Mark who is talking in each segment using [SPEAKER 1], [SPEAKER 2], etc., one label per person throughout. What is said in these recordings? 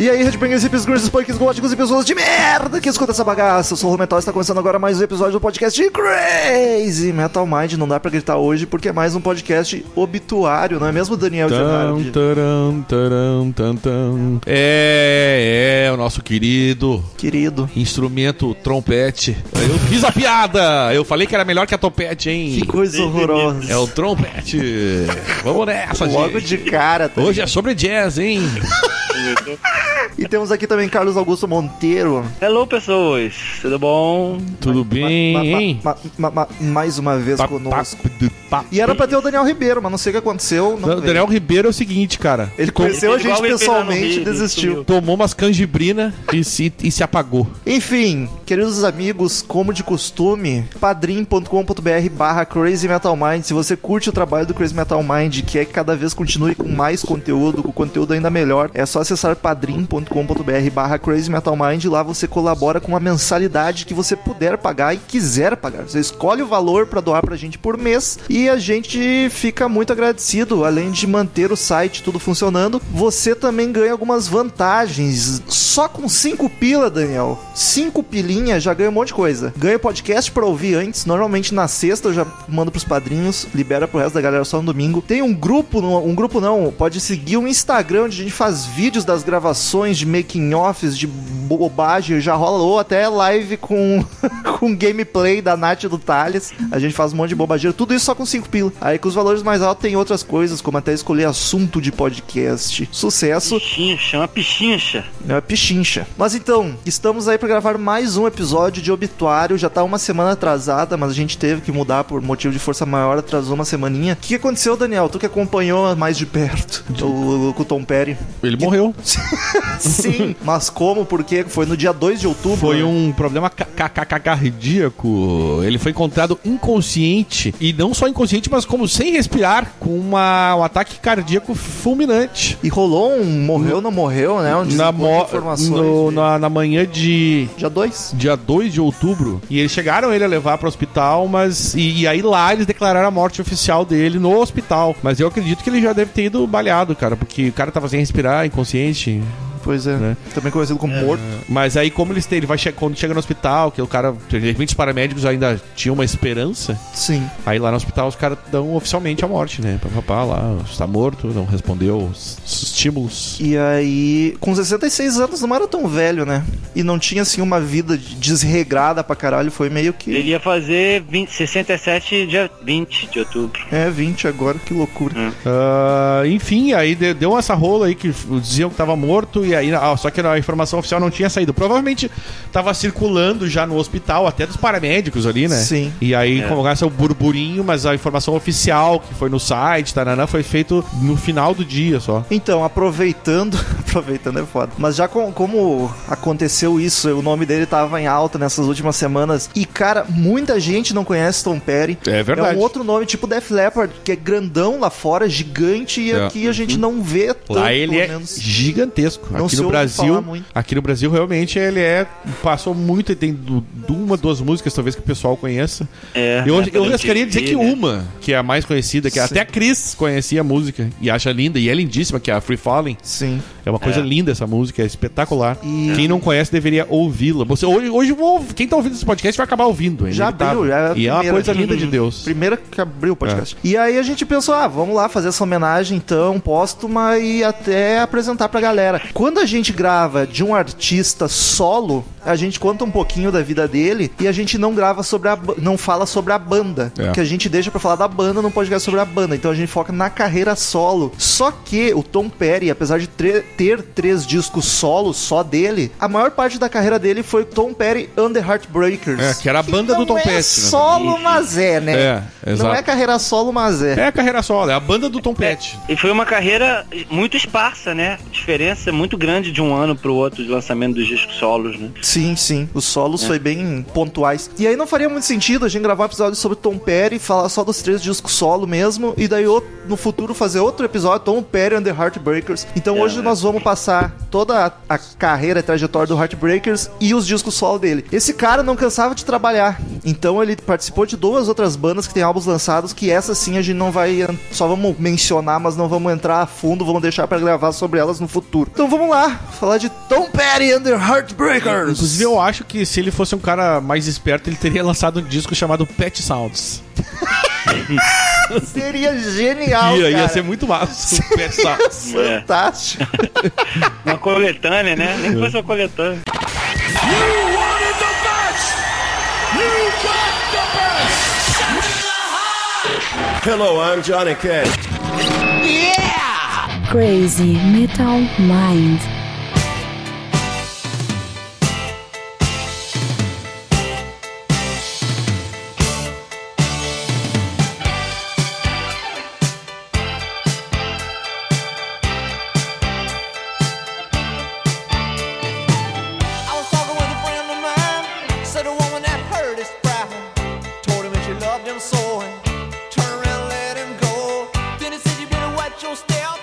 [SPEAKER 1] E aí, Redbangers, hippies, grunges, punks, góticos e pessoas de merda que escuta essa bagaça. Eu sou o Romental e está começando agora mais um episódio do podcast Crazy Metal Mind. Não dá pra gritar hoje porque é mais um podcast obituário, não é mesmo, Daniel
[SPEAKER 2] Tam,
[SPEAKER 1] Gerard?
[SPEAKER 2] taram, taram, tam, tam. É, é, o nosso querido
[SPEAKER 1] Querido.
[SPEAKER 2] instrumento trompete. Eu fiz a piada! Eu falei que era melhor que a topete, hein?
[SPEAKER 1] Que coisa horrorosa.
[SPEAKER 2] É o trompete! Vamos nessa,
[SPEAKER 1] Logo
[SPEAKER 2] gente!
[SPEAKER 1] de cara. tá
[SPEAKER 2] É Hoje é sobre jazz, hein?
[SPEAKER 1] E temos aqui também Carlos Augusto Monteiro.
[SPEAKER 3] Hello pessoas, tudo bom?
[SPEAKER 2] Tudo bem,
[SPEAKER 1] Ma- ma-
[SPEAKER 2] hein?
[SPEAKER 1] ma- ma- ma- mais uma vez
[SPEAKER 2] Pa-
[SPEAKER 1] conosco.
[SPEAKER 2] pa- de- pa-
[SPEAKER 1] E era pra ter o Daniel Ribeiro, mas não sei o que aconteceu. não
[SPEAKER 2] Não,
[SPEAKER 1] veio.
[SPEAKER 2] Daniel Ribeiro é o seguinte, cara.
[SPEAKER 1] Ele
[SPEAKER 2] Com-
[SPEAKER 1] conheceu a
[SPEAKER 3] Ele fez
[SPEAKER 1] gente
[SPEAKER 3] igual o EP lá no
[SPEAKER 1] pessoalmente
[SPEAKER 3] Rio,
[SPEAKER 1] e
[SPEAKER 3] ele
[SPEAKER 1] desistiu.
[SPEAKER 3] sumiu.
[SPEAKER 2] tomou umas canjibrina e se, e se apagou.
[SPEAKER 1] Enfim, queridos amigos, como de costume, padrim.com.br barra Crazy Metal Mind. Se você curte o trabalho do Crazy Metal Mind, que é que cada vez continue com mais conteúdo, com conteúdo ainda melhor, é só acessar padrim.com.br barra Crazy Metal Mind. Lá você colabora com a mensalidade que você puder pagar e quiser pagar. Você escolhe o valor para doar pra gente por mês e a gente fica muito agradecido, além de manter o site tudo funcionando. Você também ganha algumas vantagens. Só com cinco pila, Daniel. Cinco pilinha já ganha um monte de coisa. Ganha o podcast pra ouvir antes. Normalmente na sexta eu já mando pros padrinhos, libera pro resto da galera só no domingo. Tem um grupo, no- um grupo não, pode seguir o Instagram onde a gente faz vídeos das gravações de making offs de bobagem, já rola ou até live com com gameplay da Nath e do Thales. A gente faz um monte de bobageira, tudo isso só com 5 pila. Aí com os valores mais altos tem outras coisas, como até escolher assunto de podcast. Sucesso
[SPEAKER 3] Pichincha, uma pichincha.
[SPEAKER 1] é uma pichincha. Mas então, estamos aí pra gravar mais um episódio de Obituário. Já tá uma semana atrasada, mas a gente teve que mudar por motivo de força maior, atrasou uma semaninha. O que aconteceu, Daniel? Tu que acompanhou mais de perto o, o Tom Perry.
[SPEAKER 2] Ele morreu.
[SPEAKER 1] Sim, mas como? Porque foi no dia 2 de outubro.
[SPEAKER 2] Foi
[SPEAKER 1] né?
[SPEAKER 2] um problema ca- ca- ca- ca- cardíaco. Ele foi encontrado inconsciente e não só inconsciente, mas como sem respirar, com uma- um ataque cardíaco fulminante.
[SPEAKER 1] E rolou um morreu, não morreu, né? Um
[SPEAKER 2] Na,
[SPEAKER 1] desencontro de
[SPEAKER 2] mo-
[SPEAKER 1] informações.
[SPEAKER 2] no-
[SPEAKER 1] de-
[SPEAKER 2] na, na manhã de
[SPEAKER 1] Dia 2?
[SPEAKER 2] dia 2 de outubro. E eles chegaram ele a levar para o hospital, mas. E, e aí lá eles declararam a morte oficial dele no hospital. Mas eu acredito que ele já deve ter ido baleado, cara, porque o cara tava sem respirar, inconsciente.
[SPEAKER 1] Pois é.
[SPEAKER 2] Né?
[SPEAKER 1] Também conhecido como morto.
[SPEAKER 2] Mas aí, como eles têm, ele vai che- quando chega no hospital, que o cara, de repente, os paramédicos ainda tinham uma esperança.
[SPEAKER 1] Sim.
[SPEAKER 2] Aí lá no hospital os caras dão oficialmente a morte, né? Papapá, lá, está morto, não respondeu os os estímulos.
[SPEAKER 1] E aí, com 66 anos, não era tão velho, né? E não tinha, assim, uma vida de- desregrada pra caralho. Foi meio que.
[SPEAKER 3] Ele ia fazer 20, 67 dia 20 de outubro.
[SPEAKER 1] É, 20 agora, que loucura.
[SPEAKER 2] Ah, enfim, aí de- deu essa rola aí que f- diziam que tava morto, e aí, ah, só que a informação oficial não tinha saído. Provavelmente tava circulando já no hospital, até dos paramédicos ali, né?
[SPEAKER 1] Sim.
[SPEAKER 2] E aí
[SPEAKER 3] É.
[SPEAKER 2] começa o burburinho, mas a informação oficial que foi no site, taranã, foi feito no final do dia só.
[SPEAKER 1] Então, aproveitando. aproveitando é foda. Mas já com- como aconteceu isso, o nome dele tava em alta nessas últimas semanas. E, cara, muita gente não conhece Tom Perry.
[SPEAKER 2] É
[SPEAKER 1] É um outro nome, tipo Def Leppard, que é grandão lá fora, gigante, e
[SPEAKER 2] É.
[SPEAKER 1] aqui a gente não vê tanto,
[SPEAKER 2] Lá ele
[SPEAKER 1] pelo
[SPEAKER 2] é
[SPEAKER 1] menos.
[SPEAKER 2] gigantesco.
[SPEAKER 1] Não
[SPEAKER 2] aqui
[SPEAKER 1] se
[SPEAKER 2] no
[SPEAKER 1] ouve falar
[SPEAKER 2] Brasil,
[SPEAKER 1] muito.
[SPEAKER 2] aqui no Brasil realmente ele é passou muito e tem du- du- uma, duas músicas talvez que o pessoal conheça.
[SPEAKER 3] É,
[SPEAKER 2] Eu,
[SPEAKER 3] né,
[SPEAKER 2] eu
[SPEAKER 3] pela
[SPEAKER 2] arriscaria dizer
[SPEAKER 3] MTV,
[SPEAKER 2] que
[SPEAKER 3] né?
[SPEAKER 2] uma, que é a mais conhecida, que
[SPEAKER 1] Sim.
[SPEAKER 2] até a Cris conhecia a música e acha linda e é lindíssima, que é a Free Falling.
[SPEAKER 1] Sim.
[SPEAKER 2] É uma coisa
[SPEAKER 3] É.
[SPEAKER 2] linda essa música, é espetacular.
[SPEAKER 1] E-
[SPEAKER 2] Quem não conhece deveria ouvi-la. Você hoje, hoje eu vou- quem tá ouvindo esse podcast vai acabar ouvindo. é
[SPEAKER 1] Já
[SPEAKER 2] inevitável.
[SPEAKER 1] abriu, já é a
[SPEAKER 2] E é uma
[SPEAKER 1] primeira. Hum,
[SPEAKER 2] coisa linda de Deus. É.
[SPEAKER 1] Primeira que abriu o podcast. E aí a gente pensou, ah, vamos lá fazer essa homenagem então, póstuma e até apresentar pra galera. Quando a gente grava de um artista solo, a gente conta um pouquinho da vida dele e a gente não grava sobre a ba- não fala sobre a banda,
[SPEAKER 2] É.
[SPEAKER 1] que a gente deixa pra falar da banda, não pode gravar sobre a banda. Então a gente foca na carreira solo. Só que o Tom Perry, apesar de tre- ter, ter três discos solo só dele, a maior parte da carreira dele foi Tom Petty and the Heartbreakers.
[SPEAKER 2] É, que era a banda do
[SPEAKER 1] não
[SPEAKER 2] Tom
[SPEAKER 1] é
[SPEAKER 2] Petty, né?
[SPEAKER 1] solo, mas é, né?
[SPEAKER 2] É,
[SPEAKER 1] Não
[SPEAKER 2] exato.
[SPEAKER 1] é carreira solo, mas é.
[SPEAKER 2] É a carreira solo, é a banda do Tom Petty.
[SPEAKER 1] um
[SPEAKER 3] E foi uma carreira muito esparsa, né? Diferença muito grande de um ano pro outro de lançamento dos discos solos, né?
[SPEAKER 1] Sim, sim. Os solos foi bem pontuais. E aí não faria muito sentido a gente gravar um episódio sobre Tom Petty e falar só dos três discos solo mesmo. E daí o- no futuro fazer outro episódio, Tom Petty and the Heartbreakers. Então
[SPEAKER 3] É,
[SPEAKER 1] hoje
[SPEAKER 3] né?
[SPEAKER 1] nós vamos passar toda a, a carreira e trajetória do Heartbreakers e os discos solo dele. Esse cara não cansava de trabalhar. Então ele participou de duas outras bandas que tem álbuns lançados, que essa sim a gente não vai. en- Só vamos mencionar, mas não vamos entrar a fundo, vamos deixar pra gravar sobre elas no futuro. Então vamos lá, falar de Tom Petty and the Heartbreakers.
[SPEAKER 2] Inclusive, eu acho que se ele fosse um cara mais esperto, ele teria lançado um disco chamado Pet Sounds.
[SPEAKER 1] Seria genial,
[SPEAKER 2] ia,
[SPEAKER 1] Ah, cara.
[SPEAKER 2] ia ser muito massa. o Pet Sounds.
[SPEAKER 1] Fantástico.
[SPEAKER 3] Uma coletânea, né? Nem que fosse uma coletânea.
[SPEAKER 4] Hello, I'm Johnny Cash.
[SPEAKER 5] Crazy Metal Mind.
[SPEAKER 6] I was talking with a friend of mine. Said a woman that hurt his pride. Told him that she loved him so. And turned around and let him go. Then he said, You better watch your step.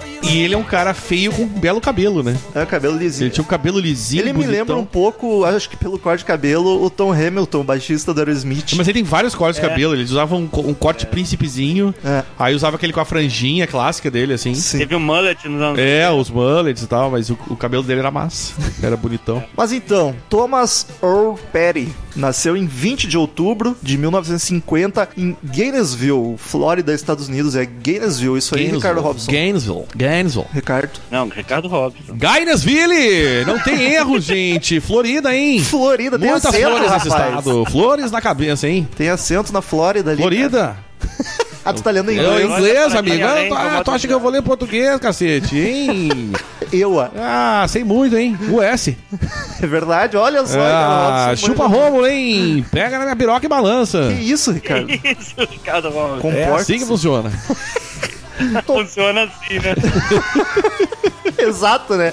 [SPEAKER 6] or you
[SPEAKER 2] E ele é um cara feio com um belo cabelo, né?
[SPEAKER 1] É, o cabelo lisinho.
[SPEAKER 2] Ele
[SPEAKER 1] Ele,
[SPEAKER 2] tinha então. um cabelo lisinho,
[SPEAKER 1] me
[SPEAKER 2] bonitão.
[SPEAKER 1] lembra um pouco, acho que pelo corte de cabelo, o Tom Hamilton, o baixista do Aerosmith.
[SPEAKER 2] Mas ele tem vários cortes de cabelo. Eles usavam um, co- um corte príncipezinho.
[SPEAKER 1] É.
[SPEAKER 2] Aí usava aquele com a franjinha clássica dele, assim.
[SPEAKER 1] Sim.
[SPEAKER 3] Teve o mullet nos anos.
[SPEAKER 2] É, os mullets e tal, mas o, o cabelo dele era massa. Era bonitão.
[SPEAKER 1] Mas então, Thomas Earl Petty nasceu em 20 de outubro de 1950 em Gainesville, Flórida, Estados Unidos. É Gainesville, isso aí, Ricardo Robson.
[SPEAKER 2] Gainesville. Gainesville.
[SPEAKER 1] Ricardo.
[SPEAKER 3] Não, Ricardo Robson.
[SPEAKER 2] Gainesville! Não tem erro, gente. Florida, hein?
[SPEAKER 1] Flórida, tem
[SPEAKER 2] Muitas
[SPEAKER 1] acento,
[SPEAKER 2] flores
[SPEAKER 1] rapaz.
[SPEAKER 2] nesse estado. Flores na cabeça, hein?
[SPEAKER 1] Tem acento na Flórida ali.
[SPEAKER 2] Florida.
[SPEAKER 1] Ah, tu tá lendo em
[SPEAKER 2] É
[SPEAKER 1] inglês.
[SPEAKER 2] o inglês,
[SPEAKER 3] Olha,
[SPEAKER 2] amigo.
[SPEAKER 3] olha,
[SPEAKER 2] Ah, tu- ah, tu acha que eu vou ler português, cacete, hein?
[SPEAKER 1] Eu, ah.
[SPEAKER 2] Ah, sei muito, hein? US.
[SPEAKER 1] é verdade. Olha só, Ricardo
[SPEAKER 2] Ah,
[SPEAKER 1] Robson,
[SPEAKER 2] chupa
[SPEAKER 1] muito-
[SPEAKER 2] Rômulo, hein? Pega na minha piroca e balança.
[SPEAKER 1] Que isso, Ricardo?
[SPEAKER 3] Isso, Ricardo Robson.
[SPEAKER 2] É
[SPEAKER 1] Comporta-se.
[SPEAKER 2] assim que funciona.
[SPEAKER 3] Funciona assim, né?
[SPEAKER 1] Exato, né?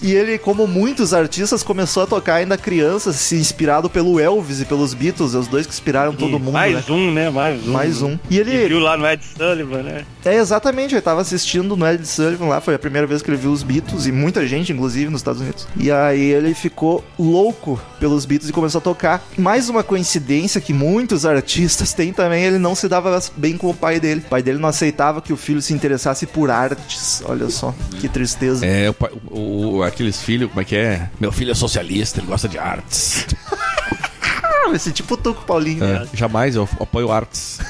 [SPEAKER 1] E ele, como muitos artistas, começou a tocar ainda criança, se inspirado pelo Elvis e pelos Beatles, os dois que inspiraram todo mundo, né?
[SPEAKER 3] Mais um, né? Mais um.
[SPEAKER 1] Mais um. E
[SPEAKER 3] Ele
[SPEAKER 1] ele.
[SPEAKER 3] viu lá no Ed Sullivan, né?
[SPEAKER 1] É exatamente, ele tava assistindo no Ed Sullivan lá, foi a primeira vez que ele viu os Beatles, e muita gente, inclusive, nos Estados Unidos. E aí ele ficou louco pelos Beatles e começou a tocar. Mais uma coincidência que muitos artistas têm também, ele não se dava bem com o pai dele. O pai dele não aceitava que o filho se interessasse por artes. Olha só, que tristeza.
[SPEAKER 2] É, o, pai- o- o- aqueles filhos, como é que é? Meu filho é socialista, ele gosta de artes.
[SPEAKER 1] Esse tipo Tuco Paulinho, né?
[SPEAKER 2] É, jamais eu apoio artes.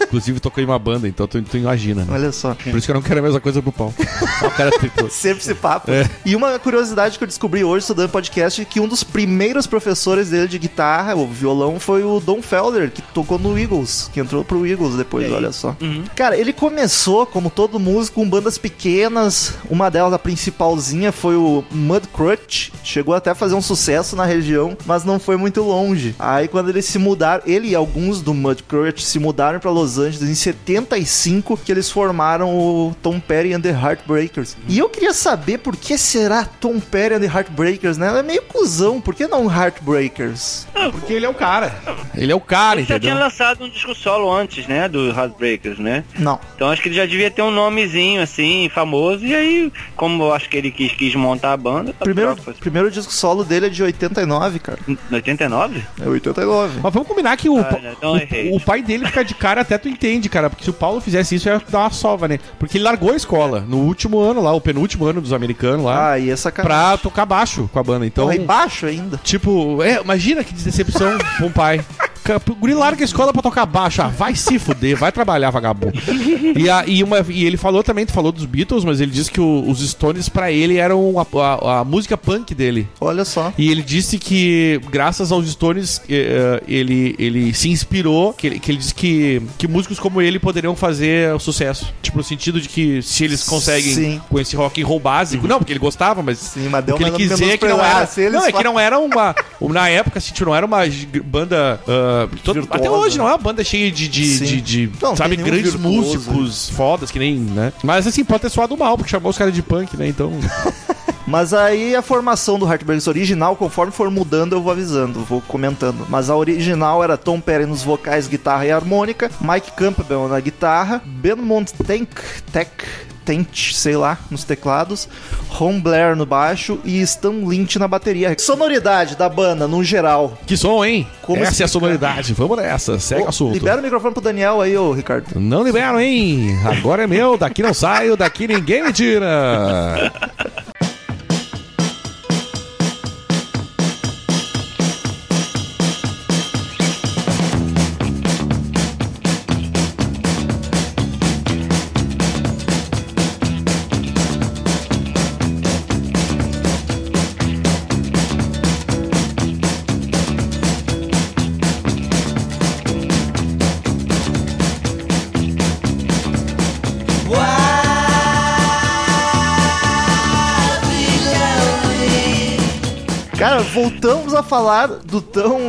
[SPEAKER 2] Inclusive, toquei em uma banda, então tu, tu imagina, né?
[SPEAKER 1] Olha só.
[SPEAKER 2] Por isso que eu não quero a mesma coisa pro pau. Olha o cara triplo.
[SPEAKER 1] Sempre esse papo. E uma curiosidade que eu descobri hoje estudando podcast é que um dos primeiros professores dele de guitarra, ou violão, foi o Don Felder, que tocou no Eagles, que entrou pro Eagles depois, olha só. Cara, ele começou, como todo músico, com bandas pequenas. Uma delas, a principalzinha, foi o Mudcrutch. Chegou até a fazer um sucesso na região, mas não foi muito longe. Aí quando eles se mudaram, ele e alguns do Mudcrutch se mudaram pra Los Angeles em 75, que eles formaram o Tom Petty and the Heartbreakers. E eu queria saber por que será Tom Petty and the Heartbreakers, né? Ela é meio cuzão, por que não Heartbreakers?
[SPEAKER 2] Porque ele é o cara. Ele é o cara,
[SPEAKER 3] Ele já tinha
[SPEAKER 2] entendeu?
[SPEAKER 3] lançado um disco solo antes, né? Do Heartbreakers, né?
[SPEAKER 1] Não.
[SPEAKER 3] Então acho que ele já devia ter um nomezinho assim, famoso. E aí, como eu acho que ele quis, quis montar a banda, tá
[SPEAKER 1] Primeiro,
[SPEAKER 3] pronto, foi-
[SPEAKER 1] primeiro disco solo dele é de 89, cara.
[SPEAKER 3] em 89?
[SPEAKER 1] É 89.
[SPEAKER 2] Mas vamos combinar que o, pa-
[SPEAKER 3] já então
[SPEAKER 2] o-
[SPEAKER 3] errei.
[SPEAKER 2] o pai dele ficar de cara até tu entende, cara. Porque se o Paulo fizesse isso, ia dar uma sova, né? Porque ele largou a escola no último ano lá, o penúltimo ano dos americanos lá,
[SPEAKER 1] Ah, e essa cara.
[SPEAKER 2] pra tocar baixo com a banda. Então,
[SPEAKER 1] Porra, e baixo ainda.
[SPEAKER 2] tipo, é, imagina que decepção pra um pai. ca- O guri larga a escola pra tocar baixo. Ah, vai se fuder, vai trabalhar, vagabundo. E, a- e uma- e ele falou também, tu falou dos Beatles, mas ele disse que o- os Stones pra ele eram a- a- a música punk dele.
[SPEAKER 1] Olha só.
[SPEAKER 2] E ele disse que, graças aos Stones, eh, eh, ele, ele se inspirou, que ele, que ele disse que, que músicos como ele poderiam fazer sucesso. Tipo, no sentido de que se eles conseguem
[SPEAKER 1] Sim.
[SPEAKER 2] com esse rock and roll básico. Não, porque ele gostava, mas.
[SPEAKER 1] Sim, mas
[SPEAKER 2] O
[SPEAKER 1] deu
[SPEAKER 2] que ele
[SPEAKER 1] mais ou
[SPEAKER 2] quis
[SPEAKER 1] menos
[SPEAKER 2] dizer é que
[SPEAKER 1] pra-
[SPEAKER 2] não
[SPEAKER 1] Ah,
[SPEAKER 2] era.
[SPEAKER 1] se eles
[SPEAKER 2] Não, é que
[SPEAKER 1] fa-
[SPEAKER 2] não era uma. Na época, assim, tipo, não era uma gi- banda. ah, todo-
[SPEAKER 1] Virtuosa.
[SPEAKER 2] até hoje não é uma banda cheia de. de,
[SPEAKER 1] Sim.
[SPEAKER 2] de- de,
[SPEAKER 1] Não, tem
[SPEAKER 2] sabe,
[SPEAKER 1] nenhum
[SPEAKER 2] grandes
[SPEAKER 1] virtuoso.
[SPEAKER 2] músicos fodas, que nem. né? Mas assim, pode ter soado mal, porque chamou os caras de punk, né? Então.
[SPEAKER 1] Mas aí a formação do Heartbreakers original, conforme for mudando, eu vou avisando, vou comentando. Mas a original era Tom Perry nos vocais, guitarra e harmônica, Mike Campbell na guitarra, Ben Montank, Tech, Tench, sei lá, nos teclados, Ron Blair no baixo e Stan Lynch na bateria. Sonoridade da banda, no geral.
[SPEAKER 2] Que som, hein?
[SPEAKER 1] Como
[SPEAKER 2] Essa é a
[SPEAKER 1] explicar?
[SPEAKER 2] sonoridade. Vamos nessa. Segue o
[SPEAKER 1] Ô,
[SPEAKER 2] assunto.
[SPEAKER 1] libera o microfone pro Daniel aí, ô Ricardo.
[SPEAKER 2] Não liberam, hein? Agora é meu. Daqui não saio. Daqui ninguém me tira.
[SPEAKER 1] Cara, voltamos a falar do tão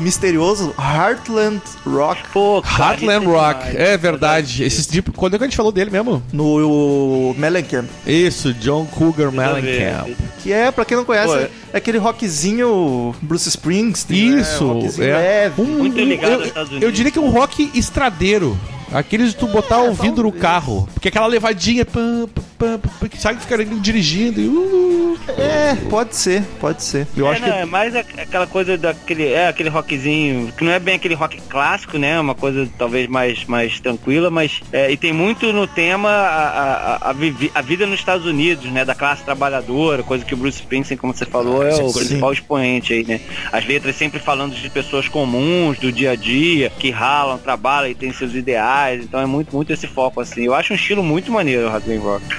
[SPEAKER 1] misterioso Heartland Rock
[SPEAKER 3] Pô, cara,
[SPEAKER 2] Heartland
[SPEAKER 3] isso é
[SPEAKER 2] Rock.
[SPEAKER 3] demais.
[SPEAKER 2] É verdade. Esse tipo... Quando é que a gente falou dele mesmo?
[SPEAKER 1] no Mellencamp.
[SPEAKER 2] Isso, John Cougar
[SPEAKER 3] Nada a ver.
[SPEAKER 2] Mellencamp.
[SPEAKER 1] Que é, pra quem não conhece,
[SPEAKER 3] Pô,
[SPEAKER 1] é aquele rockzinho Bruce Springsteen. né? Um
[SPEAKER 2] Isso.
[SPEAKER 1] rockzinho
[SPEAKER 2] é
[SPEAKER 1] leve.
[SPEAKER 2] um-
[SPEAKER 3] Muito ligado aos Estados
[SPEAKER 2] eu, eu
[SPEAKER 3] Unidos.
[SPEAKER 2] diria que é um rock estradeiro. Aqueles de tu botar ouvindo no
[SPEAKER 1] talvez.
[SPEAKER 2] carro. Porque aquela levadinha. Pam, pam, pam, pam, que sabe que fica dirigindo. E, uh,
[SPEAKER 1] É, pode ser, pode ser.
[SPEAKER 2] eu
[SPEAKER 3] é,
[SPEAKER 2] acho
[SPEAKER 3] não,
[SPEAKER 2] que.
[SPEAKER 3] é mais a- aquela coisa daquele. É aquele rockzinho. Que não é bem aquele rock clássico, né? Uma coisa talvez mais, mais tranquila, mas. é, e tem muito no tema a, a- a- a vivi- a vida nos Estados Unidos, né? Da classe trabalhadora, coisa que o Bruce Springsteen, como você falou, é o
[SPEAKER 1] Sim.
[SPEAKER 3] principal expoente aí, né? As letras sempre falando de pessoas comuns, do dia a dia, que ralam, trabalham e têm seus ideais. Então é muito, muito esse foco, assim. Eu acho um estilo muito maneiro o Hardware Rock.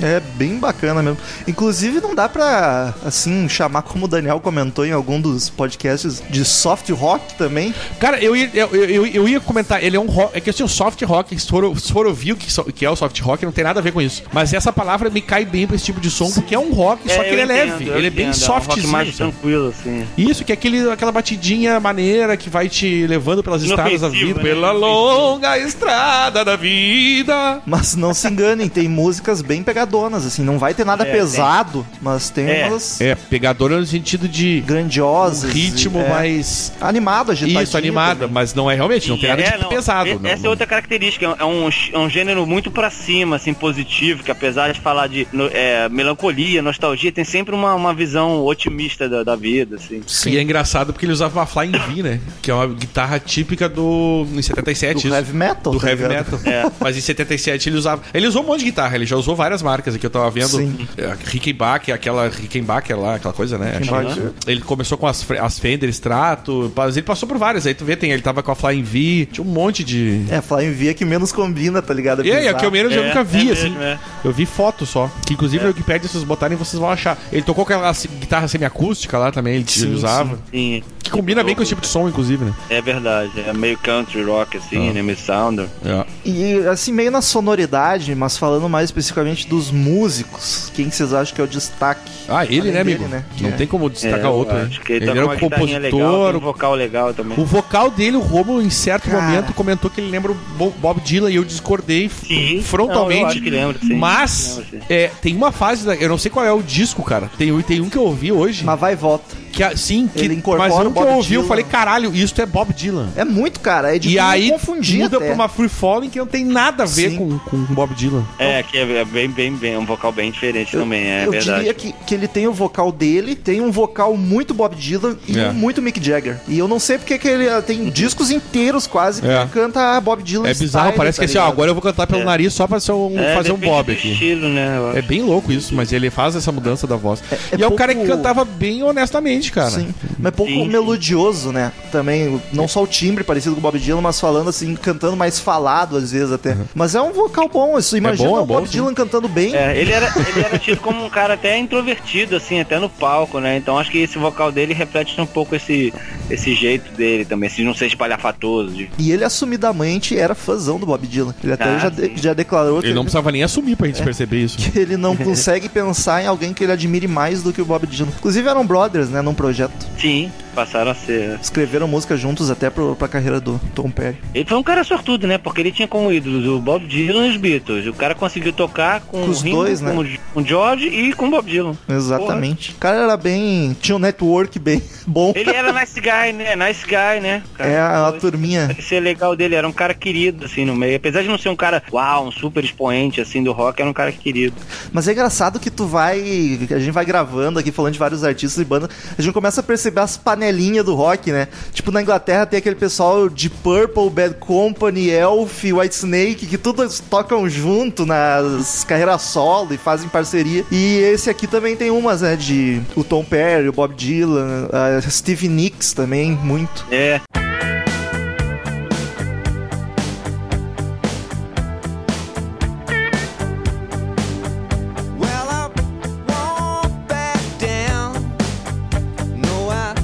[SPEAKER 1] É bem bacana mesmo. Inclusive, não dá pra, assim, chamar como o Daniel comentou em algum dos podcasts de soft rock também.
[SPEAKER 2] Cara, eu ia, eu, eu- eu- eu ia comentar, ele é um rock. É que assim, o soft rock, se for, se for ouvir o que, so- que é o soft rock, não tem nada a ver com isso. Mas essa palavra me cai bem pra esse tipo de som, porque é um rock, só que
[SPEAKER 3] eu
[SPEAKER 2] ele é
[SPEAKER 3] entendo,
[SPEAKER 2] leve.
[SPEAKER 3] eu
[SPEAKER 2] Ele é
[SPEAKER 3] entendo,
[SPEAKER 2] bem
[SPEAKER 3] um rock
[SPEAKER 2] softzinho.
[SPEAKER 3] mais
[SPEAKER 2] sabe?
[SPEAKER 3] tranquilo, assim.
[SPEAKER 2] Isso, que é aquele, aquela batidinha maneira que vai te levando pelas estradas da
[SPEAKER 3] Inofensivo,
[SPEAKER 2] vida.
[SPEAKER 3] né?
[SPEAKER 2] Pela longa estrada da vida.
[SPEAKER 1] Mas não se enganem, tem músicas bem pegadonas, assim. Não vai ter nada
[SPEAKER 3] É,
[SPEAKER 1] pesado, mas tem
[SPEAKER 3] É.
[SPEAKER 1] umas
[SPEAKER 2] É, pegadora no sentido de
[SPEAKER 1] grandiosas.
[SPEAKER 2] ritmo
[SPEAKER 1] é,
[SPEAKER 2] mais.
[SPEAKER 1] Animado, agitadinho.
[SPEAKER 2] Isso, animada,
[SPEAKER 1] também.
[SPEAKER 2] mas não é realmente, não tem nada de
[SPEAKER 3] É, não,
[SPEAKER 2] pesado.
[SPEAKER 3] e-
[SPEAKER 2] não,
[SPEAKER 3] essa
[SPEAKER 2] não.
[SPEAKER 3] é outra característica, é um, é um gênero muito pra cima, assim, positivo, que apesar de falar de no- é, melancolia, nostalgia, tem sempre uma, uma visão otimista da, da vida, assim.
[SPEAKER 2] E é engraçado porque ele usava uma Flying V, né? Que é uma guitarra típica do. em 77,
[SPEAKER 1] Do
[SPEAKER 2] isso.
[SPEAKER 1] heavy metal.
[SPEAKER 2] do
[SPEAKER 1] tá
[SPEAKER 2] heavy
[SPEAKER 1] ligado?
[SPEAKER 2] metal.
[SPEAKER 3] É.
[SPEAKER 2] Mas em 77 ele usava. Ele usou um monte de guitarra, ele já usou várias marcas aqui, eu tava vendo.
[SPEAKER 1] Sim.
[SPEAKER 2] É, Rickenbacker, aquela Rickenbacker lá, aquela coisa, né?
[SPEAKER 1] Rickenbacker.
[SPEAKER 2] Acho que- Ele começou com as, Fre- as Fender Strato, mas ele passou por várias. Aí tu vê, tem, ele tava com a Flying V, tinha um monte de.
[SPEAKER 1] É, Flying V é que menos combina, tá ligado?
[SPEAKER 2] E aí, é
[SPEAKER 1] bizarro.
[SPEAKER 2] que eu menos eu
[SPEAKER 3] É,
[SPEAKER 2] nunca vi,
[SPEAKER 3] é
[SPEAKER 2] assim.
[SPEAKER 3] mesmo, é.
[SPEAKER 2] Eu vi foto só. Que
[SPEAKER 1] É.
[SPEAKER 2] inclusive no Wikipedia, se vocês botarem, vocês vão achar. Ele tocou aquela se- guitarra semiacústica lá também, ele, ele
[SPEAKER 1] Sim,
[SPEAKER 2] usava.
[SPEAKER 3] Sim,
[SPEAKER 2] Que combina bem com esse tipo de som, inclusive, né?
[SPEAKER 3] é verdade. É meio country rock, assim,
[SPEAKER 2] Ah.
[SPEAKER 3] né? Meio sounder.
[SPEAKER 2] É.
[SPEAKER 1] E assim, meio na sonoridade, mas falando mais especificamente dos músicos, quem que vocês acham que é o destaque?
[SPEAKER 2] Ah, ele,
[SPEAKER 1] Além
[SPEAKER 2] né,
[SPEAKER 1] dele,
[SPEAKER 2] amigo?
[SPEAKER 1] né?
[SPEAKER 2] Não
[SPEAKER 1] É.
[SPEAKER 2] tem como destacar
[SPEAKER 3] é, eu
[SPEAKER 2] outro. né?
[SPEAKER 3] Acho que ele,
[SPEAKER 2] Ele
[SPEAKER 3] tá
[SPEAKER 2] era
[SPEAKER 3] com uma
[SPEAKER 2] um
[SPEAKER 3] guitarrinha legal, tem um
[SPEAKER 2] compositor,
[SPEAKER 3] vocal legal também.
[SPEAKER 2] O vocal dele, o Romulo, em certo
[SPEAKER 1] Cara.
[SPEAKER 2] momento, comentou que ele lembra o Bo- Bob Dylan e eu discordei f-
[SPEAKER 3] Sim.
[SPEAKER 2] frontalmente.
[SPEAKER 3] Não, eu acho que lembro, sim.
[SPEAKER 2] Mas
[SPEAKER 3] Lembro, sim.
[SPEAKER 2] é, tem uma fase, da- eu não sei qual é o disco, cara. Tem, tem um que eu ouvi hoje.
[SPEAKER 1] Mas vai e volta.
[SPEAKER 2] que a- sim, que,
[SPEAKER 1] Ele incorpora
[SPEAKER 2] mas
[SPEAKER 1] o
[SPEAKER 2] um que eu
[SPEAKER 1] Bob
[SPEAKER 2] ouvi, eu
[SPEAKER 1] Dylan.
[SPEAKER 2] falei, caralho, isso é Bob Dylan.
[SPEAKER 1] É muito, cara. É de
[SPEAKER 2] e aí
[SPEAKER 1] confundir
[SPEAKER 2] muda
[SPEAKER 1] até.
[SPEAKER 2] pra uma free falling que não tem nada a ver
[SPEAKER 1] Sim.
[SPEAKER 2] com, com Bob Dylan.
[SPEAKER 3] É, que é é bem, bem, bem, um vocal bem diferente também, é
[SPEAKER 1] eu
[SPEAKER 3] verdade.
[SPEAKER 1] diria que, que ele tem o vocal dele, tem um vocal muito Bob Dylan e
[SPEAKER 2] É.
[SPEAKER 1] um muito Mick Jagger. E eu não sei porque que ele ah, tem discos inteiros quase que
[SPEAKER 2] É.
[SPEAKER 1] ele canta Bob Dylan
[SPEAKER 2] É bizarro,
[SPEAKER 1] style,
[SPEAKER 2] parece
[SPEAKER 1] tá
[SPEAKER 2] que assim, ó,
[SPEAKER 1] ligado?
[SPEAKER 2] agora eu vou cantar pelo
[SPEAKER 3] É.
[SPEAKER 2] nariz só pra ser um-
[SPEAKER 3] É,
[SPEAKER 2] fazer um
[SPEAKER 3] depende
[SPEAKER 2] Bob
[SPEAKER 3] do
[SPEAKER 2] aqui.
[SPEAKER 3] Estilo, né? eu
[SPEAKER 2] É
[SPEAKER 3] acho.
[SPEAKER 2] bem louco isso, mas ele faz essa mudança da voz.
[SPEAKER 1] é
[SPEAKER 2] e é um cara que
[SPEAKER 1] pouco-
[SPEAKER 2] cantava bem honestamente, diferente, cara. É.
[SPEAKER 1] Sim. Mas pouco
[SPEAKER 3] Sim.
[SPEAKER 1] melodioso, né? Também, o- não só o timbre parecido com o Bob Dylan, mas falando assim, cantando mais falado às vezes até. Mas é um vocal bom, isso. Imagina
[SPEAKER 2] bom, Uhum. é
[SPEAKER 1] o Bob
[SPEAKER 2] bom, sim.
[SPEAKER 1] Dylan cantando bem.
[SPEAKER 3] É, ele era, ele era tido como um cara até introvertido, assim, até no palco, né? Então acho que esse vocal dele reflete um pouco esse, esse jeito dele também, assim, não ser espalhafatoso. de-
[SPEAKER 1] E ele assumidamente era fãzão do Bob Dylan. Ele até
[SPEAKER 3] Ah,
[SPEAKER 1] já, de-
[SPEAKER 3] sim.
[SPEAKER 1] já declarou que
[SPEAKER 2] Ele não
[SPEAKER 1] ele,
[SPEAKER 2] precisava nem assumir pra gente
[SPEAKER 1] É.
[SPEAKER 2] perceber isso.
[SPEAKER 1] que ele não consegue pensar em alguém que ele admire mais do que o Bob Dylan. Inclusive eram brothers, né, num projeto.
[SPEAKER 3] Sim, passaram a ser. né?
[SPEAKER 1] Escreveram música juntos até pro, pra carreira do Tom Perry.
[SPEAKER 3] Ele foi um cara sortudo, né? Porque ele tinha como ídolos o Bob Dylan e os Beatles. O cara conseguiu tocar com,
[SPEAKER 1] Com os
[SPEAKER 3] o Ringo,
[SPEAKER 1] dois, né?
[SPEAKER 3] com, o- com o George e com o Bob Dylan.
[SPEAKER 1] Exatamente. O cara era bem. Tinha um network bem bom.
[SPEAKER 3] Ele era nice guy, né? Nice guy, né? Cara,
[SPEAKER 1] É a, a
[SPEAKER 3] foi-
[SPEAKER 1] turminha.
[SPEAKER 3] Esse é legal dele, era um cara querido, assim, no meio. Apesar de não ser um cara, uau, um super expoente, assim, do rock, era um cara querido.
[SPEAKER 1] Mas é engraçado que tu vai. A gente vai gravando aqui, falando de vários artistas e bandas. A gente começa a perceber as panelinhas do rock, né? Tipo, na Inglaterra tem aquele pessoal de Purple, Bad Company, Elf, White Snake, que todos tocam junto nas carreiras solo e fazem parceria. E esse aqui também tem umas, né? De o Tom Perry, o Bob Dylan, a Steve Nicks também, muito.
[SPEAKER 3] É,
[SPEAKER 6] Well, I won't back down. No, I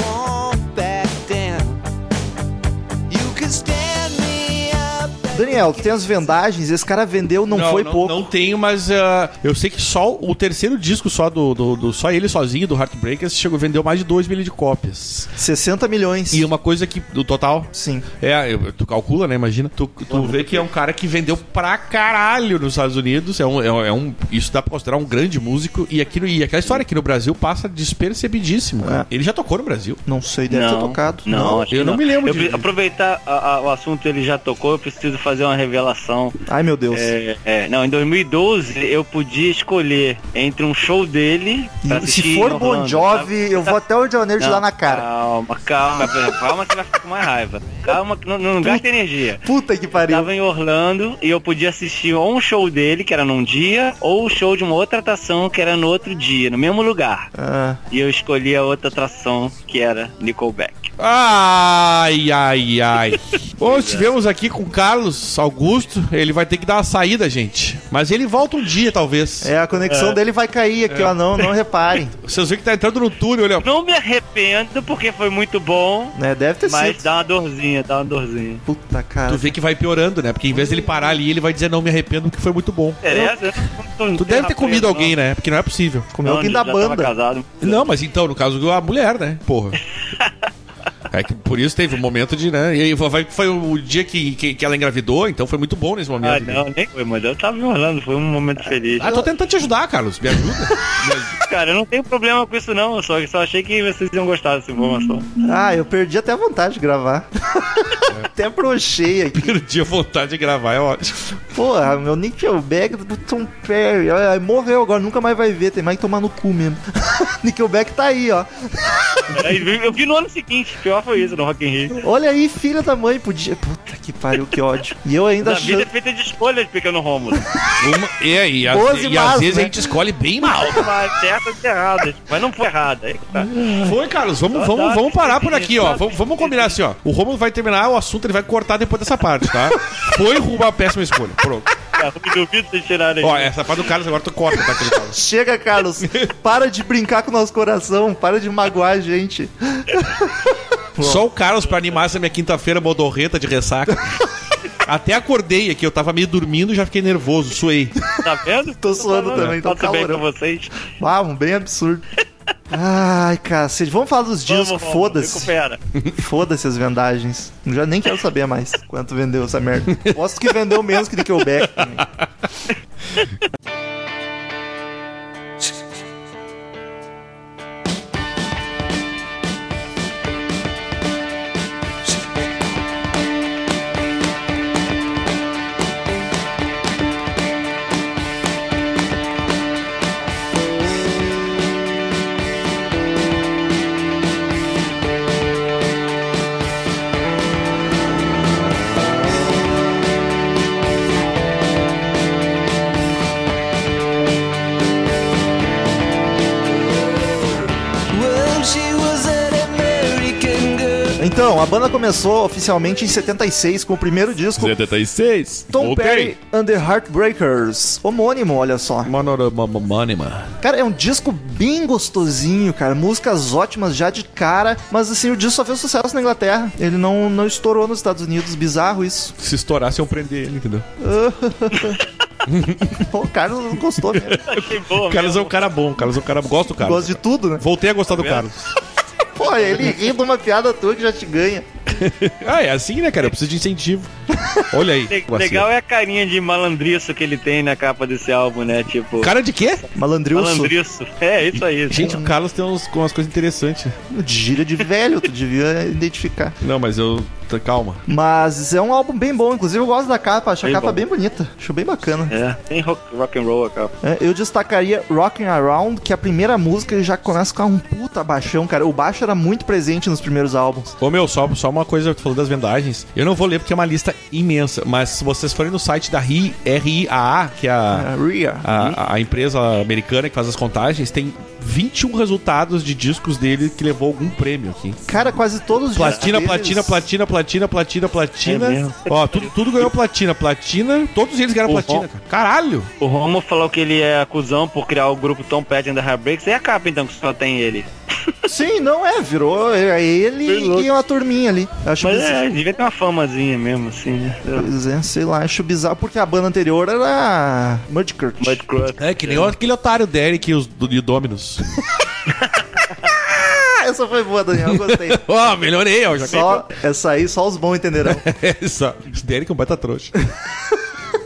[SPEAKER 6] won't back down. You can stand me up.
[SPEAKER 1] Daniel, tem as vendagens, esse cara vendeu, não, foi pouco.
[SPEAKER 2] Não tenho, mas ah, eu sei que só o terceiro disco só do, do- do- só ele sozinho do Heartbreakers chegou vendeu mais de 2 milhões de cópias.
[SPEAKER 1] 60 milhões.
[SPEAKER 2] E uma coisa que do total
[SPEAKER 1] Sim.
[SPEAKER 2] é, eu- tu calcula, né? Imagina. Tu, tu vê que é um cara que vendeu pra caralho nos Estados Unidos. É um, é um- é um- isso dá pra considerar um grande músico. E, aqui no, e aquela história aqui no Brasil passa despercebidíssimo. né? Ele já tocou no Brasil.
[SPEAKER 1] Não sei, deve ter tocado.
[SPEAKER 3] Não, acho que
[SPEAKER 2] eu não me lembro
[SPEAKER 3] Eu
[SPEAKER 2] de-
[SPEAKER 3] pre- Aproveitar a- a- o assunto, ele já tocou, eu preciso fazer uma revelação.
[SPEAKER 1] Ai, meu Deus.
[SPEAKER 3] É, é, não, em 2012 eu podia escolher entre um show dele. pra
[SPEAKER 1] E
[SPEAKER 3] assistir
[SPEAKER 1] se
[SPEAKER 3] em
[SPEAKER 1] for Bon
[SPEAKER 3] Orlando,
[SPEAKER 1] Jovi,
[SPEAKER 3] sabe?
[SPEAKER 1] eu vou até o Rio de Janeiro te
[SPEAKER 3] Não,
[SPEAKER 1] dar
[SPEAKER 3] Ah.
[SPEAKER 1] na cara.
[SPEAKER 3] Calma, calma, calma que vai ficar com mais raiva. Calma, que não, não gasta energia.
[SPEAKER 1] Puta que
[SPEAKER 3] Eu
[SPEAKER 1] pariu.
[SPEAKER 3] tava em Orlando e eu podia assistir ou um show dele, que era num dia, ou o show de uma outra atração, que era no outro dia, no mesmo lugar.
[SPEAKER 1] Ah,
[SPEAKER 3] E eu escolhi a outra atração, que era Nickelback.
[SPEAKER 2] Ai, ai, ai. Hoje estivemos aqui com o Carlos Augusto. Ele vai ter que dar uma saída, gente. Mas ele volta um dia, talvez.
[SPEAKER 1] é, a conexão dele vai cair aqui,
[SPEAKER 3] É.
[SPEAKER 1] ó. Não, não reparem.
[SPEAKER 2] Vocês viram que tá entrando no túnel, olha.
[SPEAKER 3] Não me arrependo, porque foi muito bom,
[SPEAKER 1] Né? Deve ter
[SPEAKER 3] mas
[SPEAKER 1] sido.
[SPEAKER 3] dá uma dorzinha, dá uma dorzinha.
[SPEAKER 1] Puta
[SPEAKER 2] Tu
[SPEAKER 1] cara.
[SPEAKER 2] vê que vai piorando, né? Porque em vez dele parar ali, ele vai dizer não me arrependo porque foi muito bom.
[SPEAKER 3] Interessa? né?
[SPEAKER 2] Tu deve ter comido alguém, né? Porque não é possível.
[SPEAKER 1] Comeu alguém da banda.
[SPEAKER 3] Casado.
[SPEAKER 2] Não, mas então, no caso, a mulher, né? Porra. É que por isso teve um momento de, né? E aí vai- foi o dia que, que, que ela engravidou, então foi muito bom nesse momento.
[SPEAKER 3] Ah, não, nem foi, mas eu tava me orlando, foi um momento feliz.
[SPEAKER 2] Ah,
[SPEAKER 1] então-
[SPEAKER 2] tô tentando te ajudar, Carlos. Me ajuda.
[SPEAKER 3] Cara, eu não tenho problema com isso não, eu só, só achei que vocês iam gostar dessa informação.
[SPEAKER 1] Ah, eu perdi até a vontade de gravar.
[SPEAKER 3] É.
[SPEAKER 1] até brochei aqui.
[SPEAKER 2] Perdi a vontade de gravar, é ótimo.
[SPEAKER 1] Porra, meu Nickelback do Tom Perry. Ai, ai, morreu agora, nunca mais vai ver. Tem mais que tomar no cu mesmo. Nickelback tá aí, ó.
[SPEAKER 3] Aí, Eu vi no ano seguinte, pior foi isso no Rock in Rio.
[SPEAKER 1] Olha aí, filha da mãe, podia. Puta que pariu, que ódio. E eu ainda
[SPEAKER 3] A vida é
[SPEAKER 1] Tá achando.
[SPEAKER 3] feita de escolhas, pequeno Rômulo.
[SPEAKER 2] Uma- e aí, às-
[SPEAKER 1] Doze
[SPEAKER 2] e às
[SPEAKER 1] más,
[SPEAKER 2] vezes
[SPEAKER 1] né?
[SPEAKER 2] a gente escolhe bem mal.
[SPEAKER 3] Mas certas e erradas, mas não foi errada. aí que tá.
[SPEAKER 2] Foi, Carlos, vamos,
[SPEAKER 3] Tá,
[SPEAKER 2] vamos,
[SPEAKER 3] tá,
[SPEAKER 2] vamos parar
[SPEAKER 3] entendi,
[SPEAKER 2] por aqui, ó.
[SPEAKER 3] tá,
[SPEAKER 2] Vamos, vamos
[SPEAKER 3] entendi.
[SPEAKER 2] combinar assim, ó. O Romulo vai terminar o assunto, ele vai cortar depois dessa parte, tá? Foi uma péssima escolha. Pronto.
[SPEAKER 3] Cara, Tá, eu me duvido vocês tirarem.
[SPEAKER 2] Ó,
[SPEAKER 3] isso.
[SPEAKER 2] essa parte do Carlos agora tu corta, tá? Que ele fala.
[SPEAKER 1] Chega, Carlos. Para de brincar com o nosso coração. Para de magoar a gente.
[SPEAKER 2] Só o Carlos pra animar essa minha quinta-feira modorreta de ressaca. Até acordei aqui, eu tava meio dormindo, já fiquei nervoso, suei.
[SPEAKER 3] Tá vendo?
[SPEAKER 1] Tô suando
[SPEAKER 3] Tá vendo?
[SPEAKER 1] também, tá um
[SPEAKER 3] Tá tudo bem com
[SPEAKER 1] calorão.
[SPEAKER 3] vocês.
[SPEAKER 1] Ah, um bem absurdo. Ai, cacete. Vamos falar dos discos.
[SPEAKER 3] Rômulo,
[SPEAKER 1] Foda-se.
[SPEAKER 3] Recupera.
[SPEAKER 1] Foda-se as vendagens. Já nem quero saber mais quanto vendeu essa merda. Posso que vendeu menos que Nickelback também.
[SPEAKER 6] Well,
[SPEAKER 1] Então, a banda começou oficialmente em 76 com o primeiro disco
[SPEAKER 2] 76.
[SPEAKER 1] Tom
[SPEAKER 2] Voltei.
[SPEAKER 1] Perry and the Heartbreakers, homônimo, olha só.
[SPEAKER 2] Monorama.
[SPEAKER 1] Cara, é um disco bem gostosinho, cara. Músicas ótimas já de cara, mas assim, o disco só fez sucesso na Inglaterra. Ele não, não estourou nos Estados Unidos, bizarro isso.
[SPEAKER 2] Se estourasse, eu prender ele, entendeu?
[SPEAKER 1] O Carlos não gostou mesmo.
[SPEAKER 3] Achei boa,
[SPEAKER 2] O Carlos é um cara bom, o Carlos é um cara bom. Gosto Tá do Carlos.
[SPEAKER 1] Gosta de tudo, né?
[SPEAKER 2] Voltei a gostar do Carlos.
[SPEAKER 1] Pô, ele ri de uma piada tua que já te ganha.
[SPEAKER 2] Ah, é assim, né, cara? Eu preciso de incentivo. Olha aí.
[SPEAKER 3] Le-
[SPEAKER 2] vacilo.
[SPEAKER 3] Legal é a carinha de malandriço que ele tem na capa desse álbum, né? Tipo,
[SPEAKER 2] Cara de quê?
[SPEAKER 1] Malandrilson.
[SPEAKER 3] malandriço. É, isso aí.
[SPEAKER 2] Gente, o Carlos tem uns, umas coisas interessantes.
[SPEAKER 1] Gíria de velho, tu devia identificar.
[SPEAKER 2] Não, mas eu. tá, Calma.
[SPEAKER 1] Mas é um álbum bem bom, inclusive eu gosto da capa, acho a
[SPEAKER 3] Bem
[SPEAKER 1] capa
[SPEAKER 3] bom.
[SPEAKER 1] bem bonita, acho bem bacana.
[SPEAKER 3] É, tem rock, rock and roll a capa.
[SPEAKER 1] É, eu destacaria Rockin' Around, que é a primeira música ele já começa com um puta baixão, cara. O baixo era muito presente nos primeiros álbuns.
[SPEAKER 2] Ô meu, só, só uma coisa, tu falou das vendagens. Eu não vou ler porque é uma lista imensa, mas se vocês forem no site da RI, RIAA, que é a,
[SPEAKER 3] Ah.
[SPEAKER 1] É, Rhea.
[SPEAKER 2] a, a empresa americana que faz as contagens, tem 21 resultados de discos dele que levou algum prêmio aqui.
[SPEAKER 1] Cara, quase todos os
[SPEAKER 2] Platina,
[SPEAKER 1] discos
[SPEAKER 2] platina,
[SPEAKER 1] deles-
[SPEAKER 2] platina, platina, platina, platina.
[SPEAKER 3] É mesmo?
[SPEAKER 2] Ó, tudo, tudo ganhou platina, platina. Todos eles ganharam
[SPEAKER 3] O
[SPEAKER 2] platina,
[SPEAKER 3] Ron-
[SPEAKER 2] cara. Caralho!
[SPEAKER 3] O Romo falou que ele é acusão por criar o grupo Tom Petty and the Heartbreaks. É a capa, então, que só tem ele.
[SPEAKER 1] Sim, não é, virou é ele e uma turminha ali. Acho
[SPEAKER 3] Mas
[SPEAKER 1] bizarro.
[SPEAKER 3] é, devia ter uma famazinha mesmo, assim, né?
[SPEAKER 1] Pois é, sei lá, acho bizarro porque a banda anterior era Mudkurt.
[SPEAKER 3] Mudcrust.
[SPEAKER 2] É que nem o- aquele otário Derek e os do, e o Dominus.
[SPEAKER 1] Ah, essa foi boa, Daniel, eu gostei.
[SPEAKER 2] Ó, melhorei, ó. Já
[SPEAKER 1] Só essa aí, só os bons entenderão.
[SPEAKER 2] É, só. Derek é um baita trouxa.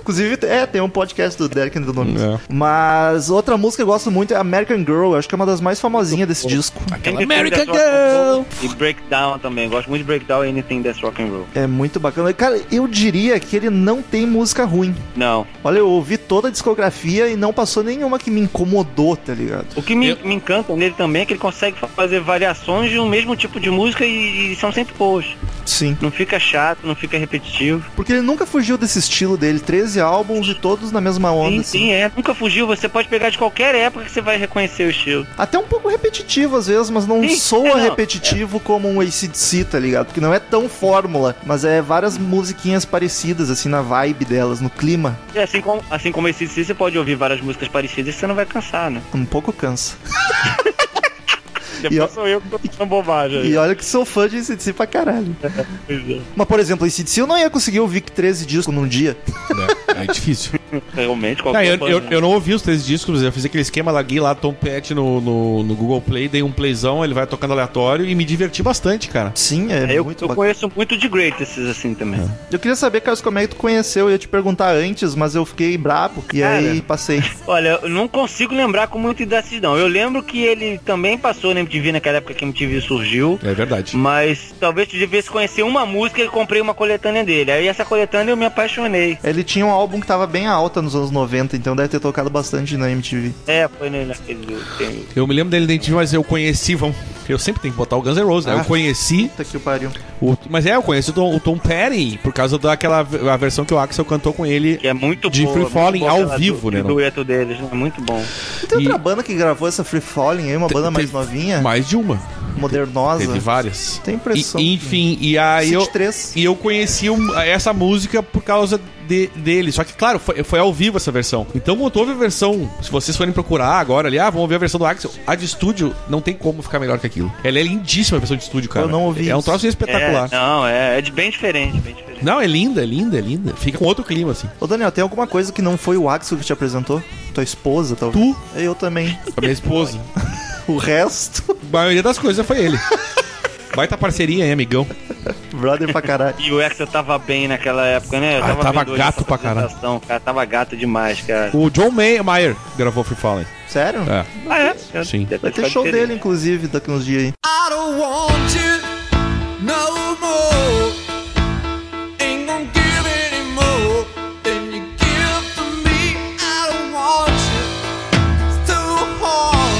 [SPEAKER 1] Inclusive, é, tem um podcast do Derek and the Donuts.
[SPEAKER 2] É.
[SPEAKER 1] Mas outra música que eu gosto muito é American Girl, eu acho que é uma das mais famosinhas desse disco.
[SPEAKER 2] Aquela
[SPEAKER 3] Anything
[SPEAKER 2] American
[SPEAKER 3] that's rock and
[SPEAKER 2] Girl!
[SPEAKER 3] roll. E Breakdown também. Gosto muito de Breakdown e Anything That's Rock and Roll.
[SPEAKER 1] É muito bacana. Cara, eu diria que ele não tem música ruim.
[SPEAKER 3] Não.
[SPEAKER 1] Olha, eu ouvi toda a discografia e não passou nenhuma que me incomodou, tá ligado?
[SPEAKER 3] O que me,
[SPEAKER 2] Eu-
[SPEAKER 3] me encanta nele também é que ele consegue fazer variações de um mesmo tipo de música e, e são sempre boas.
[SPEAKER 1] Sim.
[SPEAKER 3] Não fica chato, não fica repetitivo.
[SPEAKER 1] Porque ele nunca fugiu desse estilo dele, 13 álbuns e todos na mesma onda.
[SPEAKER 3] Sim,
[SPEAKER 1] assim.
[SPEAKER 3] sim, é. Nunca fugiu. Você pode pegar de qualquer época que você vai reconhecer o estilo.
[SPEAKER 1] Até um pouco repetitivo às vezes, mas não
[SPEAKER 3] Sim,
[SPEAKER 1] soa
[SPEAKER 3] é, não.
[SPEAKER 1] repetitivo como um ACDC, tá ligado? Porque não é tão fórmula, mas é várias musiquinhas parecidas, assim, na vibe delas, no clima.
[SPEAKER 3] E assim como, assim como esse você pode ouvir várias músicas parecidas e você não vai cansar, né?
[SPEAKER 1] Um pouco cansa.
[SPEAKER 3] Depois
[SPEAKER 1] E ó-
[SPEAKER 3] sou eu que tô falando bobagem.
[SPEAKER 1] E olha que sou fã de ACDC pra caralho.
[SPEAKER 3] é.
[SPEAKER 1] Mas, por exemplo, ACDC eu não ia conseguir ouvir 13 discos num dia.
[SPEAKER 2] É, é difícil.
[SPEAKER 3] Realmente,
[SPEAKER 2] Não,
[SPEAKER 3] qualquer
[SPEAKER 2] eu,
[SPEAKER 3] coisa. né?
[SPEAKER 2] eu, eu não ouvi os três discos, mas eu fiz aquele esquema, laguei lá Tom Pet no, no, no Google Play, dei um playzão, ele vai tocando aleatório e me diverti bastante, cara.
[SPEAKER 1] Sim, é,
[SPEAKER 3] eu,
[SPEAKER 1] muito
[SPEAKER 3] eu
[SPEAKER 1] bacana.
[SPEAKER 3] conheço muito de Great esses assim também.
[SPEAKER 1] Eu queria saber, Carlos, como é que tu conheceu. Eu ia te perguntar antes, mas eu fiquei brabo. E
[SPEAKER 3] Cara.
[SPEAKER 1] aí passei.
[SPEAKER 3] Olha, eu não consigo lembrar com muito desses não. Eu lembro que ele também passou na MTV naquela época que a MTV surgiu.
[SPEAKER 2] É verdade.
[SPEAKER 3] Mas talvez tu devesse conhecer uma música e comprei uma coletânea dele. Aí essa coletânea eu me apaixonei.
[SPEAKER 1] Ele tinha um álbum que tava bem alta nos anos 90, então deve ter tocado bastante na MTV.
[SPEAKER 3] É, foi nele naquele. tem-
[SPEAKER 2] Eu me lembro dele dentro, mas eu conheci, vamos. Eu sempre tenho que botar o Guns N' Roses, né?
[SPEAKER 1] Ah.
[SPEAKER 2] Eu conheci,
[SPEAKER 1] Puta que o pariu.
[SPEAKER 2] o- mas é, eu conheci o Tom, o Tom Petty por causa daquela v- a versão que o Axel cantou com ele.
[SPEAKER 3] Que é muito
[SPEAKER 2] De
[SPEAKER 3] boa,
[SPEAKER 2] Free
[SPEAKER 3] muito
[SPEAKER 2] Falling
[SPEAKER 3] boa
[SPEAKER 2] ao
[SPEAKER 3] aquela
[SPEAKER 2] vivo,
[SPEAKER 3] du-
[SPEAKER 2] né,
[SPEAKER 3] de
[SPEAKER 2] não?
[SPEAKER 3] dueto deles, né? Muito bom.
[SPEAKER 1] Tem outra
[SPEAKER 2] E-
[SPEAKER 1] banda que gravou essa Free Falling aí, uma banda mais
[SPEAKER 2] Teve
[SPEAKER 1] novinha,
[SPEAKER 2] Mais de uma.
[SPEAKER 1] modernosa.
[SPEAKER 2] Teve várias.
[SPEAKER 1] É. Tem impressão. tipo
[SPEAKER 2] E, enfim, e aí eu.
[SPEAKER 1] 23.
[SPEAKER 2] E eu conheci um- essa música por causa de- dele. Só que, claro, foi, foi ao vivo essa versão. Então, quando houve a versão, se vocês forem procurar agora ali, ah, vamos ver a versão do Axel. A de estúdio não tem como ficar melhor que aquilo. Ela é lindíssima a versão de estúdio, cara.
[SPEAKER 1] Eu não ouvi
[SPEAKER 2] É um
[SPEAKER 1] isso.
[SPEAKER 2] troço
[SPEAKER 3] É,
[SPEAKER 2] espetacular.
[SPEAKER 3] não, é, é de bem diferente, bem diferente.
[SPEAKER 2] não. é linda, é linda, é linda. Fica com outro clima, assim.
[SPEAKER 1] Ô Daniel, tem alguma coisa que não foi o Axel que te apresentou? Tua esposa, talvez?
[SPEAKER 2] Tu,
[SPEAKER 1] Eu também.
[SPEAKER 2] a minha esposa.
[SPEAKER 1] O resto,
[SPEAKER 2] a maioria das coisas foi ele. Baita parceria, hein, amigão?
[SPEAKER 1] brother pra caralho.
[SPEAKER 3] E o Axel tava bem naquela época, né? Eu
[SPEAKER 2] Ah, tava
[SPEAKER 3] vendo hoje
[SPEAKER 2] gato
[SPEAKER 3] essa
[SPEAKER 2] pra caralho.
[SPEAKER 3] apresentação, Cara, tava gato demais, cara.
[SPEAKER 2] O John May Mayer gravou Free Falling.
[SPEAKER 1] Sério?
[SPEAKER 2] É.
[SPEAKER 3] Ah, é?
[SPEAKER 2] Sim.
[SPEAKER 3] Deve
[SPEAKER 1] Vai ter
[SPEAKER 3] ficado
[SPEAKER 1] show
[SPEAKER 3] diferente.
[SPEAKER 1] dele, inclusive, daqui uns dias aí.
[SPEAKER 6] I don't want you no more. Ain't gonna give any more than you give to me. I don't want you. It's too hard.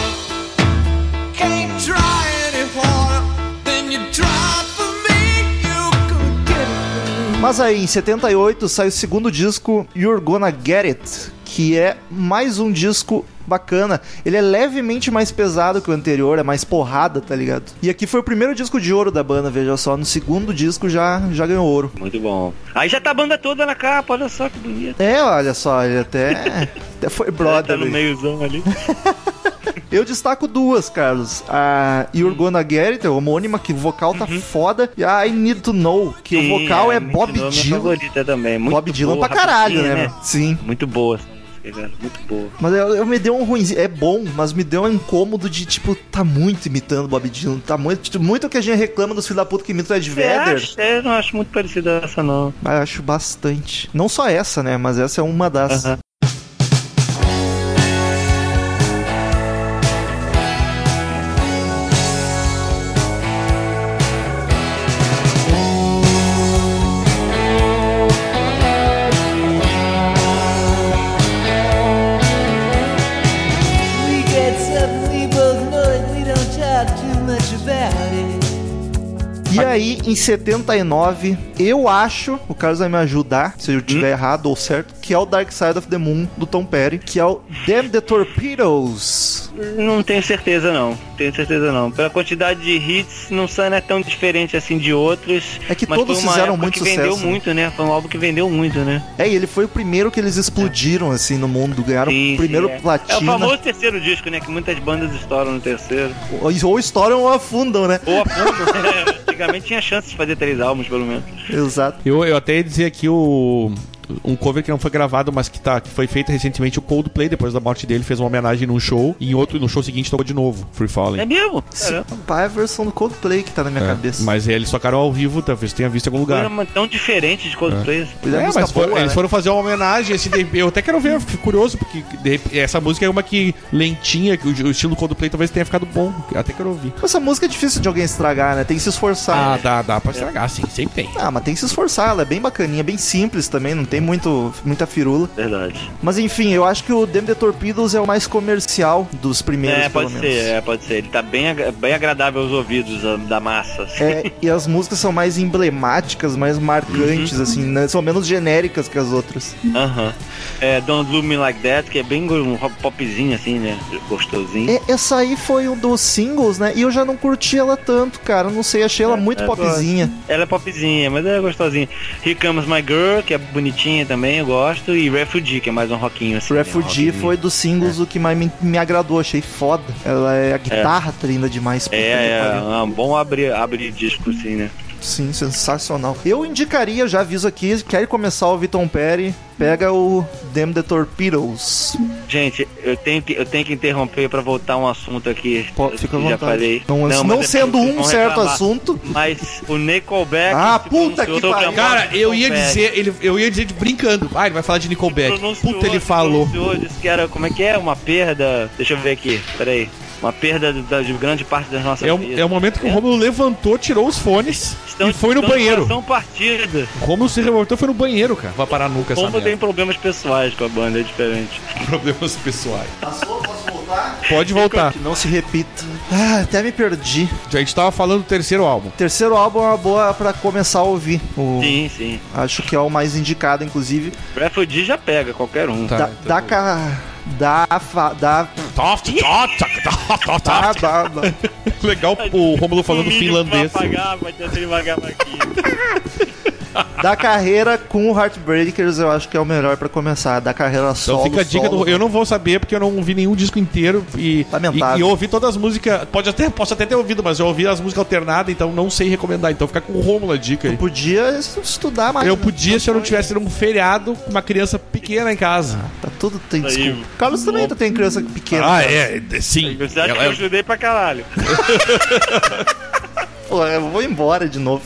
[SPEAKER 6] Can't try any harder than you try for me. You could give me
[SPEAKER 1] Mas Mas aí, em 78, sai o segundo disco, You're Gonna Get It, que é mais um disco bacana. Ele é levemente mais pesado que o anterior, é mais porrada, tá ligado? E aqui foi o primeiro disco de ouro da banda, veja só. No segundo disco já, já ganhou ouro.
[SPEAKER 3] Muito bom. Aí já tá a banda toda na capa, olha só que bonito.
[SPEAKER 1] É, olha só, ele até, até foi brother.
[SPEAKER 3] Tá no
[SPEAKER 1] ali.
[SPEAKER 3] meiozão ali.
[SPEAKER 1] Eu destaco duas, Carlos. A You're
[SPEAKER 3] Hum.
[SPEAKER 1] Gonna Get It, a homônima, que o vocal tá foda. E a I Need To Know, que
[SPEAKER 3] Uhum. Sim,
[SPEAKER 1] o vocal é
[SPEAKER 3] muito
[SPEAKER 1] Bob
[SPEAKER 3] boa, minha
[SPEAKER 1] Dylan.
[SPEAKER 3] favorita também. Muito
[SPEAKER 1] Bob Dylan
[SPEAKER 3] boa,
[SPEAKER 1] pra caralho,
[SPEAKER 3] rapidinha,
[SPEAKER 1] né? Sim.
[SPEAKER 3] Muito boa essa música, cara. Muito boa.
[SPEAKER 1] Mas eu, eu me deu um ruim. É bom, mas me deu um incômodo de, tipo, tá muito imitando Bob Dylan. Tá muito, tipo, muito que a gente reclama dos filhos da puta que imitam Ed
[SPEAKER 3] Você
[SPEAKER 1] Vedder.
[SPEAKER 3] acha? Eu não É, acho muito parecida essa, não.
[SPEAKER 1] Mas eu acho bastante. Não só essa, né? Mas essa é uma das.
[SPEAKER 3] Aham.
[SPEAKER 6] We get something we both know and we don't talk too much about it.
[SPEAKER 1] E aí, em 79, eu acho, o Carlos vai me ajudar, se eu
[SPEAKER 3] Hum?
[SPEAKER 1] tiver errado ou certo, que é o Dark Side of the Moon, do Tom Perry, que é o Damn the Torpedoes.
[SPEAKER 3] Não tenho certeza, não. Tenho certeza, não. Pela quantidade de hits, não sei, não é tão diferente assim de outros.
[SPEAKER 1] É que
[SPEAKER 3] mas
[SPEAKER 1] todos
[SPEAKER 3] foi uma
[SPEAKER 1] fizeram
[SPEAKER 3] época
[SPEAKER 1] muito
[SPEAKER 3] que vendeu
[SPEAKER 1] sucesso, né?
[SPEAKER 3] muito, né? Foi um álbum que vendeu muito, né?
[SPEAKER 1] É, e ele foi o primeiro que eles explodiram, assim, no mundo, ganharam
[SPEAKER 3] Sim,
[SPEAKER 1] o primeiro
[SPEAKER 3] sim, é. É o
[SPEAKER 1] platina,
[SPEAKER 3] famoso terceiro disco, né? Que muitas bandas estouram no terceiro.
[SPEAKER 1] ou, ou estouram ou afundam, né?
[SPEAKER 3] Ou apontam. né? Antigamente tinha chance de fazer três álbuns, pelo menos.
[SPEAKER 1] Exato.
[SPEAKER 2] Eu, eu até ia dizer aqui o. Um cover que não foi gravado, mas que, tá, que foi feito recentemente, o Coldplay, depois da morte dele, fez uma homenagem num show, e em outro, no show seguinte, tocou de novo, Free Falling.
[SPEAKER 3] É mesmo?
[SPEAKER 1] Sim,
[SPEAKER 3] Caramba.
[SPEAKER 1] pá, é a versão do Coldplay que tá na minha
[SPEAKER 2] É,
[SPEAKER 1] cabeça.
[SPEAKER 2] Mas eles tocaram ao vivo, talvez tenha visto em algum lugar.
[SPEAKER 3] Era tão diferente de Coldplay. assim.
[SPEAKER 1] Pois é,
[SPEAKER 2] É,
[SPEAKER 1] música
[SPEAKER 2] mas for-
[SPEAKER 1] boa,
[SPEAKER 2] eles
[SPEAKER 1] né?
[SPEAKER 2] foram fazer uma homenagem, assim, de- eu até quero ver, eu fico curioso, porque de rep- essa música é uma que lentinha, que o, o estilo Coldplay talvez tenha ficado bom, eu até quero ouvir.
[SPEAKER 1] Essa música é difícil de alguém estragar, né? Tem que se esforçar.
[SPEAKER 2] Ah, dá, dá pra estragar, sim, sempre tem.
[SPEAKER 1] Ah, mas tem que se esforçar, ela é bem bacaninha, bem simples também, não tem muito, muita firula.
[SPEAKER 3] Verdade.
[SPEAKER 1] Mas enfim, eu acho que o Damn the Torpedoes é o mais comercial dos primeiros,
[SPEAKER 3] é, pode
[SPEAKER 1] pelo
[SPEAKER 3] ser,
[SPEAKER 1] menos.
[SPEAKER 3] é, pode ser. Ele tá bem, ag- bem agradável aos ouvidos a- da massa. assim.
[SPEAKER 1] É, e as músicas são mais emblemáticas, mais
[SPEAKER 3] Uhum.
[SPEAKER 1] marcantes, assim, né? São menos genéricas que as outras.
[SPEAKER 3] Aham. É, Don't Look Me Like That, que é bem go- um popzinho assim, né? Gostosinho.
[SPEAKER 1] É, essa aí foi um dos singles, né? E eu já não curti ela tanto, cara. Não sei, achei ela muito
[SPEAKER 3] é,
[SPEAKER 1] popzinha.
[SPEAKER 3] Ela é popzinha, mas é gostosinha. Here Comes My Girl, que é bonitinha também, eu gosto. E Refugee, que é mais um rockinho assim. né?
[SPEAKER 1] Refugee
[SPEAKER 3] Rockinho.
[SPEAKER 1] foi dos
[SPEAKER 3] É.
[SPEAKER 1] singles o que mais me, me agradou, achei foda. Ela é a guitarra tá linda demais. puta que
[SPEAKER 3] É, é,
[SPEAKER 1] pariu.
[SPEAKER 3] é um bom abrir, abrir disco assim, né?
[SPEAKER 1] Sim, sensacional. Eu indicaria, já aviso aqui, quer começar o Viton Perry, pega o Damn the Torpedoes.
[SPEAKER 3] Gente, eu tenho que, eu tenho que interromper pra voltar um assunto aqui.
[SPEAKER 1] Pô,
[SPEAKER 3] eu
[SPEAKER 1] fica à
[SPEAKER 3] já
[SPEAKER 1] vontade.
[SPEAKER 3] falei.
[SPEAKER 1] Não, não
[SPEAKER 3] mas depois
[SPEAKER 1] sendo
[SPEAKER 3] vocês
[SPEAKER 1] um
[SPEAKER 3] vão
[SPEAKER 1] certo
[SPEAKER 3] reclamar.
[SPEAKER 1] assunto.
[SPEAKER 3] Mas o Nickelback. tipo, um
[SPEAKER 1] Ah,
[SPEAKER 3] se
[SPEAKER 1] puta
[SPEAKER 3] pronunciou
[SPEAKER 1] que
[SPEAKER 3] sobre a
[SPEAKER 1] pariu.
[SPEAKER 3] morte
[SPEAKER 2] Cara,
[SPEAKER 3] do
[SPEAKER 2] eu ia
[SPEAKER 3] é Nickelback.
[SPEAKER 2] dizer, ele, eu ia dizer de brincando. Ah, ele vai falar de Nickelback.
[SPEAKER 3] Pronunciou,
[SPEAKER 2] Puta, ele falou.
[SPEAKER 3] pronunciou, Disse que era, como é que é? Uma perda. Deixa eu ver aqui, peraí. Uma perda do- da- de grande parte das nossas
[SPEAKER 2] É o,
[SPEAKER 3] vidas.
[SPEAKER 2] é o momento que o Romulo levantou, tirou os fones
[SPEAKER 3] Estão-
[SPEAKER 2] e foi no
[SPEAKER 3] estão de
[SPEAKER 2] banheiro.
[SPEAKER 3] coração partido.
[SPEAKER 2] O Romulo se revoltou e foi no banheiro, cara. Vai parar nunca essa
[SPEAKER 3] Como
[SPEAKER 2] merda.
[SPEAKER 3] tem problemas pessoais com a banda, é diferente.
[SPEAKER 2] problemas pessoais. Pode voltar.
[SPEAKER 1] Que não se repita. Ah, até me perdi.
[SPEAKER 2] A gente tava falando do terceiro álbum.
[SPEAKER 1] Terceiro álbum é uma boa pra começar a ouvir. O-
[SPEAKER 3] Sim, sim.
[SPEAKER 1] acho que é o mais indicado, inclusive.
[SPEAKER 3] Refugee já pega qualquer um.
[SPEAKER 2] Tá.
[SPEAKER 1] da,
[SPEAKER 2] então
[SPEAKER 1] da, ca... da, fa- da,
[SPEAKER 3] Tá.
[SPEAKER 1] da, da, da-
[SPEAKER 2] Tá Legal o Romulo falando
[SPEAKER 3] mínimo
[SPEAKER 2] finlandês.
[SPEAKER 3] Vai apagar, vai tentar devagar aqui.
[SPEAKER 1] da carreira com o Heartbreakers, eu acho que é o melhor pra começar. Da carreira
[SPEAKER 2] Então
[SPEAKER 1] solo.
[SPEAKER 2] fica a dica
[SPEAKER 1] solo.
[SPEAKER 2] do. Eu não vou saber porque eu não ouvi nenhum disco inteiro e,
[SPEAKER 1] Lamentável.
[SPEAKER 2] e, e eu ouvi todas as músicas. Pode até, posso até ter ouvido, mas eu ouvi as músicas alternadas, então não sei recomendar. Então fica com o Romulo a dica aí.
[SPEAKER 1] Podia estudar mais.
[SPEAKER 2] Eu
[SPEAKER 1] né?
[SPEAKER 2] podia se eu não tivesse um feriado com uma criança pequena em casa.
[SPEAKER 1] Tá tudo tem
[SPEAKER 3] Aí,
[SPEAKER 1] desculpa. Carlos também ainda tem criança pequena.
[SPEAKER 2] Ah, é, é, sim.
[SPEAKER 3] Você acha
[SPEAKER 2] Ela
[SPEAKER 3] que eu
[SPEAKER 2] é-
[SPEAKER 3] ajudei pra caralho?
[SPEAKER 2] Ah.
[SPEAKER 1] Pô, eu vou embora de novo.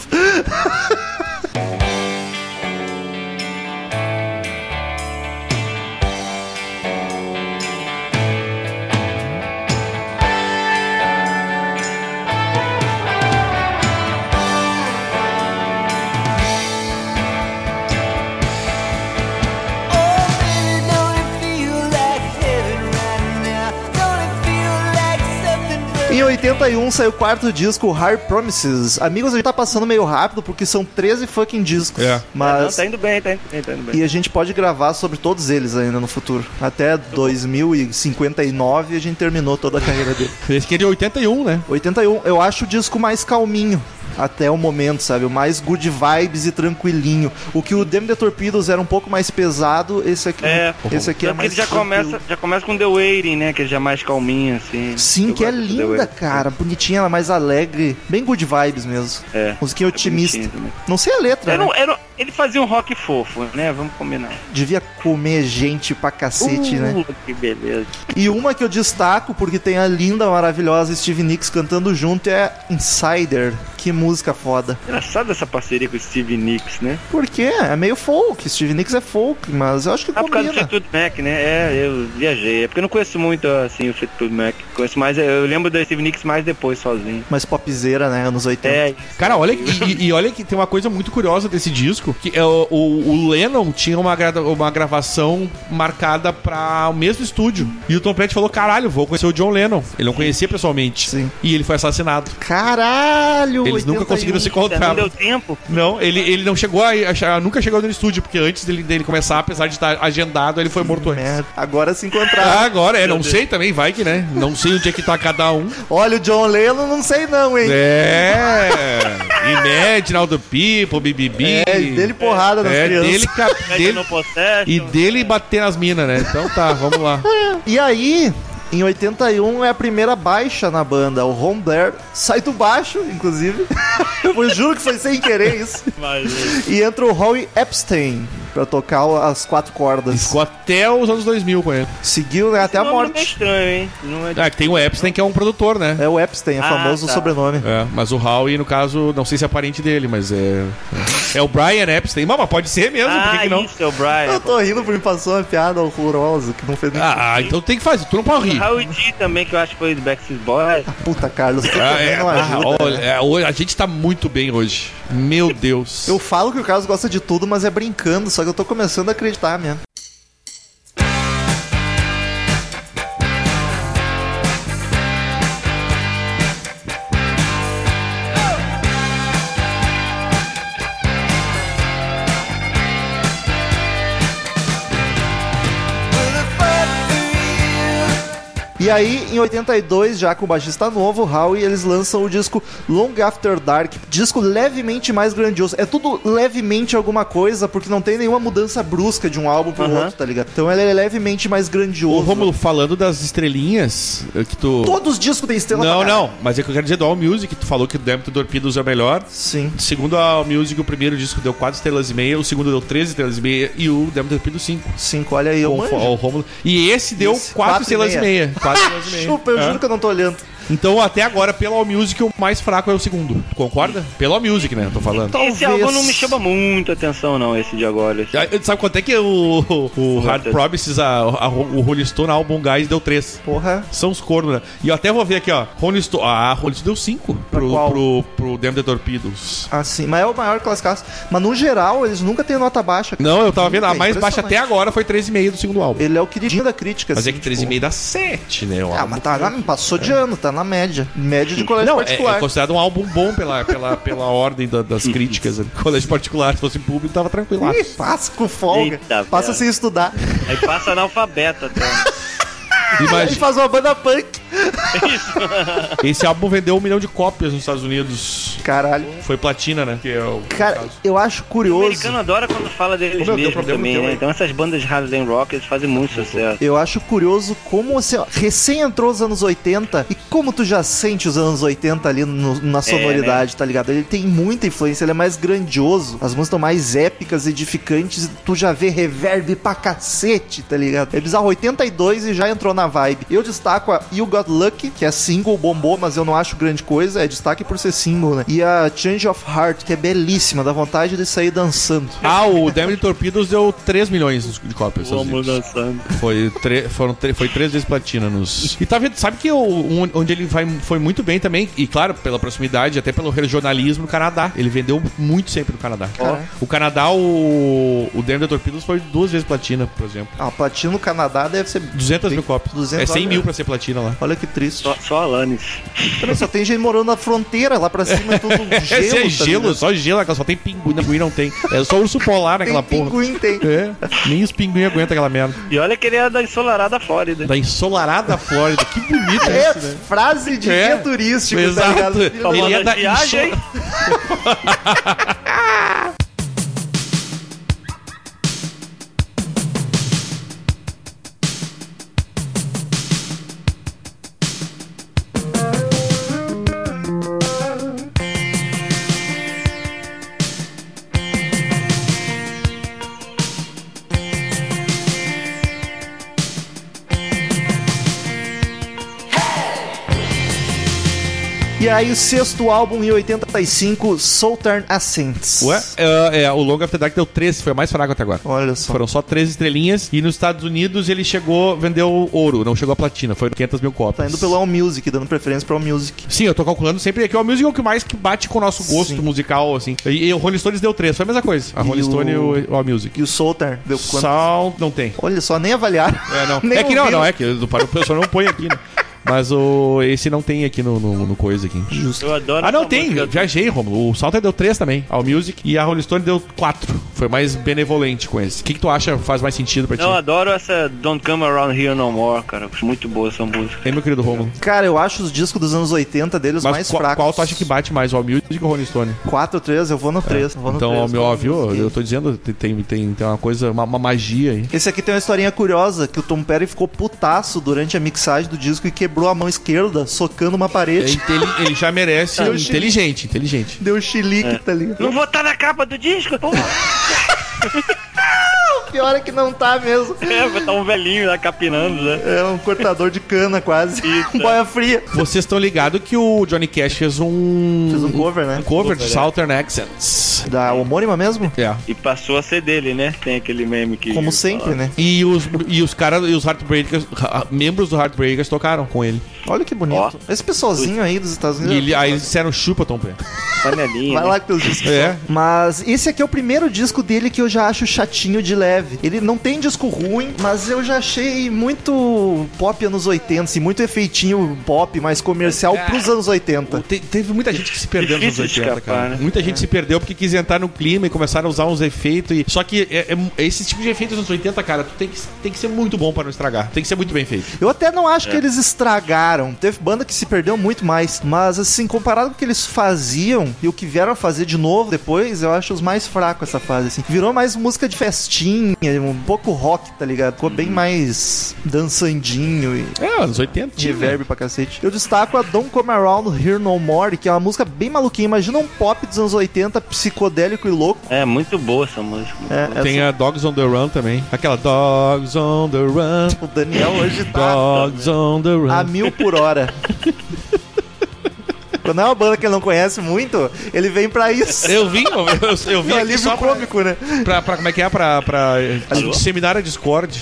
[SPEAKER 6] Don't it feel like heaven right now? Don't it feel like something
[SPEAKER 1] Em 81 saiu o quarto disco, Hard Promises. Amigos, a gente tá passando meio rápido porque são 13 fucking discos.
[SPEAKER 2] É.
[SPEAKER 3] Não,
[SPEAKER 1] Mas.
[SPEAKER 3] tá indo bem, tá indo bem, tá indo bem.
[SPEAKER 1] E a gente pode gravar sobre todos eles ainda no futuro. Até 2059 a gente terminou toda a carreira dele.
[SPEAKER 2] Esse aqui é de 81, né?
[SPEAKER 1] 81, eu acho o disco mais calminho até o momento, sabe? O mais good vibes e tranquilinho. O que o Demo The Torpedos era um pouco mais pesado, esse aqui
[SPEAKER 3] É.
[SPEAKER 1] esse aqui é
[SPEAKER 3] Tanto que
[SPEAKER 1] mais
[SPEAKER 3] ele já
[SPEAKER 1] tranquilo.
[SPEAKER 3] começa, já começa com The Waiting, né? Que ele já é mais calminho, assim.
[SPEAKER 1] Sim,
[SPEAKER 3] Eu
[SPEAKER 1] que é
[SPEAKER 3] gosto do The
[SPEAKER 1] linda,
[SPEAKER 3] Waiting.
[SPEAKER 1] cara. Bonitinha, ela é mais alegre. Bem good vibes mesmo.
[SPEAKER 3] É.
[SPEAKER 1] Musiquinha
[SPEAKER 3] bonitinho
[SPEAKER 1] otimista.
[SPEAKER 3] também.
[SPEAKER 1] Não sei a letra,
[SPEAKER 3] Era
[SPEAKER 1] né?
[SPEAKER 3] um- era um- ele fazia um rock fofo, né? Vamos combinar.
[SPEAKER 1] Devia comer gente pra cacete, né?
[SPEAKER 3] Uh, Que beleza.
[SPEAKER 1] E uma que eu destaco, porque tem a linda, maravilhosa Steve Nicks cantando junto, é Insider. Que música foda.
[SPEAKER 3] Engraçado essa parceria com o Steve Nicks, né?
[SPEAKER 1] Por quê? É meio folk. Steve Nicks é folk, mas eu acho que
[SPEAKER 3] Ah, por causa do
[SPEAKER 1] combina.
[SPEAKER 3] Fleetwood Mac, né? É, eu viajei. É porque eu não conheço muito, assim, o Fleetwood Mac. Conheço mais, eu lembro do Steve Nicks mais depois, sozinho.
[SPEAKER 1] Mas popzeira, né? Anos 80.
[SPEAKER 3] É,
[SPEAKER 2] Cara, olha que- e, e olha que tem uma coisa muito curiosa desse disco, que é o, o- o Lennon tinha uma, grada- uma gravação marcada pra o mesmo estúdio. E o Tom Petty falou, caralho, vou conhecer o John Lennon. Ele não conhecia pessoalmente.
[SPEAKER 1] Sim.
[SPEAKER 2] E ele foi assassinado.
[SPEAKER 3] É.
[SPEAKER 1] Caralho!
[SPEAKER 2] Eles nunca
[SPEAKER 1] 81.
[SPEAKER 2] conseguiram se
[SPEAKER 3] não
[SPEAKER 2] encontrar.
[SPEAKER 3] deu tempo.
[SPEAKER 2] Não, ele, ele não chegou a, a- nunca chegou no estúdio, porque antes dele, dele começar, apesar de estar agendado, ele foi morto antes.
[SPEAKER 1] Merda. Agora se
[SPEAKER 2] Ah,
[SPEAKER 1] encontrar.
[SPEAKER 2] agora, é, não sei também, vai que, né? Não sei onde é que tá cada um.
[SPEAKER 1] Olha o John Lennon, não sei não, hein?
[SPEAKER 2] É. Imagine All the People, BBB.
[SPEAKER 1] É, dele porrada nas
[SPEAKER 2] É,
[SPEAKER 1] crianças.
[SPEAKER 2] dele, cap-
[SPEAKER 3] Ele...
[SPEAKER 2] dele-
[SPEAKER 3] No Possession.
[SPEAKER 2] e dele bater nas minas, né? Então tá, vamos lá.
[SPEAKER 1] E aí, em 81 é a primeira baixa na banda. O Ron Blair sai do baixo, inclusive. eu juro que foi sem querer isso.
[SPEAKER 3] Mas,
[SPEAKER 1] E entra o Roy Epstein pra tocar as quatro cordas.
[SPEAKER 2] Ficou até os anos 2000 com ele.
[SPEAKER 1] Seguiu, né? Até a
[SPEAKER 3] esse nome não É
[SPEAKER 1] morte.
[SPEAKER 3] estranho, hein? Não é...
[SPEAKER 2] Ah, que tem o Epstein, que é um produtor, né?
[SPEAKER 1] É o Epstein, é
[SPEAKER 3] Ah,
[SPEAKER 1] famoso
[SPEAKER 3] tá.
[SPEAKER 1] sobrenome.
[SPEAKER 2] É, mas o Howie, no caso, não sei se é parente dele, mas é. É o Brian Epstein. Mas, mas pode ser mesmo, por que,
[SPEAKER 3] Ah,
[SPEAKER 2] que não?
[SPEAKER 3] isso é o Brian.
[SPEAKER 1] Eu tô rindo porque passou uma piada horrorosa que não fez nem.
[SPEAKER 2] Ah, então tem que fazer, tu não pode rir.
[SPEAKER 3] Howie D também, que eu acho que foi do Backstreet Boys.
[SPEAKER 1] Puta, Carlos, tu
[SPEAKER 2] Ah,
[SPEAKER 1] também
[SPEAKER 2] é,
[SPEAKER 1] não
[SPEAKER 2] ah,
[SPEAKER 1] ajuda.
[SPEAKER 2] olha, é, hoje a gente tá muito bem hoje. Meu Deus.
[SPEAKER 1] Eu falo que o Carlos gosta de tudo, mas é brincando, só que eu tô começando a acreditar mesmo. E aí, em 82, já com o baixista novo, Howie, eles lançam o disco Long After Dark, disco levemente mais grandioso. É tudo levemente alguma coisa, porque não tem nenhuma mudança brusca de um álbum pro
[SPEAKER 3] Aham.
[SPEAKER 1] outro, tá ligado? Então ele é levemente mais grandioso.
[SPEAKER 2] Ô, Rômulo, falando das estrelinhas eh, que tu.
[SPEAKER 1] Todos os discos têm estrela
[SPEAKER 2] Não,
[SPEAKER 1] pra caralho.
[SPEAKER 2] não, mas é que eu quero dizer do All Music, tu falou que o Dempto Torpedos é o melhor.
[SPEAKER 1] Sim.
[SPEAKER 2] Segundo a All Music, o primeiro disco deu 4 estrelas e meia, o segundo deu 13 estrelas e meia e o Dempto Torpedos 5.
[SPEAKER 1] Cinco, olha aí, eu
[SPEAKER 2] Com
[SPEAKER 1] manjo.
[SPEAKER 2] o Rômulo. E esse deu
[SPEAKER 1] Esse,
[SPEAKER 2] 4
[SPEAKER 1] quatro
[SPEAKER 2] estrelas e
[SPEAKER 1] e
[SPEAKER 2] meia. Quatro estrelas e meia.
[SPEAKER 1] Chupa, eu
[SPEAKER 2] É.
[SPEAKER 1] juro que eu não tô olhando.
[SPEAKER 2] Então, até agora, pela All Music, o mais fraco é o segundo. Tu concorda? Pela All Music, né? Tô falando.
[SPEAKER 3] Esse álbum não me chama muito atenção, não, esse de agora.
[SPEAKER 2] Ah, Sabe quanto é que o, o Hard Promises, a- a- o Rolling Stone Album Guys deu 3?
[SPEAKER 1] Porra.
[SPEAKER 2] São os cornos, né? E eu até vou ver aqui, ó. Rolling Stone. Ah, Rolling Stone deu 5 pro,
[SPEAKER 1] qual?
[SPEAKER 2] pro, pro Damn the Torpedos.
[SPEAKER 1] Assim, mas é o maior classicaço. Mas no geral, eles nunca têm nota baixa. cara.
[SPEAKER 2] Não, eu tava vendo. A
[SPEAKER 1] É
[SPEAKER 2] mais baixa até
[SPEAKER 1] impressionante.
[SPEAKER 2] agora foi 3,5 do segundo álbum.
[SPEAKER 1] Ele é o queridinho da crítica.
[SPEAKER 2] Mas é
[SPEAKER 1] assim,
[SPEAKER 2] que 3,5 dá 7, né? o
[SPEAKER 1] Ah,
[SPEAKER 2] álbum.
[SPEAKER 1] mas tá na, passou de ano, tá na média. Média de colégio
[SPEAKER 2] Não, é,
[SPEAKER 1] particular.
[SPEAKER 2] é considerado um álbum bom pela, pela, pela ordem da- das críticas. né? Colégio particular, se fosse público, tava tranquilo.
[SPEAKER 1] Ih, passa com folga.
[SPEAKER 3] Eita,
[SPEAKER 1] passa
[SPEAKER 3] velho.
[SPEAKER 1] sem estudar.
[SPEAKER 3] Aí passa tá? analfabeto até.
[SPEAKER 1] Aí
[SPEAKER 2] Imagina,
[SPEAKER 1] faz uma banda punk.
[SPEAKER 2] esse álbum vendeu um milhão de cópias nos Estados Unidos.
[SPEAKER 1] Caralho.
[SPEAKER 2] Foi platina, né? Que é o
[SPEAKER 1] Cara, eu acho
[SPEAKER 3] O
[SPEAKER 1] curioso.
[SPEAKER 3] americano adora quando fala deles
[SPEAKER 2] Ô, meu, tem um
[SPEAKER 3] mesmos
[SPEAKER 2] problema
[SPEAKER 3] também,
[SPEAKER 2] teu
[SPEAKER 3] né?
[SPEAKER 2] aí.
[SPEAKER 3] Então essas bandas de Harlem Rock, eles fazem muito sucesso.
[SPEAKER 1] Eu acho curioso como assim, ó, recém entrou os anos 80 e como tu já sente os anos 80 ali no- na sonoridade, tá ligado? Ele tem muita influência, ele é mais grandioso, as músicas estão mais épicas, edificantes, e tu já vê reverb pra cacete, tá ligado? É bizarro, 82 e já entrou na vibe. Eu destaco a You Got Lucky, que é single, bombou, mas eu não acho grande coisa, é destaque por ser single, né? E a Change of Heart, que é belíssima, dá vontade de sair dançando.
[SPEAKER 2] Ah, o Damn the Torpedos deu 3 milhões de cópias. nos Estados
[SPEAKER 3] Vamos
[SPEAKER 2] Unidos.
[SPEAKER 3] dançando.
[SPEAKER 2] Foi, tre- foram tre- foi três vezes platina nos. E tá vendo, sabe que o- um- onde ele vai, foi muito bem também, e claro, pela proximidade, até pelo regionalismo no Canadá. Ele vendeu muito sempre no Canadá.
[SPEAKER 1] Caraca.
[SPEAKER 2] O Canadá, o, o Denver Torpedos foi duas vezes platina, por exemplo.
[SPEAKER 1] Ah, platina no Canadá deve ser
[SPEAKER 2] 200 mil cópias.
[SPEAKER 1] 200
[SPEAKER 2] é 100 mil
[SPEAKER 1] mil.
[SPEAKER 2] pra ser platina lá.
[SPEAKER 1] Olha que triste.
[SPEAKER 3] Só, só Alanis.
[SPEAKER 1] Também só tem gente morando na fronteira, lá pra cima é tudo gelo.
[SPEAKER 2] Esse é
[SPEAKER 1] tá
[SPEAKER 2] gelo,
[SPEAKER 1] ligado?
[SPEAKER 2] só gelo, aquela- só tem pinguim, não, pinguim não tem. É só urso polar naquela
[SPEAKER 1] Tem
[SPEAKER 2] porra.
[SPEAKER 1] pinguim, tem.
[SPEAKER 2] É, nem os pinguim aguentam aquela merda.
[SPEAKER 3] E olha que ele é da ensolarada Flórida.
[SPEAKER 2] Da ensolarada Flórida, que bonito
[SPEAKER 1] É,
[SPEAKER 2] isso, né?
[SPEAKER 1] frase de
[SPEAKER 2] É.
[SPEAKER 1] guia turístico, tá
[SPEAKER 2] Exato.
[SPEAKER 1] ligado? Filho da-
[SPEAKER 2] Ele é da
[SPEAKER 3] viagem.
[SPEAKER 2] ensola-
[SPEAKER 1] E aí, o sexto álbum em 85, Southern Ascents.
[SPEAKER 2] Ué, é, é, o Long After Dark deu 13, foi o mais fraco até agora.
[SPEAKER 1] Olha só.
[SPEAKER 2] Foram só 13 estrelinhas e nos Estados Unidos ele chegou, vendeu ouro, não chegou a platina, foi 500 mil cópias.
[SPEAKER 1] Tá indo pelo All Music, dando preferência pro All Music.
[SPEAKER 2] Sim, eu tô calculando sempre aqui. O Music é o que mais que bate com o nosso gosto
[SPEAKER 1] Sim.
[SPEAKER 2] musical, assim. E, e o Rolling Stones deu 3, foi a mesma coisa. A
[SPEAKER 1] E
[SPEAKER 2] Rolling
[SPEAKER 1] o-
[SPEAKER 2] Stone e o, o All Music.
[SPEAKER 1] E o Southern deu quanto?
[SPEAKER 2] Sal, não tem.
[SPEAKER 1] Olha só, nem avaliaram.
[SPEAKER 2] É, não.
[SPEAKER 1] Nem
[SPEAKER 2] é que não,
[SPEAKER 1] ouviram.
[SPEAKER 2] não, é que o o pessoal não põe aqui, né? Mas o, esse não tem aqui no, no, no coisa aqui.
[SPEAKER 3] Eu adoro
[SPEAKER 2] Ah, não,
[SPEAKER 1] Tá
[SPEAKER 3] essa
[SPEAKER 2] tem.
[SPEAKER 3] música.
[SPEAKER 2] Eu viajei, Romulo. O Salter deu 3 também, ao Music. E a Rolling Stone deu 4. Foi mais benevolente com esse. O que, que tu acha faz mais sentido pra ti?
[SPEAKER 3] Não, eu adoro essa Don't Come Around Here No More, cara. Muito boa essa música.
[SPEAKER 2] Hein, meu querido Romulo?
[SPEAKER 1] Cara, eu acho os discos dos anos 80 dele os
[SPEAKER 2] Mas
[SPEAKER 1] mais
[SPEAKER 2] qual,
[SPEAKER 1] fracos.
[SPEAKER 2] qual tu acha que bate mais, o All Music ou o Rolling Stone?
[SPEAKER 1] 4 ou 3, eu vou no 3. Vou no
[SPEAKER 2] Então,
[SPEAKER 1] três, né?
[SPEAKER 2] ó, meu,
[SPEAKER 1] vou
[SPEAKER 2] ó,
[SPEAKER 1] no
[SPEAKER 2] viu?
[SPEAKER 1] Music.
[SPEAKER 2] Eu tô dizendo, tem, tem, tem tem uma coisa, uma, uma magia aí.
[SPEAKER 1] Esse aqui tem uma historinha curiosa, que o Tom Perry ficou putaço durante a mixagem do disco e quebrou a mão esquerda socando uma parede.
[SPEAKER 2] É ele já merece.
[SPEAKER 1] Eu
[SPEAKER 2] É inteligente, inteligente.
[SPEAKER 1] Deu chilique, tá ligado?
[SPEAKER 3] Não vou estar na capa do disco? Pô,
[SPEAKER 1] O pior é que não tá mesmo.
[SPEAKER 3] é, vai estar um velhinho lá capinando, né?
[SPEAKER 1] É um cortador de cana quase.
[SPEAKER 3] Isso.
[SPEAKER 1] Um boia fria.
[SPEAKER 2] Vocês estão ligados que o Johnny Cash fez um.
[SPEAKER 1] Fez um cover, né?
[SPEAKER 2] um cover de Southern Accents.
[SPEAKER 1] Da homônima mesmo?
[SPEAKER 2] É.
[SPEAKER 3] E passou a ser dele, né? Tem aquele meme que.
[SPEAKER 1] Como sempre, né?
[SPEAKER 2] E os, e os caras, e os Heartbreakers, ha- membros do Heartbreakers tocaram com ele.
[SPEAKER 1] Olha que bonito. Esse pessoalzinho aí dos Estados
[SPEAKER 2] E
[SPEAKER 1] Unidos. é
[SPEAKER 2] ele, aí eles disseram chupa Tom Pé.
[SPEAKER 3] Panelinha.
[SPEAKER 1] Vai
[SPEAKER 3] né?
[SPEAKER 1] lá com teus discos.
[SPEAKER 2] É.
[SPEAKER 1] são. Mas esse aqui é o primeiro disco dele que eu já acho chatinho de leve. Ele não tem disco ruim, mas eu já achei muito pop anos 80, assim, muito efeitinho pop, mas comercial pros anos 80.
[SPEAKER 2] Te- teve muita gente que se perdeu nos anos
[SPEAKER 3] Difícil
[SPEAKER 2] 80,
[SPEAKER 3] escapar,
[SPEAKER 2] cara.
[SPEAKER 3] né?
[SPEAKER 2] Muita gente se perdeu porque quis entrar no clima e começaram a usar uns efeitos. E... Só que é- é- esse tipo de efeito dos anos 80, cara, tu tem que, tem que ser muito bom pra não estragar. Tem que ser muito bem feito.
[SPEAKER 1] Eu até não acho que eles estragaram. Teve banda que se perdeu muito mais. Mas, assim, comparado com o que eles faziam e o que vieram a fazer de novo depois, eu acho os mais fracos essa fase, assim. Virou mais música de festinha, um pouco rock, tá ligado? Ficou bem mais dançandinho e
[SPEAKER 2] É, anos 80.
[SPEAKER 1] de verbe pra cacete. Eu destaco a Don't Come Around Here No More, que é uma música bem maluquinha. Imagina um pop dos anos 80, psicodélico e louco.
[SPEAKER 3] É, muito boa essa música. muito
[SPEAKER 1] É,
[SPEAKER 3] boa.
[SPEAKER 1] essa-
[SPEAKER 2] Tem a Dogs on the Run também. Aquela Dogs on the Run.
[SPEAKER 1] O Daniel hoje tá
[SPEAKER 3] né?
[SPEAKER 2] Dogs on the Run.
[SPEAKER 1] a mil por hora. Quando é uma banda que ele não conhece muito, ele vem pra isso.
[SPEAKER 2] Eu vim, eu, eu vim
[SPEAKER 1] É um
[SPEAKER 2] aqui
[SPEAKER 1] alívio
[SPEAKER 2] só pra,
[SPEAKER 1] cômico, né?
[SPEAKER 2] pra, pra- Como é que é? Pra, pra eh,
[SPEAKER 3] Alô?
[SPEAKER 2] disseminar a Discord.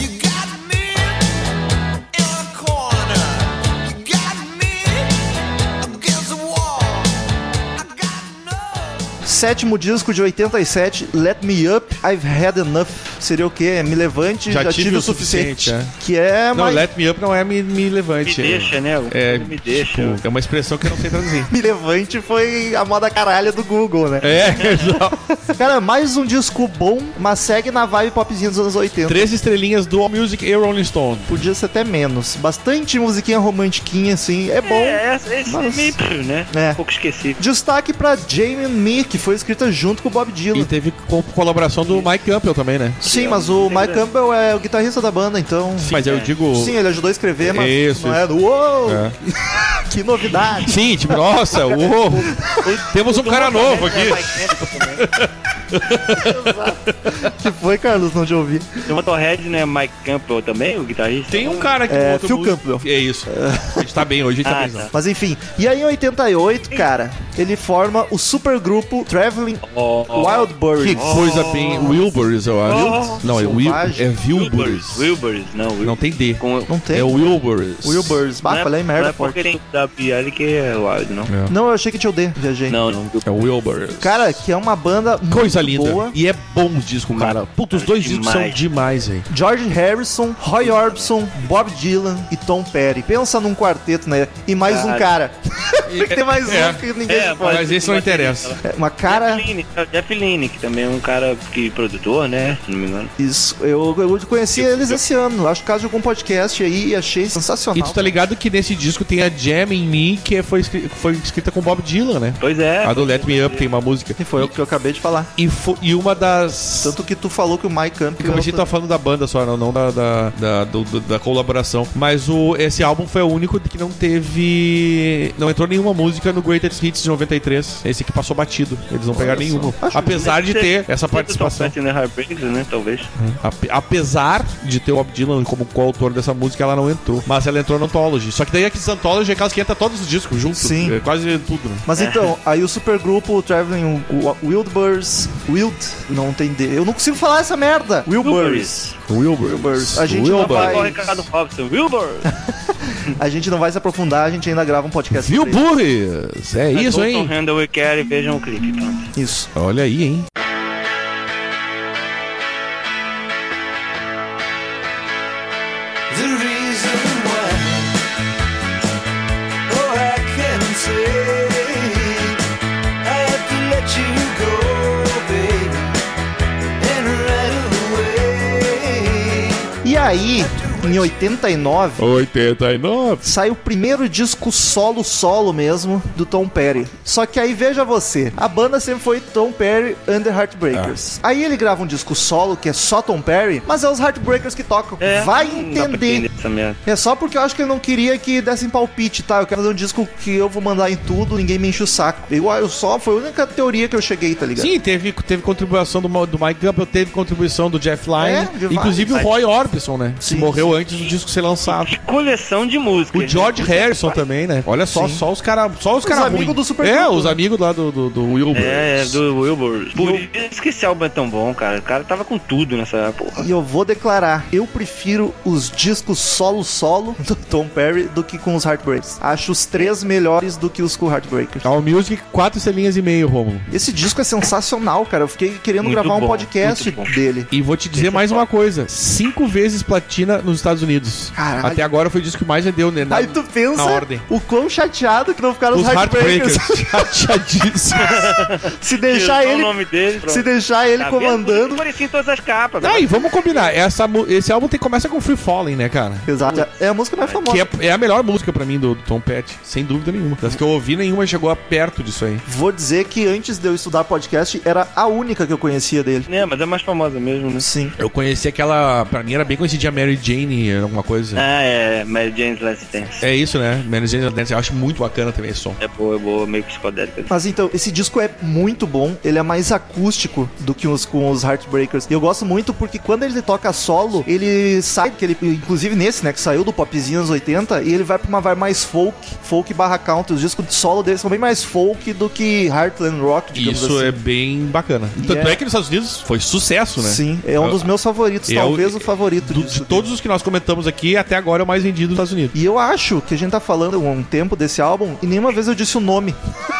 [SPEAKER 6] You got me in a corner. You got me against the wall. I got no
[SPEAKER 1] Sétimo disco de 87, Let Me Up, I've Had Enough. Seria o quê? É Me levante, já, tive, o suficiente.
[SPEAKER 2] suficiente,
[SPEAKER 1] Que é
[SPEAKER 2] Não,
[SPEAKER 1] mais...
[SPEAKER 2] let me up não é me, me levante.
[SPEAKER 3] Me
[SPEAKER 2] é-
[SPEAKER 3] deixa, né?
[SPEAKER 2] É,
[SPEAKER 3] me deixa.
[SPEAKER 2] tipo, é uma expressão que eu não sei traduzir.
[SPEAKER 1] Me levante foi a moda caralho do Google, né?
[SPEAKER 2] É, exato.
[SPEAKER 1] Cara, mais um disco bom, mas segue na vibe popzinha dos anos 80.
[SPEAKER 2] Três estrelinhas do All Music e Rolling Stone.
[SPEAKER 1] Podia ser até menos. Bastante musiquinha romantiquinha, assim. É bom.
[SPEAKER 3] É, essa- esse
[SPEAKER 1] Mas-
[SPEAKER 3] é meio, pff, né?
[SPEAKER 1] É.
[SPEAKER 3] Um pouco esquecido.
[SPEAKER 1] Destaque pra Jamie and Me, que foi escrita junto com o Bob
[SPEAKER 2] E
[SPEAKER 1] Dylan.
[SPEAKER 2] teve co- colaboração do Mike Campbell também, né?
[SPEAKER 1] Sim, mas o Mike Campbell é o guitarrista da banda, então. Sim,
[SPEAKER 2] Mas eu digo.
[SPEAKER 1] ele ajudou a escrever, mas
[SPEAKER 2] Isso,
[SPEAKER 1] não
[SPEAKER 2] isso.
[SPEAKER 1] era. Uou!
[SPEAKER 2] É.
[SPEAKER 1] que novidade!
[SPEAKER 2] Sim, tipo, nossa, uou, temos um cara novo
[SPEAKER 3] né,
[SPEAKER 2] aqui.
[SPEAKER 1] que foi, Carlos, não te ouvi.
[SPEAKER 3] O Motorhead, né? Mike Campbell também, o guitarrista.
[SPEAKER 2] Tem um cara que
[SPEAKER 1] É,
[SPEAKER 2] outro
[SPEAKER 1] Phil
[SPEAKER 2] músico-
[SPEAKER 1] Campbell.
[SPEAKER 2] É isso. A gente gente tá bem hoje, a gente tá
[SPEAKER 3] Ah,
[SPEAKER 2] bem.
[SPEAKER 3] tá.
[SPEAKER 1] Mas enfim, e aí em 88, cara, ele forma o supergrupo Traveling
[SPEAKER 3] Oh, oh.
[SPEAKER 1] Wild
[SPEAKER 2] Que
[SPEAKER 1] Birds.
[SPEAKER 2] coisa bem. Wilburys, eu acho. não, é,
[SPEAKER 1] Oh.
[SPEAKER 2] Wil
[SPEAKER 1] Selvagem.
[SPEAKER 2] é Wilburys.
[SPEAKER 3] Wilburys, não. Wil-
[SPEAKER 2] Não tem D.
[SPEAKER 3] Com,
[SPEAKER 1] Não tem.
[SPEAKER 2] É Wilburys.
[SPEAKER 1] Will Birds. Bah,
[SPEAKER 3] não é,
[SPEAKER 1] falei merda,
[SPEAKER 3] não é
[SPEAKER 1] forte.
[SPEAKER 3] porque tem da Piali que é Wild, não.
[SPEAKER 1] Não, eu achei que tinha o D, viajei.
[SPEAKER 3] Não, não.
[SPEAKER 2] É Wilburys.
[SPEAKER 1] Cara, que é uma banda muito
[SPEAKER 2] Coisa linda.
[SPEAKER 1] boa.
[SPEAKER 2] E é bom o disco, cara. Puta, os dois discos são
[SPEAKER 3] Demais.
[SPEAKER 2] demais, hein?
[SPEAKER 1] George Harrison, Roy Orbison, Bob Dylan e Tom Petty. Pensa num quarteto, né? E mais um cara. Tem que ter mais
[SPEAKER 2] É.
[SPEAKER 1] um que ninguém
[SPEAKER 3] É,
[SPEAKER 1] pode.
[SPEAKER 2] Mas esse não interessa.
[SPEAKER 1] É, Uma cara.
[SPEAKER 3] Jeff Lynne, é o Jeff Lynne, que também é um cara que produtor, né? Se não me engano.
[SPEAKER 1] Isso. Eu, eu conheci eles esse ano. Acho que caso de algum podcast aí e achei
[SPEAKER 2] E
[SPEAKER 1] sensacional.
[SPEAKER 2] tu tá ligado que nesse disco tem a Jam em Me, que foi, escri- foi escrita com Bob Dylan, né?
[SPEAKER 3] Pois é.
[SPEAKER 2] A do Let Me Up tem uma música.
[SPEAKER 1] E foi o que eu acabei de falar.
[SPEAKER 2] E, fo- e uma das.
[SPEAKER 1] Tanto que tu falou que o Mike Camp. é
[SPEAKER 2] Eu comecei tá falando da banda só, não, não da, da, da, do- do- da colaboração. Mas o, esse álbum foi o único que não teve. Não entrou nenhuma música no Greatest Hits de 93. Esse aqui passou batido. Eles não pegaram nenhuma. Apesar de ter essa participação. É.
[SPEAKER 3] Tom Petty, né, Heartbreakers, né? Talvez.
[SPEAKER 2] Ape- apesar de ter o Bob Dylan como coautor dessa música, ela não entrou. Mas ela entrou no Anthology. Só que daí aqui Anthology é aquelas que entra todos os discos juntos.
[SPEAKER 1] Sim.
[SPEAKER 2] É quase tudo, né?
[SPEAKER 1] Mas então, aí o supergrupo, o Traveling o- o Wildbirds. Wild. Não tem D. Eu não consigo falar essa merda. Wildbirds.
[SPEAKER 2] Wilburys.
[SPEAKER 1] A gente não
[SPEAKER 2] Wilburys.
[SPEAKER 1] vai- um
[SPEAKER 3] Qual o Ricardo Robson? Wilbur!
[SPEAKER 1] A gente não vai se aprofundar, a gente ainda grava um podcast. sobre
[SPEAKER 2] Wilburys. É isso, hein?
[SPEAKER 3] Handle We Care e vejam o clipe. tá? Pronto.
[SPEAKER 1] Isso.
[SPEAKER 2] Olha aí, hein?
[SPEAKER 7] The reason why, oh, I can say I have to let you go, baby, and right away.
[SPEAKER 1] E aí, em 89,
[SPEAKER 2] 89.
[SPEAKER 1] sai o primeiro disco solo, solo mesmo, do Tom Perry. Só que aí veja você, a banda sempre foi Tom Perry and the Heartbreakers. Aí ele grava um disco solo que é só Tom Perry, mas é os Heartbreakers que tocam.
[SPEAKER 3] É,
[SPEAKER 1] Vai
[SPEAKER 3] não dá pra
[SPEAKER 1] entender.
[SPEAKER 3] essa merda.
[SPEAKER 1] É só porque eu acho que ele não queria que dessem palpite, tá? Eu quero fazer um disco que eu vou mandar em tudo, ninguém me enche o saco. Eu, eu só, foi a única teoria que eu cheguei, tá ligado?
[SPEAKER 2] Sim, teve, teve contribuição do, Ma- do Mike Gamble, teve contribuição do Jeff
[SPEAKER 1] É,
[SPEAKER 2] Lynne,
[SPEAKER 1] de vários.
[SPEAKER 2] inclusive o Roy Orbison, né?
[SPEAKER 1] Sim,
[SPEAKER 2] que morreu antes do disco ser lançado.
[SPEAKER 3] Que coleção de músicas.
[SPEAKER 2] O George Harrison também, né? Olha só,
[SPEAKER 1] Sim.
[SPEAKER 2] só os caras, só os caras
[SPEAKER 1] amigos do Supergrupo,
[SPEAKER 2] É, os
[SPEAKER 1] né?
[SPEAKER 2] amigos lá do do, do Wilbur.
[SPEAKER 3] É, é, do Wilbur. Por
[SPEAKER 1] Eu-
[SPEAKER 3] isso que esse álbum é tão bom, cara. O cara tava com tudo nessa porra.
[SPEAKER 1] E eu vou declarar, eu prefiro os discos solo-solo do Tom Perry do que com os Heartbreakers. Acho os três melhores do que os com Heartbreakers.
[SPEAKER 2] All Music, quatro estrelinhas e meio, Romulo.
[SPEAKER 1] Esse disco é sensacional, cara. Eu fiquei querendo
[SPEAKER 3] Muito
[SPEAKER 1] gravar um
[SPEAKER 3] bom,
[SPEAKER 1] podcast
[SPEAKER 3] muito bom.
[SPEAKER 1] dele.
[SPEAKER 2] E vou te dizer mais uma coisa: cinco vezes platina nos Estados Unidos.
[SPEAKER 1] Caralho.
[SPEAKER 2] Até agora foi o disco que mais vendeu, né? Na-
[SPEAKER 1] Aí tu pensa
[SPEAKER 2] na ordem.
[SPEAKER 1] o quão chateado que não ficaram os,
[SPEAKER 2] Os
[SPEAKER 1] Heartbreakers.
[SPEAKER 2] Heartbreakers. Chateadíssimo.
[SPEAKER 1] se deixar
[SPEAKER 3] o
[SPEAKER 1] ele,
[SPEAKER 3] nome dele. pronto.
[SPEAKER 1] se deixar ele
[SPEAKER 3] Tá vendo?
[SPEAKER 1] comandando.
[SPEAKER 3] Parecia em todas as capas.
[SPEAKER 2] Ah, e vamos combinar: essa, mu- esse álbum tem, começa com Free Falling, né, cara?
[SPEAKER 1] Exato. É a música mais famosa.
[SPEAKER 2] Que é, é a melhor música pra mim do, do Tom Petty, sem dúvida nenhuma. Das que eu ouvi, nenhuma chegou a perto disso aí.
[SPEAKER 1] Vou dizer que antes de eu estudar podcast, era a única que eu conhecia dele.
[SPEAKER 3] É, mas é mais famosa mesmo, né?
[SPEAKER 1] Sim.
[SPEAKER 2] Eu conheci aquela, pra mim era bem conhecidinha Mary Jane, era alguma coisa.
[SPEAKER 3] Ah, é. Mary Jane's Last Dance.
[SPEAKER 2] É, isso, né? Mary Jane Dance, eu acho muito bacana também esse som.
[SPEAKER 3] É boa, é boa. Meio psicodélica.
[SPEAKER 1] Mas então, esse disco é muito bom, ele é mais acústico do que os com os Heartbreakers. E eu gosto muito porque quando ele toca solo, ele sai, que ele, inclusive nesse, né, que saiu do popzinho anos 80, e ele vai pra uma vibe mais folk, folk barra country. Os discos de solo dele são bem mais folk do que Heartland Rock, digamos
[SPEAKER 2] Isso
[SPEAKER 1] assim.
[SPEAKER 2] é bem bacana. Tanto
[SPEAKER 1] é-
[SPEAKER 2] é que nos Estados Unidos foi sucesso, né?
[SPEAKER 1] Sim, é um dos meus favoritos,
[SPEAKER 2] É o-
[SPEAKER 1] talvez o, favorito
[SPEAKER 2] Do-
[SPEAKER 1] disso
[SPEAKER 2] de todos os que nós comentamos aqui, até agora é o mais vendido dos Estados Unidos.
[SPEAKER 1] E eu acho que a gente tá falando há um tempo desse álbum e nenhuma vez eu disse o nome.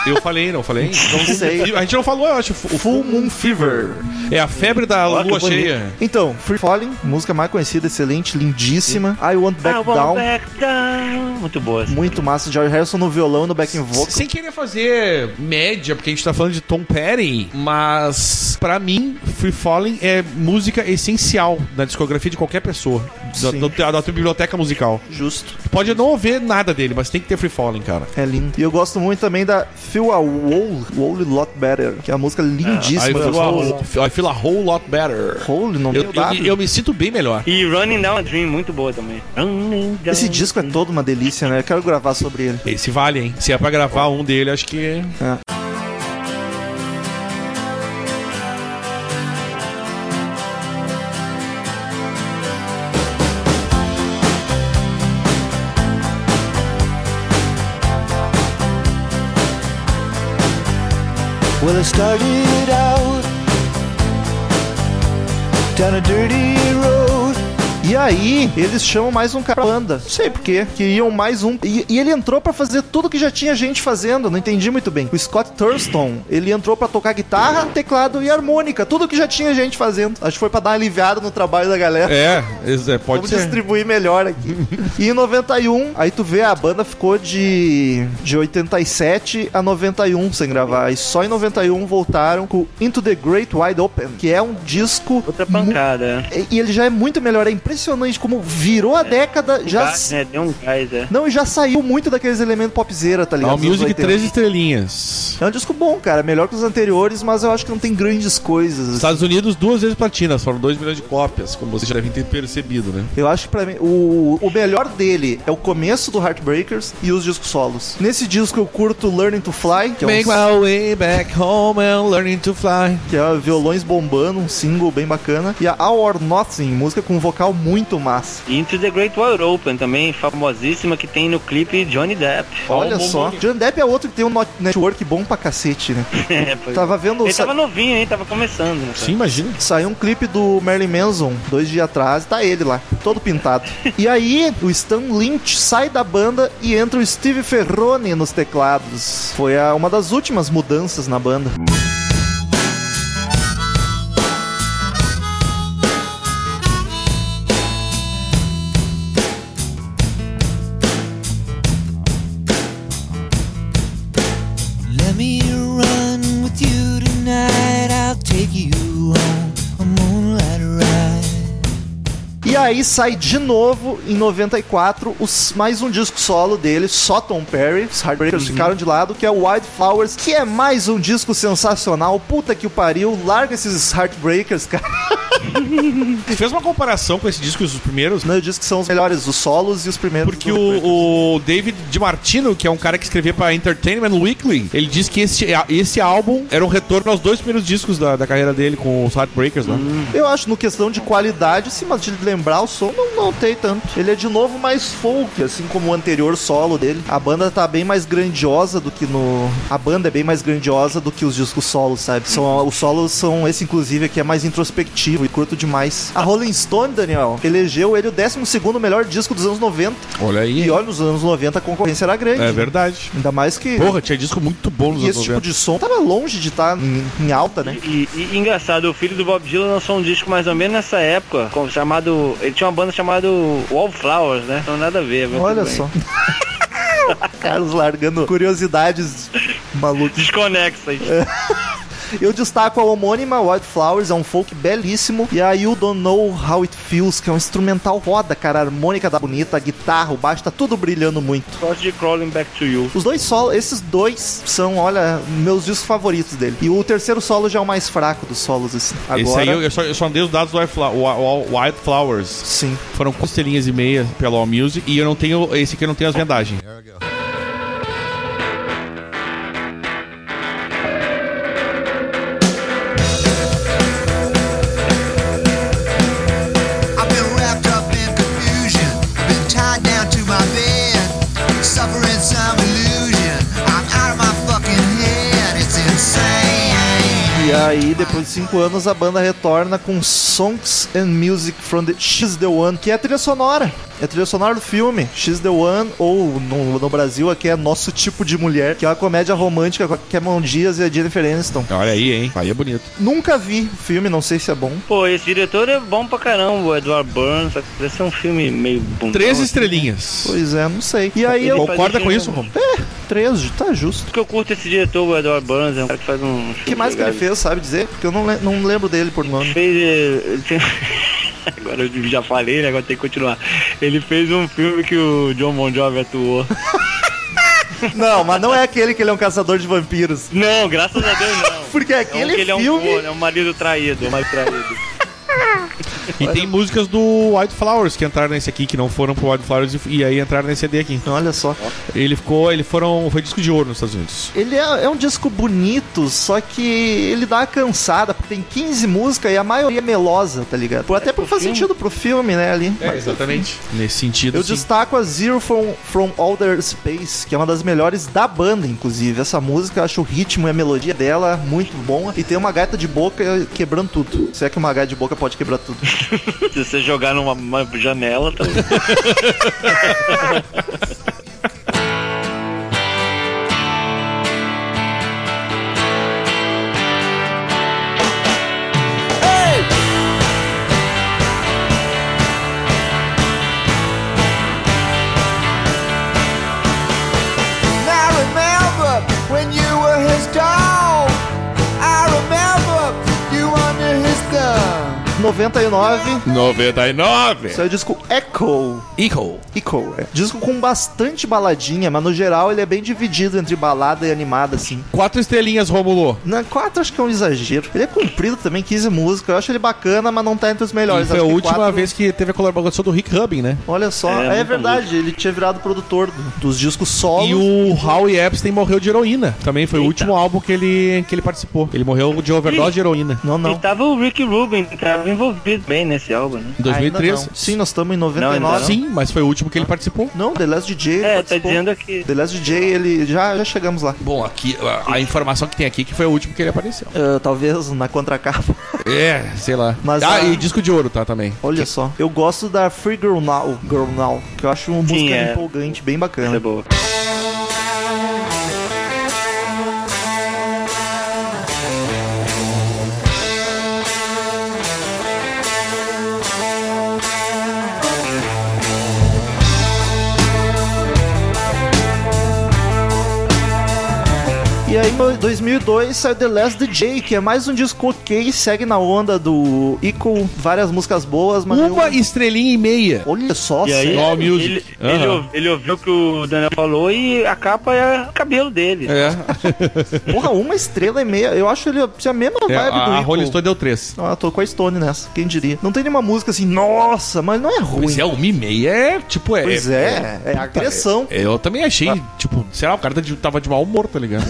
[SPEAKER 2] Eu falei, não falei?
[SPEAKER 1] Não sei.
[SPEAKER 2] A gente não falou, eu acho. O Full,
[SPEAKER 1] Moon Fever.
[SPEAKER 2] é a febre da
[SPEAKER 3] Ó, que
[SPEAKER 2] lua
[SPEAKER 3] bonito.
[SPEAKER 2] cheia.
[SPEAKER 1] Então, Free Falling, música mais conhecida, excelente, lindíssima. I Want Back
[SPEAKER 3] I want
[SPEAKER 1] Down.
[SPEAKER 3] back down. Muito boa. assim. essa.
[SPEAKER 1] Muito massa. George Harrison no violão e no backing vocal.
[SPEAKER 2] Sem querer fazer média, porque a gente tá falando de Tom Petty, mas pra mim, Free Falling é música essencial na discografia de qualquer pessoa, da,
[SPEAKER 1] Sim.
[SPEAKER 2] da- da tua biblioteca musical.
[SPEAKER 1] Justo.
[SPEAKER 2] Tu pode não ouvir nada dele, mas tem que ter Free Falling, cara.
[SPEAKER 1] É lindo. E eu gosto muito também da Feel a Whole, Whole Lot Better, que é uma música
[SPEAKER 2] I
[SPEAKER 1] lindíssima.
[SPEAKER 2] feel, a, I feel a whole lot better.
[SPEAKER 1] Whole, não
[SPEAKER 2] Eu,
[SPEAKER 1] tem o W.
[SPEAKER 2] eu- eu me sinto bem melhor.
[SPEAKER 3] E Running Down a Dream, muito boa também. Running Down.
[SPEAKER 1] Esse disco é todo uma delícia, né? Eu quero gravar sobre ele.
[SPEAKER 2] Esse vale, hein? Se é pra gravar um dele, acho que.
[SPEAKER 7] I Well, I started out down a dirty road.
[SPEAKER 1] E aí, eles chamam mais um cara pra banda. Não sei porquê. Queriam mais um. E, e ele entrou pra fazer tudo que já tinha gente fazendo. Não entendi muito bem. O Scott Thurston, ele entrou pra tocar guitarra, teclado e harmônica. Tudo que já tinha gente fazendo. Acho que foi pra dar uma aliviada no trabalho da galera.
[SPEAKER 2] É, ex- é, pode
[SPEAKER 1] Vamos
[SPEAKER 2] ser.
[SPEAKER 1] distribuir melhor aqui. e em 91, aí tu vê, a banda ficou de, de 87 a 91 sem gravar. E só em 91 voltaram com Into the Great Wide Open, que é um disco.
[SPEAKER 3] Outra
[SPEAKER 1] mu-
[SPEAKER 3] pancada, né?
[SPEAKER 1] E- E ele já é muito melhor. É impressionante como virou a década. Já.
[SPEAKER 3] É. Gás, né? Tem um gás, é.
[SPEAKER 1] Não, e já saiu muito daqueles elementos popzera, tá ligado?
[SPEAKER 2] All
[SPEAKER 1] Dos anos
[SPEAKER 2] Music
[SPEAKER 1] 80.
[SPEAKER 2] 3 estrelinhas.
[SPEAKER 1] É um disco bom, cara. Melhor que os anteriores, mas eu acho que não tem grandes coisas.
[SPEAKER 2] Estados Unidos duas vezes platina, foram 2 milhões de cópias, como vocês já devem ter percebido, né?
[SPEAKER 1] Eu acho que pra mim o, o melhor dele é o começo do Heartbreakers e os discos solos. Nesse disco eu curto Learning to Fly, que é,
[SPEAKER 2] Make
[SPEAKER 1] um,
[SPEAKER 2] my way back home and learning to fly.
[SPEAKER 1] que é violões bombando, um single bem bacana. E a All or Nothing, música com um vocal muito massa.
[SPEAKER 3] Into the Great Wide Open também, famosíssima, que tem no clipe Johnny Depp.
[SPEAKER 1] Olha só. John Depp é outro que tem um not- network bom pra cacete, né?
[SPEAKER 3] É, pois-
[SPEAKER 1] Tava vendo.
[SPEAKER 3] Ele
[SPEAKER 1] sa-
[SPEAKER 3] tava novinho, hein? Tava começando. Né, cara?
[SPEAKER 2] Sim, imagina.
[SPEAKER 1] Saiu um clipe do Marilyn Manson dois dias atrás, tá ele lá, todo pintado. e aí, o Stan Lynch sai da banda e entra o Steve Ferrone nos teclados. Foi a- uma das últimas mudanças na banda.
[SPEAKER 6] Let me run with you tonight. I'll take you on a moonlight ride.
[SPEAKER 1] E aí sai de novo em 94 os, mais um disco solo dele, só Tom Perry. Os Heartbreakers
[SPEAKER 2] Uhum.
[SPEAKER 1] ficaram de lado, que é o Wildflowers, que é mais um disco sensacional. Puta que o pariu, larga esses Heartbreakers, cara.
[SPEAKER 2] Você fez uma comparação com esse disco e os primeiros? né?
[SPEAKER 1] Não, eu disse que são os melhores, os solos e os primeiros.
[SPEAKER 2] Porque o, o David DiMartino, que é um cara que escrevia pra Entertainment Weekly, ele disse que esse, esse álbum era um retorno aos dois primeiros discos da, da carreira dele com os Heartbreakers, né?
[SPEAKER 1] Eu acho, no questão de qualidade, sim, mas de lembrar o som, não notei tanto. Ele é de novo mais folk, assim como o anterior solo dele. A banda tá bem mais grandiosa do que no. A banda é bem mais grandiosa do que os discos solos, sabe?
[SPEAKER 2] Uhum.
[SPEAKER 1] São, os solos são esse, inclusive, aqui é mais introspectivo e curto demais. A Rolling Stone, Daniel, elegeu ele o 12 melhor disco dos anos 90.
[SPEAKER 2] Olha
[SPEAKER 1] E
[SPEAKER 2] aí.
[SPEAKER 1] olha, nos anos 90 a concorrência era grande. né?
[SPEAKER 2] É verdade.
[SPEAKER 1] Ainda mais que.
[SPEAKER 2] Porra, tinha disco muito bom nos
[SPEAKER 1] e
[SPEAKER 2] anos
[SPEAKER 1] esse tipo
[SPEAKER 2] 90.
[SPEAKER 1] de som tava longe de estar em, em alta, né?
[SPEAKER 3] E, e- e engraçado, o filho do Bob Dylan lançou um disco mais ou menos nessa época, com- chamado. Ele tinha uma banda chamada Wallflowers, né? Não nada a ver, mas
[SPEAKER 1] Olha
[SPEAKER 3] tudo bem.
[SPEAKER 1] só. Carlos largando curiosidades malucas.
[SPEAKER 3] Desconexas.
[SPEAKER 1] É. Eu destaco a homônima White Flowers, é um folk belíssimo. E a You Don't Know How It Feels, que é um instrumental roda, cara. A harmônica da bonita, a guitarra, o baixo, tá tudo brilhando muito.
[SPEAKER 3] Gosto de Crawling Back to You.
[SPEAKER 1] Os dois solos, esses dois são, olha, meus discos favoritos dele. E o terceiro solo já é o mais fraco dos solos, assim. Agora,
[SPEAKER 2] Esse aí eu, eu só, eu só andei os dados do White Fla- Wa- Wa- White Flowers.
[SPEAKER 1] sim.
[SPEAKER 2] Foram quatro estrelinhas e meia pela All Music. E eu não tenho. Esse aqui eu não tenho as vendagens.
[SPEAKER 6] I've been wrapped up in confusion, been tied down to my bed, suffering some illusion. I'm out of my fucking head, it's insane.
[SPEAKER 1] E aí, depois de cinco anos, a banda retorna com Songs and Music from the She's the One, que é a trilha sonora. É a trilha sonora do filme She's the One, ou no, no Brasil aqui é Nosso Tipo de Mulher, que é uma comédia romântica com a Cameron Diaz e a Jennifer Aniston.
[SPEAKER 2] Olha aí, hein? Aí é bonito.
[SPEAKER 1] Nunca vi o filme, não sei se é bom.
[SPEAKER 3] Pô, esse diretor é bom pra caramba, o Edward Burns. só que Deve ser um filme meio assim. bom.
[SPEAKER 2] Três estrelinhas.
[SPEAKER 1] Pois é, não sei. E aí eu.
[SPEAKER 2] Concorda
[SPEAKER 3] Fazia
[SPEAKER 2] com
[SPEAKER 3] um-
[SPEAKER 2] isso, Romo?
[SPEAKER 1] Três, tá justo.
[SPEAKER 3] que eu curto esse diretor, o Edward Burns, é um cara que faz um.
[SPEAKER 1] O que mais que ele fez, sabe dizer? Porque eu não, le- não lembro dele por nome.
[SPEAKER 3] fez. eh, ele tem- Agora eu já falei, né? Agora tem que continuar. Ele fez um filme que o John Bon Jovi atuou.
[SPEAKER 1] Não, mas não é aquele que ele é um caçador de vampiros.
[SPEAKER 3] Não, graças a Deus não.
[SPEAKER 1] Porque
[SPEAKER 3] É um
[SPEAKER 1] aquele
[SPEAKER 3] que ele é um
[SPEAKER 1] filme.
[SPEAKER 3] corno, é um marido traído, mais traído.
[SPEAKER 2] E tem músicas do White Flowers que entraram nesse aqui, que não foram pro White Flowers e- e aí entraram nesse CD aqui.
[SPEAKER 1] Olha só.
[SPEAKER 2] Ele ficou, ele foram, foi disco de ouro nos Estados Unidos.
[SPEAKER 1] Ele é, é um disco bonito, só que ele dá uma cansada, porque tem 15 músicas e a maioria é melosa, tá ligado? Por- Até porque faz sentido pro filme, assim. né, ali. Mas-
[SPEAKER 2] exatamente. Nesse sentido,
[SPEAKER 1] Eu
[SPEAKER 2] sim.
[SPEAKER 1] destaco a Zero from, from Outer Space, que é uma das melhores da banda, inclusive. Essa música, eu acho o ritmo e a melodia dela muito bom. E tem uma gaita de boca quebrando tudo. Se é que uma gaita de boca pode quebrar tudo.
[SPEAKER 3] Se você jogar numa uma janela, tá
[SPEAKER 6] I remember when you were his dog. I remember you under his thumb.
[SPEAKER 1] 99,
[SPEAKER 4] 99.
[SPEAKER 1] isso é o disco Echo.
[SPEAKER 8] Echo.
[SPEAKER 1] Echo, é. Disco com bastante baladinha, mas no geral ele é bem dividido entre balada e animada, assim.
[SPEAKER 2] Quatro estrelinhas, Romulo.
[SPEAKER 1] Na 4 acho que é um exagero. Ele é comprido também, 15 músicas. Eu acho ele bacana, mas não tá entre os melhores.
[SPEAKER 2] E foi a
[SPEAKER 1] Acho que
[SPEAKER 2] última
[SPEAKER 1] quatro- né?
[SPEAKER 2] vez que teve a colaboração do Rick Rubin, né?
[SPEAKER 1] Olha só,
[SPEAKER 3] É,
[SPEAKER 1] é,
[SPEAKER 3] muita
[SPEAKER 1] verdade, ele tinha virado produtor do- dos discos solos.
[SPEAKER 2] E o Howie Epstein morreu de heroína. Também foi o último álbum que ele, que ele participou. Ele morreu de overdose de heroína.
[SPEAKER 1] Não,
[SPEAKER 3] E
[SPEAKER 1] não.
[SPEAKER 3] tava o Rick Rubin, que tava envolvido bem nesse álbum, né?
[SPEAKER 2] Em
[SPEAKER 1] Ainda
[SPEAKER 2] 2003.
[SPEAKER 1] não. Sim, nós estamos em
[SPEAKER 3] Não, ainda
[SPEAKER 1] 99.
[SPEAKER 3] não.
[SPEAKER 2] Sim, mas foi o último que ele participou.
[SPEAKER 1] Não, The Last DJ.
[SPEAKER 3] É, tá
[SPEAKER 1] participou.
[SPEAKER 3] dizendo aqui.
[SPEAKER 1] The Last DJ, ele já, já chegamos lá.
[SPEAKER 8] Bom, aqui a, a informação que tem aqui é que foi o último que ele apareceu.
[SPEAKER 1] Ah, talvez na contracapa.
[SPEAKER 8] É, sei lá.
[SPEAKER 1] Mas
[SPEAKER 8] ah,
[SPEAKER 1] a-
[SPEAKER 8] e disco de ouro, tá, também.
[SPEAKER 1] Olha só. Eu gosto da Free Girl Now, Girl Now que eu acho uma música
[SPEAKER 3] é.
[SPEAKER 1] empolgante, bem
[SPEAKER 3] Essa é
[SPEAKER 1] bacana.
[SPEAKER 3] boa.
[SPEAKER 1] E aí, em 2002, saiu The Last DJ, que é mais um disco ok, segue na onda do Equal, várias músicas boas, mas...
[SPEAKER 2] Uma
[SPEAKER 1] eu-
[SPEAKER 2] estrelinha e meia.
[SPEAKER 1] Olha só,
[SPEAKER 3] E aí,
[SPEAKER 1] sério?
[SPEAKER 2] All
[SPEAKER 3] ele,
[SPEAKER 2] Music.
[SPEAKER 3] ele- ele
[SPEAKER 2] Aham.
[SPEAKER 3] ouv- ele ouviu o que o Daniel falou e a capa é o cabelo dele.
[SPEAKER 8] É.
[SPEAKER 1] Porra, uma estrela e meia. Eu acho ele assim, a mesma
[SPEAKER 2] É,
[SPEAKER 1] vibe do
[SPEAKER 2] a, a
[SPEAKER 1] Equal.
[SPEAKER 2] Rolling Stone deu três.
[SPEAKER 1] Ah, tô com a Stone nessa, quem diria. Não tem nenhuma música assim, nossa, mas não é ruim.
[SPEAKER 8] Pois é, uma e meia é, tipo, é...
[SPEAKER 1] Pois é, é, agressão.
[SPEAKER 8] é, Eu também achei,
[SPEAKER 2] Ah.
[SPEAKER 8] tipo, sei lá, o cara tá de- tava de mau humor, tá ligado?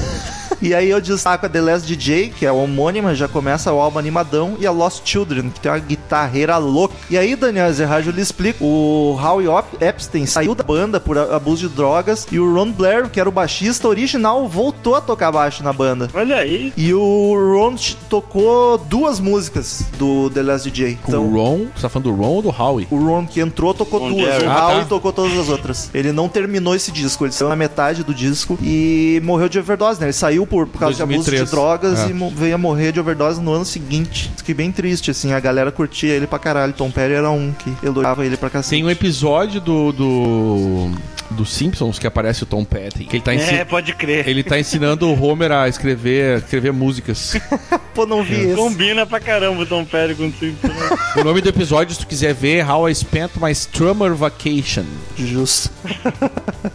[SPEAKER 1] E aí eu destaco a The Last DJ, que é a homônima, já começa o álbum animadão, e a Lost Children, que tem uma guitarreira louca. E aí, Daniel Zerrajo lhe explica, o Howie Op- Epstein saiu da banda por a- abuso de drogas, e o Ron Blair, que era o baixista original, voltou a tocar baixo na banda.
[SPEAKER 3] Olha aí.
[SPEAKER 1] E o Ron ch- tocou duas músicas do The Last DJ.
[SPEAKER 8] o
[SPEAKER 1] Então,
[SPEAKER 8] Ron, você tá falando do Ron ou do Howie?
[SPEAKER 1] o Ron que entrou tocou
[SPEAKER 3] Ron
[SPEAKER 1] duas,
[SPEAKER 3] Jerry.
[SPEAKER 1] o
[SPEAKER 8] Ah,
[SPEAKER 1] Howie
[SPEAKER 8] tá.
[SPEAKER 1] tocou todas as outras. Ele não terminou esse disco, ele saiu na metade do disco e morreu de overdose, né? Ele saiu por, por causa de
[SPEAKER 2] 2003.
[SPEAKER 1] abuso de drogas
[SPEAKER 2] É.
[SPEAKER 1] e mo- veio a morrer de overdose no ano seguinte. Isso que bem triste, assim, a galera curtia ele pra caralho. Tom Perry era um que elogiava ele pra cacete.
[SPEAKER 8] Tem um episódio do, do. do Simpsons que aparece o Tom Petty. Que ele tá, ensi-
[SPEAKER 3] É, pode crer.
[SPEAKER 8] ele tá ensinando o Homer a escrever, escrever músicas.
[SPEAKER 1] Pô, não vi esse.
[SPEAKER 3] Combina pra caramba o Tom Perry com o Simpsons.
[SPEAKER 8] o nome do episódio, se tu quiser ver, How I Spent My Summer Vacation.
[SPEAKER 1] Justo.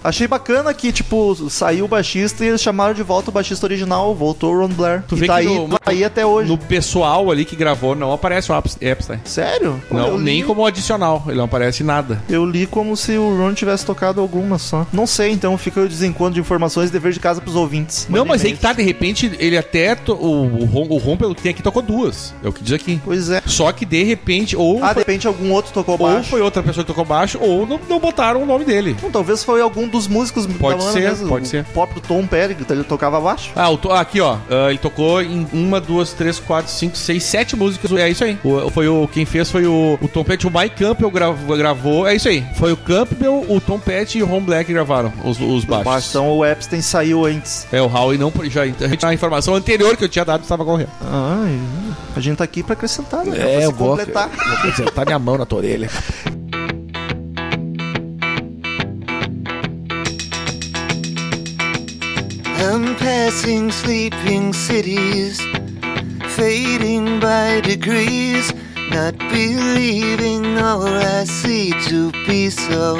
[SPEAKER 1] Achei bacana que, tipo, saiu o baixista e eles chamaram de volta o baixista original, voltou o Ron Blair.
[SPEAKER 8] Tu
[SPEAKER 1] e
[SPEAKER 8] vê
[SPEAKER 1] tá
[SPEAKER 8] que
[SPEAKER 1] aí,
[SPEAKER 8] no-
[SPEAKER 1] tá aí até hoje.
[SPEAKER 8] No pessoal ali que gravou, não aparece o Epst- Epstein.
[SPEAKER 1] Sério? Pô, eu
[SPEAKER 8] Não,
[SPEAKER 1] li-
[SPEAKER 8] nem como adicional, ele não aparece em nada.
[SPEAKER 1] Eu li como se o Ron tivesse tocado alguma só. Não sei, então fica o desencontro de informações e dever de casa pros ouvintes.
[SPEAKER 8] Não,
[SPEAKER 1] Mandem
[SPEAKER 8] mas aí
[SPEAKER 1] e-mails.
[SPEAKER 8] que tá, de repente, ele até. to- O, o, Ron, o Ron, pelo que tem aqui, tocou duas. É o que diz aqui.
[SPEAKER 1] Pois é.
[SPEAKER 8] Só que de repente, ou,
[SPEAKER 1] Ah, de
[SPEAKER 8] foi,
[SPEAKER 1] repente algum outro tocou
[SPEAKER 8] ou
[SPEAKER 1] baixo.
[SPEAKER 8] foi outra pessoa que tocou baixo, ou não, não botaram o nome dele.
[SPEAKER 1] Não, talvez foi algum dos músicos
[SPEAKER 8] Pode ser, pode
[SPEAKER 1] o
[SPEAKER 8] ser.
[SPEAKER 1] próprio Tom Perry, que ele tocava baixo.
[SPEAKER 8] Ah, o to- aqui, ó. Ah, ele tocou em uma, duas, três, quatro, cinco, seis, sete músicas. É isso aí. O- foi o, quem fez foi o, o Tom Petty. O Mike Campbell gravou, gravou. É isso aí. Foi o Campbell, o Tom Petty e o Ron Black que gravaram os, os baixos.
[SPEAKER 1] Baixo. Então o Epstein saiu antes.
[SPEAKER 8] É, o Howie não... Já, a informação anterior que eu tinha dado estava correta.
[SPEAKER 1] Ai, a gente tá aqui pra acrescentar, né?
[SPEAKER 8] É,
[SPEAKER 1] pra se completar.
[SPEAKER 8] Tá minha mão na tua orelha.
[SPEAKER 7] I'm passing sleeping cities, fading by degrees, not believing all I see to be so.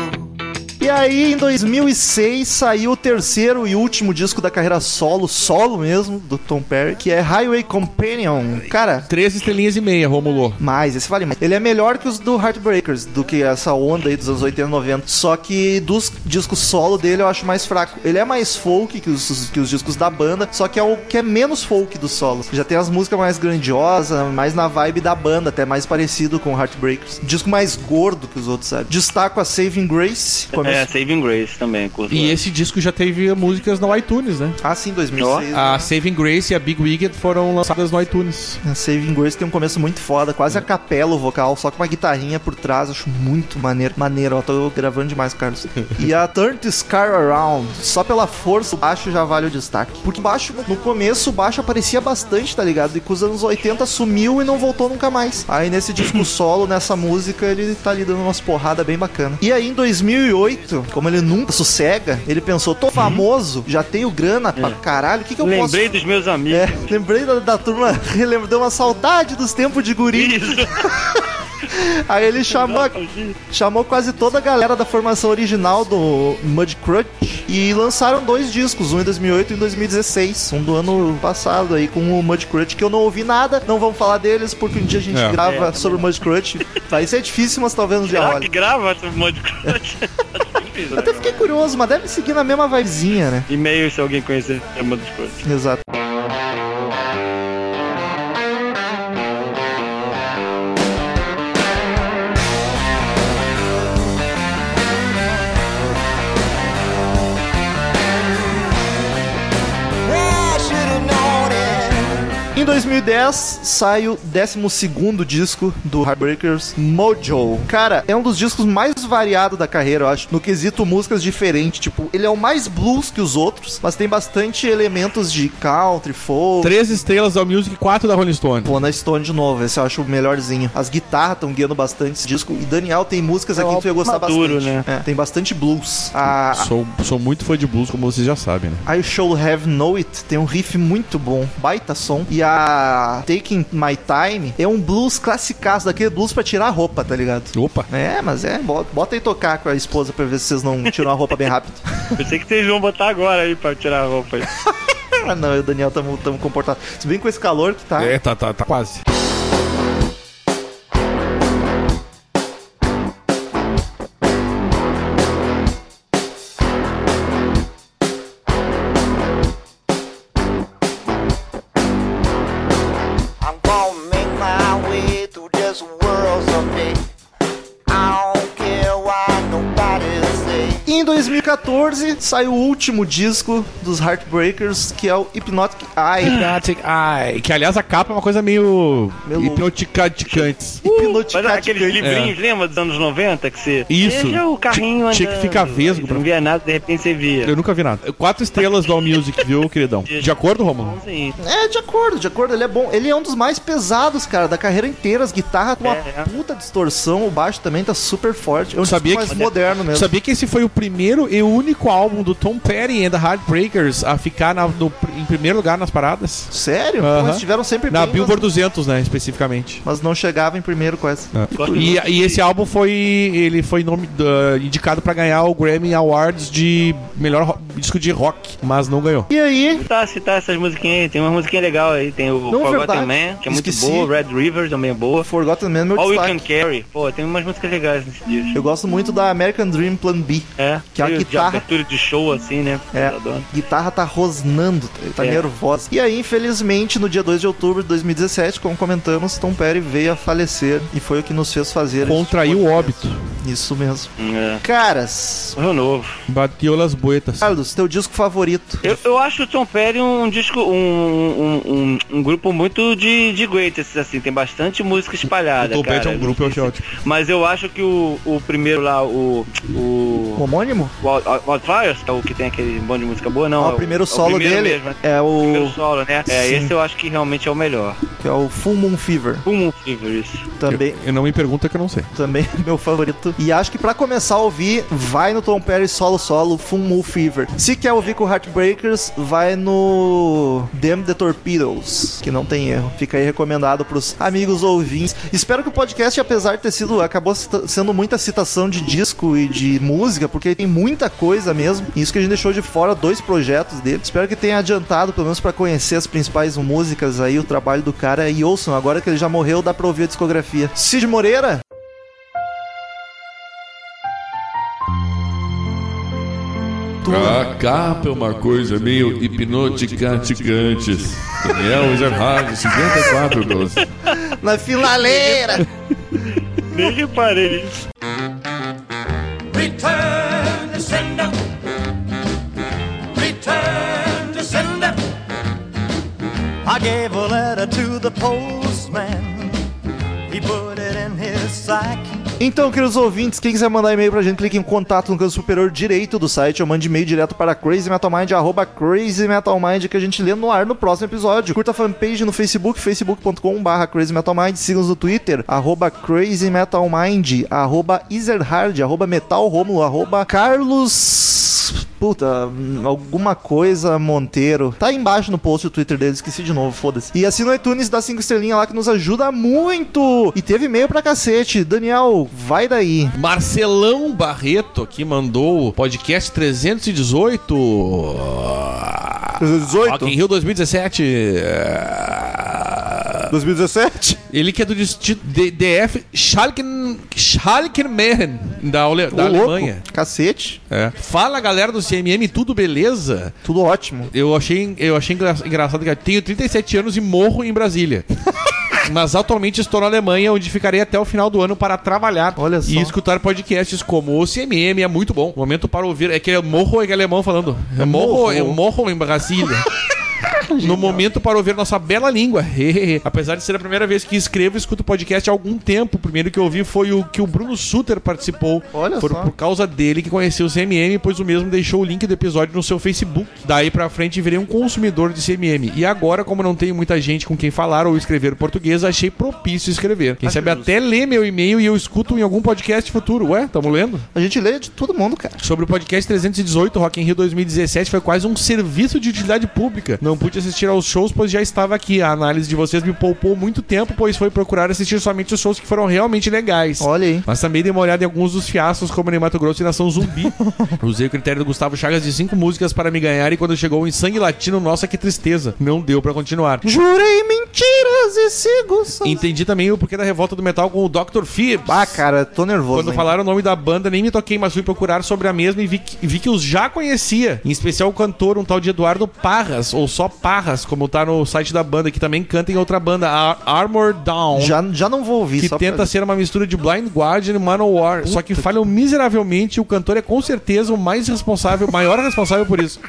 [SPEAKER 1] E aí, em 2006, saiu o terceiro e último disco da carreira solo, solo mesmo, do Tom Perry, que é Highway Companion. Cara,
[SPEAKER 2] Três estrelinhas e meia, Romulo.
[SPEAKER 1] mais, esse vale mais. Ele é melhor que os do Heartbreakers, do que essa onda aí dos anos 80 e 90. Só que dos discos solo dele eu acho mais fraco. Ele é mais folk que os, que os discos da banda, só que é o que é menos folk dos solos. Já tem as músicas mais grandiosas, mais na vibe da banda, até mais parecido com Heartbreakers. Disco mais gordo que os outros, sabe? Destaco a Saving Grace. Começo...
[SPEAKER 3] É, Saving Grace também, curto.
[SPEAKER 2] E esse disco já teve músicas no iTunes, né?
[SPEAKER 1] Ah, sim, 2006.
[SPEAKER 2] A Saving Grace e a Big Wicked foram lançadas no iTunes.
[SPEAKER 1] A Saving Grace tem um começo muito foda, quase a capela o vocal, só com uma guitarrinha por trás, acho muito maneiro. Maneiro, ó, tô gravando demais, Carlos. e a Turn This Car Around, só pela força, o baixo já vale o destaque. Porque o baixo, no começo, o baixo aparecia bastante, tá ligado? E com os anos 80 sumiu e não voltou nunca mais. Aí nesse disco solo, nessa música, ele tá lhe dando umas porradas bem bacana. E aí em 2008, como ele nunca sossega, ele pensou, tô famoso, já tenho grana pra caralho, o que que eu posso
[SPEAKER 3] Lembrei dos meus amigos.
[SPEAKER 1] é, lembrei da, da turma, lembro, deu uma saudade dos tempos de guri. Aí ele
[SPEAKER 2] Tá
[SPEAKER 1] chamou, chamou quase toda a galera da formação original do Mudcrutch e lançaram dois discos, um em 2008 e um em 2016, um do ano passado aí com o Mudcrutch, que eu não ouvi nada, não vamos falar deles porque um dia a gente
[SPEAKER 2] É.
[SPEAKER 1] grava sobre o Mudcrutch. Vai ser difícil, mas talvez um dia
[SPEAKER 3] Será que
[SPEAKER 1] olhe.
[SPEAKER 3] grava esse monte de coisa?
[SPEAKER 1] Até fiquei curioso, mas deve seguir na mesma vibezinha, né?
[SPEAKER 3] E-mail se alguém conhecer é uma das coisas.
[SPEAKER 1] Exato.
[SPEAKER 6] I should've known it.
[SPEAKER 1] Em 2010 sai o 12 disco do Heartbreakers, Mojo. Cara, é um dos discos mais variados da carreira, eu acho, no quesito músicas diferentes. Tipo, ele é o mais blues que os outros, mas tem bastante elementos de country, folk.
[SPEAKER 2] Três estrelas ao Music e quatro da Rolling Stone.
[SPEAKER 1] Pô, na Stone de novo, esse eu acho o melhorzinho. As guitarras estão guiando bastante esse disco. E Daniel tem músicas aqui que tu ia gostar
[SPEAKER 3] É um maduro,
[SPEAKER 1] bastante.
[SPEAKER 3] né?
[SPEAKER 1] É, tem bastante blues. A,
[SPEAKER 2] Sou, sou muito fã de blues, como vocês já sabem, né?
[SPEAKER 1] I Shall Have Know It tem um riff muito bom, baita som. E a Taking My Time é um blues classicaço, daquele blues pra tirar a roupa, tá ligado?
[SPEAKER 2] Opa!
[SPEAKER 1] É, mas é, bo- bota aí tocar com a esposa pra ver se vocês não tiram a roupa bem rápido.
[SPEAKER 3] Pensei que vocês vão botar agora aí pra tirar a roupa aí.
[SPEAKER 1] ah, não, eu e o Daniel tamo, tamo comportado. Se bem com esse calor que tá.
[SPEAKER 2] É, tá, tá, tá quase.
[SPEAKER 6] I'm gonna make my way through this world someday. I don't care what nobody say.
[SPEAKER 1] E em 2014 saiu o último disco dos Heartbreakers, que é o Hypnotic Eye.
[SPEAKER 2] Ai, que aliás a capa é uma coisa meio
[SPEAKER 1] Meio louco.
[SPEAKER 2] hipnoticante.
[SPEAKER 3] Mas
[SPEAKER 1] Hipnoticante.
[SPEAKER 3] aqueles livrinhos, lembra dos anos 90 que você
[SPEAKER 2] É. Isso.
[SPEAKER 3] veja o carrinho
[SPEAKER 2] Tinha que
[SPEAKER 3] andando,
[SPEAKER 2] ficar vesgo pra-
[SPEAKER 3] Não via nada, de repente você via.
[SPEAKER 2] Eu nunca vi nada. Quatro estrelas do All Music, viu, queridão? De acordo, Romulo?
[SPEAKER 3] Assim,
[SPEAKER 1] É, de acordo, de acordo, ele é bom. Ele é um dos mais pesados, cara, da carreira inteira. As guitarras com uma
[SPEAKER 3] É.
[SPEAKER 1] puta distorção, o baixo também tá super forte. É um
[SPEAKER 2] Sabia
[SPEAKER 1] disco mais
[SPEAKER 2] que-
[SPEAKER 1] moderno mesmo.
[SPEAKER 2] Sabia que esse foi o primeiro e único álbum do Tom Petty and the Heartbreakers a ficar na- no- em primeiro lugar nas paradas?
[SPEAKER 1] Sério?
[SPEAKER 2] Aham.
[SPEAKER 1] Pô, Eles tiveram sempre
[SPEAKER 2] Na
[SPEAKER 1] bem,
[SPEAKER 2] Billboard 200, né, especificamente.
[SPEAKER 1] mas, mas não chegava em primeiro quase.
[SPEAKER 3] gosto
[SPEAKER 2] E,
[SPEAKER 3] muito.
[SPEAKER 2] e esse álbum foi ele foi nome- da- indicado pra ganhar o Grammy Awards de melhor ro- disco de rock, mas não ganhou.
[SPEAKER 1] E aí,
[SPEAKER 3] Citar, citar tá, essas musiquinhas aí, tem uma musiquinha legal aí, tem o
[SPEAKER 1] Não,
[SPEAKER 3] Forgotten
[SPEAKER 1] verdade.
[SPEAKER 3] Man, que é muito
[SPEAKER 1] Esqueci.
[SPEAKER 3] boa, Red River também é boa.
[SPEAKER 1] Forgotten Man é meu
[SPEAKER 3] All We Can
[SPEAKER 1] destaque.
[SPEAKER 3] Carry, pô, tem umas músicas legais nesse disco.
[SPEAKER 1] Eu gosto muito da American Dream Plan B.
[SPEAKER 3] É,
[SPEAKER 1] Que a
[SPEAKER 3] trilho
[SPEAKER 1] guitarra-
[SPEAKER 3] De abertura de show assim, né?
[SPEAKER 1] É.
[SPEAKER 3] Eu adoro.
[SPEAKER 1] Guitarra tá rosnando, tá
[SPEAKER 3] É.
[SPEAKER 1] nervosa. E aí, infelizmente, no dia 2 de outubro de 2017, como comentamos, Tom Perry veio a falecer e foi o que nos fez fazer
[SPEAKER 2] Contraiu o óbito.
[SPEAKER 1] isso mesmo.
[SPEAKER 3] É.
[SPEAKER 1] Caras,
[SPEAKER 3] Morreu novo.
[SPEAKER 2] Bateu as boetas.
[SPEAKER 1] Carlos, teu disco favorito?
[SPEAKER 3] Eu, eu acho o Tom Perry um disco, um, um, um, um grupo muito de, de greatest, assim, tem bastante música espalhada.
[SPEAKER 8] um
[SPEAKER 2] Tom Petty
[SPEAKER 3] cara.
[SPEAKER 8] tipo,
[SPEAKER 2] é um grupo, eu acho ótimo.
[SPEAKER 3] Mas eu acho que o, o primeiro lá, o. o...
[SPEAKER 1] Homônimo? não.
[SPEAKER 3] Wild- Wildflowers, que é o que tem aquele bando de música boa, não.
[SPEAKER 1] Ó,
[SPEAKER 3] é
[SPEAKER 1] Ah, o primeiro
[SPEAKER 3] é
[SPEAKER 1] solo
[SPEAKER 3] primeiro
[SPEAKER 1] dele
[SPEAKER 3] mesmo, né?
[SPEAKER 1] é
[SPEAKER 3] O
[SPEAKER 1] o
[SPEAKER 3] primeiro solo, né? É,
[SPEAKER 1] Sim.
[SPEAKER 3] esse eu acho que realmente é o melhor.
[SPEAKER 1] que é o Full Moon Fever,
[SPEAKER 3] Um Fever, isso.
[SPEAKER 1] também,
[SPEAKER 8] Eu não me pergunta que eu não sei.
[SPEAKER 1] também é meu favorito. E acho que pra começar a ouvir, vai no Tom Perry solo solo Full Moon Fever. Se quer ouvir com Heartbreakers, vai no Damn the Torpedoes, que não tem erro. Fica aí recomendado pros amigos ouvintes. Espero que o podcast, apesar de ter sido acabou cita- sendo muita citação de disco e de música, porque tem muita coisa mesmo. Isso que a gente deixou de fora dois projetos dele. Espero que tenha adiantado, pelo menos pra conhecer as principais músicas aí, o trabalho do cara. E ouçam, agora que ele já morreu, dá pra ouvir a discografia. Cid Moreira,
[SPEAKER 9] A capa é uma coisa meio hipnótica ticantes. Daniel Gerhard, 54 12.
[SPEAKER 1] na finaleira.
[SPEAKER 3] Nem reparei.
[SPEAKER 6] Return to sender. Return to sender. I gave a letter to the postman. He put it in his sack.
[SPEAKER 1] Então, queridos ouvintes, quem quiser mandar e-mail pra gente, clique em contato no canto superior direito do site ou mande e-mail direto para crazymetalmind, arroba crazymetalmind, que a gente lê no ar no próximo episódio. Curta a fanpage no Facebook, facebook.com barra crazymetalmind, siga-nos no Twitter, arroba crazymetalmind, arroba iserhard, arroba metalromulo, arroba carlos... Puta, hum, alguma coisa Monteiro. Tá aí embaixo no post do Twitter dele, esqueci de novo, foda-se. E assina o iTunes, dá 5 estrelinhas lá que nos ajuda muito. E teve e-mail pra cacete. Daniel, vai daí.
[SPEAKER 2] Marcelão Barreto que mandou o podcast 318. Rock
[SPEAKER 1] 2018?
[SPEAKER 2] in Rio 2017.
[SPEAKER 1] 2017?
[SPEAKER 2] Ele que é do distrito D- DF Schalken, Schalkenmeren, da, Ole, da Alemanha.
[SPEAKER 1] Cacete.
[SPEAKER 2] É. Fala galera do CMM, tudo beleza?
[SPEAKER 1] Tudo ótimo.
[SPEAKER 2] Eu achei, eu achei engra- engraçado que eu tenho 37 anos e morro em Brasília. Mas atualmente estou na Alemanha, onde ficarei até o final do ano para trabalhar
[SPEAKER 1] Olha só.
[SPEAKER 2] e escutar podcasts como o CMM. É muito bom. Momento para ouvir. É que eu morro é alemão falando. Eu morro, eu morro em Brasília. No momento para ouvir nossa bela língua. Apesar de ser a primeira vez que escrevo, escuto podcast há algum tempo. O primeiro que eu ouvi foi o que o Bruno Suter participou.
[SPEAKER 1] Olha
[SPEAKER 2] Foi
[SPEAKER 1] só.
[SPEAKER 2] por causa dele que conheci o CMM, pois o mesmo deixou o link do episódio no seu Facebook. Daí pra frente virei um consumidor de CMM. E agora, como não tenho muita gente com quem falar ou escrever português, achei propício escrever.
[SPEAKER 1] Ah,
[SPEAKER 2] Quem sabe até lê meu e-mail e eu escuto em algum podcast futuro. Ué, tamo lendo?
[SPEAKER 1] A gente lê de todo mundo, cara.
[SPEAKER 2] Sobre o podcast 318 Rock in Rio 2017 foi quase um serviço de utilidade pública. Não pude assistir aos shows pois já estava aqui. A análise de vocês me poupou muito tempo pois foi procurar assistir somente os shows que foram realmente legais.
[SPEAKER 1] Olha aí.
[SPEAKER 2] Mas também dei uma olhada em alguns dos fiascos, como em Mato Grosso e Nação Zumbi. Usei o critério do Gustavo Chagas de cinco músicas para me ganhar e quando chegou em Sangue Latino, nossa, que tristeza. Não deu pra continuar.
[SPEAKER 1] Jurei mentiras e sigo.
[SPEAKER 2] Entendi também o porquê da revolta do metal com o Dr. Phibs.
[SPEAKER 1] Ah, cara, tô nervoso.
[SPEAKER 2] Quando
[SPEAKER 1] hein.
[SPEAKER 2] falaram o nome da banda, nem me toquei, mas fui procurar sobre a mesma e vi que, vi que os já conhecia. Em especial o cantor, um tal de Eduardo Parras, ou só Parras, como tá no site da banda, que também canta em outra banda, a Armor Down.
[SPEAKER 1] Já, já não vou ouvir,
[SPEAKER 2] um que
[SPEAKER 1] só
[SPEAKER 2] tenta
[SPEAKER 1] pra...
[SPEAKER 2] ser uma mistura de Blind Guardian e Manowar, só que falham miseravelmente e o cantor é com certeza o mais responsável, o maior responsável por isso.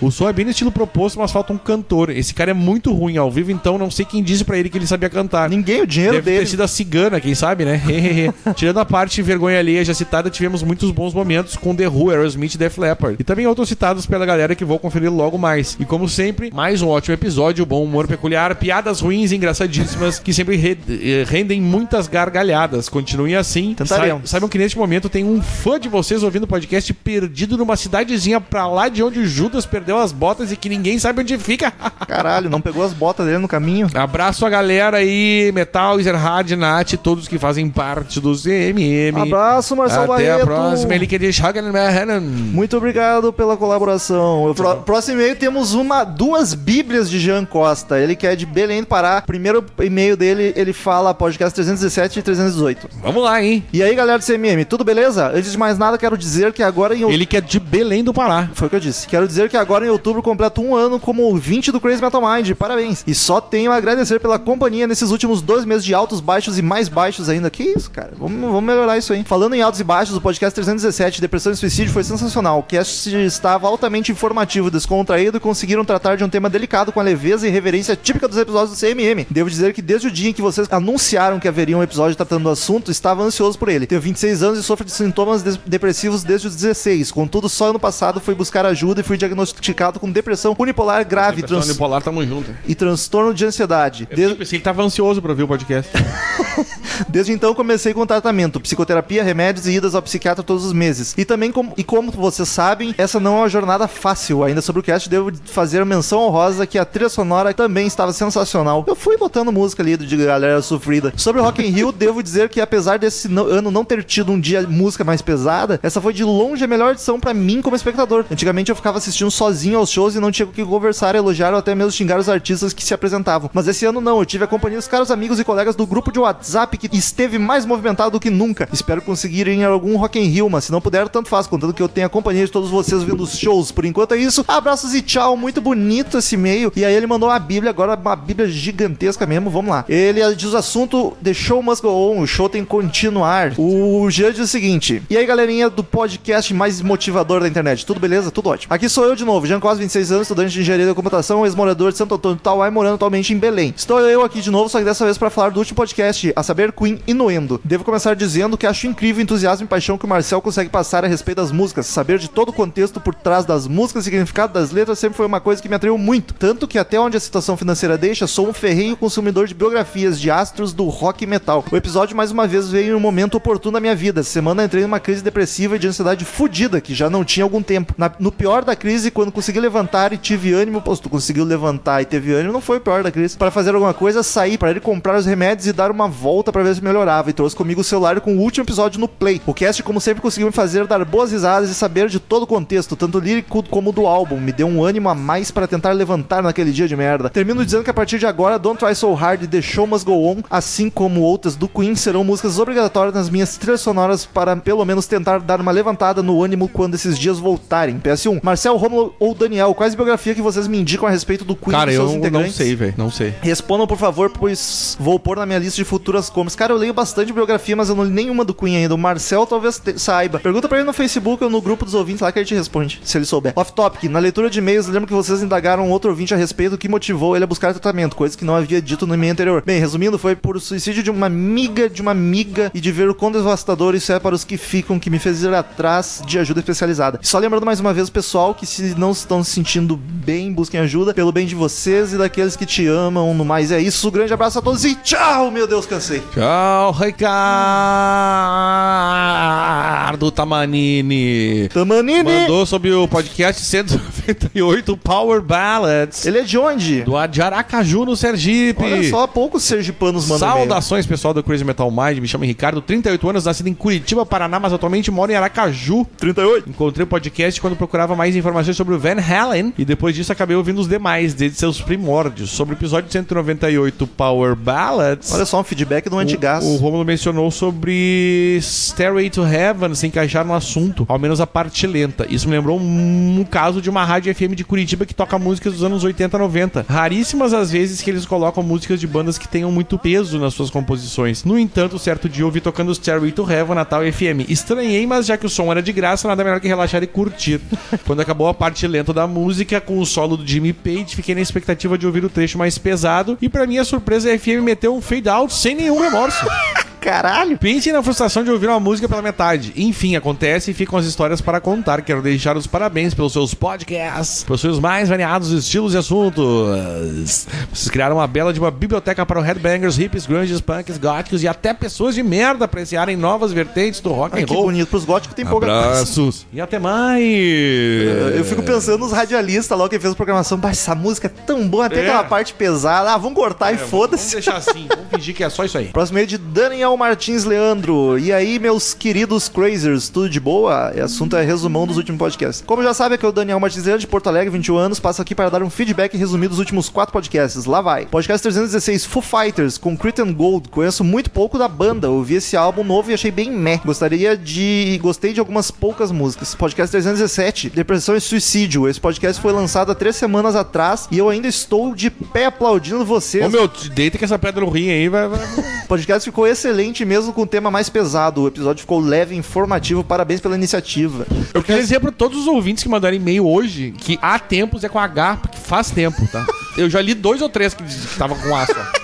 [SPEAKER 2] O som é bem no estilo proposto, mas falta um cantor. Esse cara é muito ruim ao vivo, então não sei quem disse pra ele que ele sabia cantar.
[SPEAKER 1] Ninguém, o dinheiro
[SPEAKER 2] Deve ter
[SPEAKER 1] dele.
[SPEAKER 2] sido a cigana, quem sabe, né? Tirando a parte vergonha alheia já citada, tivemos muitos bons momentos com The Who, Aerosmith e Def Leppard. E também outros citados pela galera que vou conferir logo mais. E como sempre, mais um ótimo episódio, bom humor peculiar, piadas ruins e engraçadíssimas que sempre re- eh, rendem muitas gargalhadas. Continuem assim.
[SPEAKER 1] Tentaremos.
[SPEAKER 2] Sa- saibam que neste momento tem um fã de vocês ouvindo o podcast perdido numa cidadezinha pra lá de onde o Judas perdeu as botas e que ninguém sabe onde fica.
[SPEAKER 1] Caralho, não pegou as botas dele no caminho?
[SPEAKER 2] Abraço a galera aí, Metal, Zerhard, Nath, todos que fazem parte do CMM.
[SPEAKER 1] Abraço, Marcelo
[SPEAKER 2] Até
[SPEAKER 1] Barreto.
[SPEAKER 2] a próxima, ele que é deixa
[SPEAKER 1] Muito obrigado pela colaboração. Eu- Pró- próximo e-mail temos uma, duas bíblias de Jean Costa. Ele que é de Belém do Pará. Primeiro e-mail dele, ele fala podcast 317 e 318.
[SPEAKER 2] Vamos lá, hein?
[SPEAKER 1] E aí, galera do CMM, tudo beleza? Antes de mais nada, quero dizer que agora em... out-
[SPEAKER 2] Ele que é de Belém do Pará.
[SPEAKER 1] Foi o que eu disse. Quero dizer que agora Agora em outubro completo um ano como ouvinte do Crazy Metal Mind. Parabéns. E só tenho a agradecer pela companhia nesses últimos dois meses de altos, baixos e mais baixos ainda. Que isso, cara? Vamos, vamos melhorar isso aí. Falando em altos e baixos, o podcast 317, Depressão e Suicídio, foi sensacional. O cast estava altamente informativo, descontraído e conseguiram tratar de um tema delicado com a leveza e reverência típica dos episódios do CMM. Devo dizer que desde o dia em que vocês anunciaram que haveria um episódio tratando do assunto, estava ansioso por ele. Tenho 26 anos e sofro de sintomas des- depressivos desde os 16. Contudo, só ano passado fui buscar ajuda e fui diagnosticado com depressão unipolar É grave trans-
[SPEAKER 2] Persona e Polar, tamo junto.
[SPEAKER 1] e transtorno de ansiedade.
[SPEAKER 2] Eu
[SPEAKER 1] Desde-
[SPEAKER 2] pensei que ele tava ansioso pra ver o podcast.
[SPEAKER 1] Desde então comecei com tratamento, psicoterapia, remédios e idas ao psiquiatra todos os meses. E também, como, e como vocês sabem, essa não é uma jornada fácil. Ainda sobre o cast, devo fazer menção honrosa que a trilha sonora também estava sensacional. Eu fui botando música ali de galera sofrida. Sobre o Rock in Rio, devo dizer que apesar desse no- ano não ter tido um dia música mais pesada, essa foi de longe a melhor edição pra mim como espectador. Antigamente eu ficava assistindo sozinho aos shows e não tinha com quem conversar, elogiar ou até mesmo xingar os artistas que se apresentavam. Mas esse ano não, eu tive a companhia dos caros amigos e colegas do grupo de WhatsApp que esteve mais movimentado do que nunca. Espero conseguir ir em algum Rock in Rio, mas se não puder, tanto faz, contando que eu tenha a companhia de todos vocês vendo os shows. Por enquanto é isso, abraços e tchau, muito bonito esse e-mail. E aí ele mandou uma bíblia, agora uma bíblia gigantesca mesmo, vamos lá. Ele diz o assunto, The Show Must Go On, o show tem que continuar. O Jean diz o seguinte, e aí galerinha do podcast mais motivador da internet, tudo beleza? Tudo ótimo. Aqui sou eu de novo, Jean Cos, 26 anos, estudante de Engenharia da Computação, ex-morador de Santo Antônio do Tauá e morando atualmente em Belém. Estou eu aqui de novo, só que dessa vez para falar do último podcast, a saber, Queen Inuendo. Devo começar dizendo que acho incrível o entusiasmo e paixão que o Marcel consegue passar a respeito das músicas, saber de todo o contexto por trás das músicas, significado das letras sempre foi uma coisa que me atraiu muito, tanto que até onde a situação financeira deixa, sou um ferrenho consumidor de biografias de astros do rock e metal. O episódio mais uma vez veio em um momento oportuno na minha vida. Essa semana entrei numa crise depressiva e de ansiedade fodida que já não tinha há algum tempo. Na- no pior da crise, quando consegui levantar e tive ânimo, pô, se tu conseguiu levantar e teve ânimo, não foi o pior da crise. Para fazer alguma coisa, saí para ir comprar os remédios e dar uma volta para ver se melhorava e trouxe comigo o celular com o último episódio no play. O cast, como sempre, conseguiu me fazer dar boas risadas e saber de todo o contexto, tanto lírico como do álbum. Me deu um ânimo a mais para tentar levantar naquele dia de merda. Termino dizendo que a partir de agora, Don't Try So Hard e The Show Must Go On, assim como outras do Queen, serão músicas obrigatórias nas minhas trilhas sonoras para pelo menos tentar dar uma levantada no ânimo quando esses dias voltarem. PS1, Marcel, Romulo ou Daniel, quais biografia que vocês me indicam a respeito do Queen
[SPEAKER 2] Cara,
[SPEAKER 1] e
[SPEAKER 2] eu
[SPEAKER 1] seus
[SPEAKER 2] não, não
[SPEAKER 1] integrantes?
[SPEAKER 2] sei, velho. Não sei.
[SPEAKER 1] Respondam, por favor, pois vou pôr na minha lista de futuras comics. Cara, eu leio bastante biografia, mas eu não li nenhuma do Queen ainda. O Marcel talvez te- saiba. Pergunta pra ele no Facebook ou no grupo dos ouvintes lá que ele te responde, se ele souber. Off topic, na leitura de e-mails, lembro que vocês indagaram um outro ouvinte a respeito do que motivou ele a buscar tratamento, coisa que não havia dito no e-mail anterior. Bem, resumindo, foi por suicídio de uma amiga de uma amiga e de ver o quão devastador isso é para os que ficam, que me fez ir atrás de ajuda especializada. Só lembrando mais uma vez, pessoal, que se não estão se sentindo bem, busquem ajuda pelo bem de vocês e daqueles que te amam. No mais, é isso. Grande abraço a todos e tchau, meu Deus, cansei.
[SPEAKER 2] Tchau, Ricardo Tamanini.
[SPEAKER 1] Tamanini!
[SPEAKER 2] Mandou sobre o podcast 198 Power Ballads
[SPEAKER 1] Ele é de onde?
[SPEAKER 2] do Aracaju no Sergipe.
[SPEAKER 1] Olha só, poucos sergipanos mandam um e-mail.
[SPEAKER 2] Saudações, pessoal do Crazy Metal Mind. Me chamo Ricardo, 38 anos, nascido em Curitiba, Paraná, mas atualmente moro em Aracaju.
[SPEAKER 1] 38.
[SPEAKER 2] Encontrei o podcast quando procurava mais informações sobre o Van Halen e depois disso acabei ouvindo os demais, desde seus primórdios. Sobre o episódio 198 Power Ballads.
[SPEAKER 1] Olha só, um feedback do antigás.
[SPEAKER 2] O, o Romulo mencionou sobre Stairway to Heaven se encaixar no assunto, ao menos a parte lenta. Isso me lembrou um, um caso de uma rádio FM de Curitiba que toca músicas dos anos 80 90. Raríssimas as vezes que eles colocam músicas de bandas que tenham muito peso nas suas composições. No entanto, certo dia eu ouvi tocando Stairway to Heaven na tal FM. Estranhei, mas já que o som era de graça, nada melhor que relaxar e curtir. Quando acabou a parte lenta da música, com o solo do Jimmy Page, fiquei na expectativa de ouvir o trecho mais pesado e, pra minha surpresa, a FM meteu um fade out sem nenhum remorso.
[SPEAKER 1] Caralho.
[SPEAKER 2] Pensem na frustração de ouvir uma música pela metade. Enfim, acontece e ficam as histórias para contar. Quero deixar os parabéns pelos seus podcasts, pelos seus mais variados estilos e assuntos. Vocês criaram uma bela de uma biblioteca para o headbangers, hippies, grunges, punks, góticos e até pessoas de merda apreciarem novas vertentes do rock
[SPEAKER 1] Ai,
[SPEAKER 2] and
[SPEAKER 1] que
[SPEAKER 2] roll.
[SPEAKER 1] bonito. Pros góticos tem pouca
[SPEAKER 9] Abraços.
[SPEAKER 2] E até mais!
[SPEAKER 1] Eu fico pensando nos radialistas lá que fez a programação. "Bah, Essa música é tão boa, até
[SPEAKER 2] É.
[SPEAKER 1] aquela parte pesada. Ah, vamos cortar e
[SPEAKER 2] Vamos
[SPEAKER 1] foda-se.
[SPEAKER 2] deixar assim, vamos fingir que é só isso aí.
[SPEAKER 1] Próximo e-mail de Daniel Daniel Martins Leandro. E aí, meus queridos crazers, tudo de boa? E assunto é resumão dos últimos podcasts. Como já sabe, aqui é o Daniel Martins Leandro, de Porto Alegre, 21 anos. Passo aqui para dar um feedback resumido dos últimos quatro podcasts. Lá vai. Podcast 316, Foo Fighters, Concrete and Gold. Conheço muito pouco da banda. Ouvi esse álbum novo e achei bem meh. Gostaria de... Gostei de algumas poucas músicas. Podcast 317, Depressão e Suicídio. Esse podcast foi lançado há três semanas atrás e eu ainda estou de pé aplaudindo vocês.
[SPEAKER 2] Ô meu, te deita que essa pedra no rim aí vai. vai-
[SPEAKER 1] O podcast ficou excelente mesmo com o tema mais pesado. O episódio ficou leve e informativo. Parabéns pela iniciativa.
[SPEAKER 2] Eu queria dizer pra todos os ouvintes que mandaram e-mail hoje que há tempos é com H, porque faz tempo, tá? Eu já li dois ou três que diz- que tava com A só.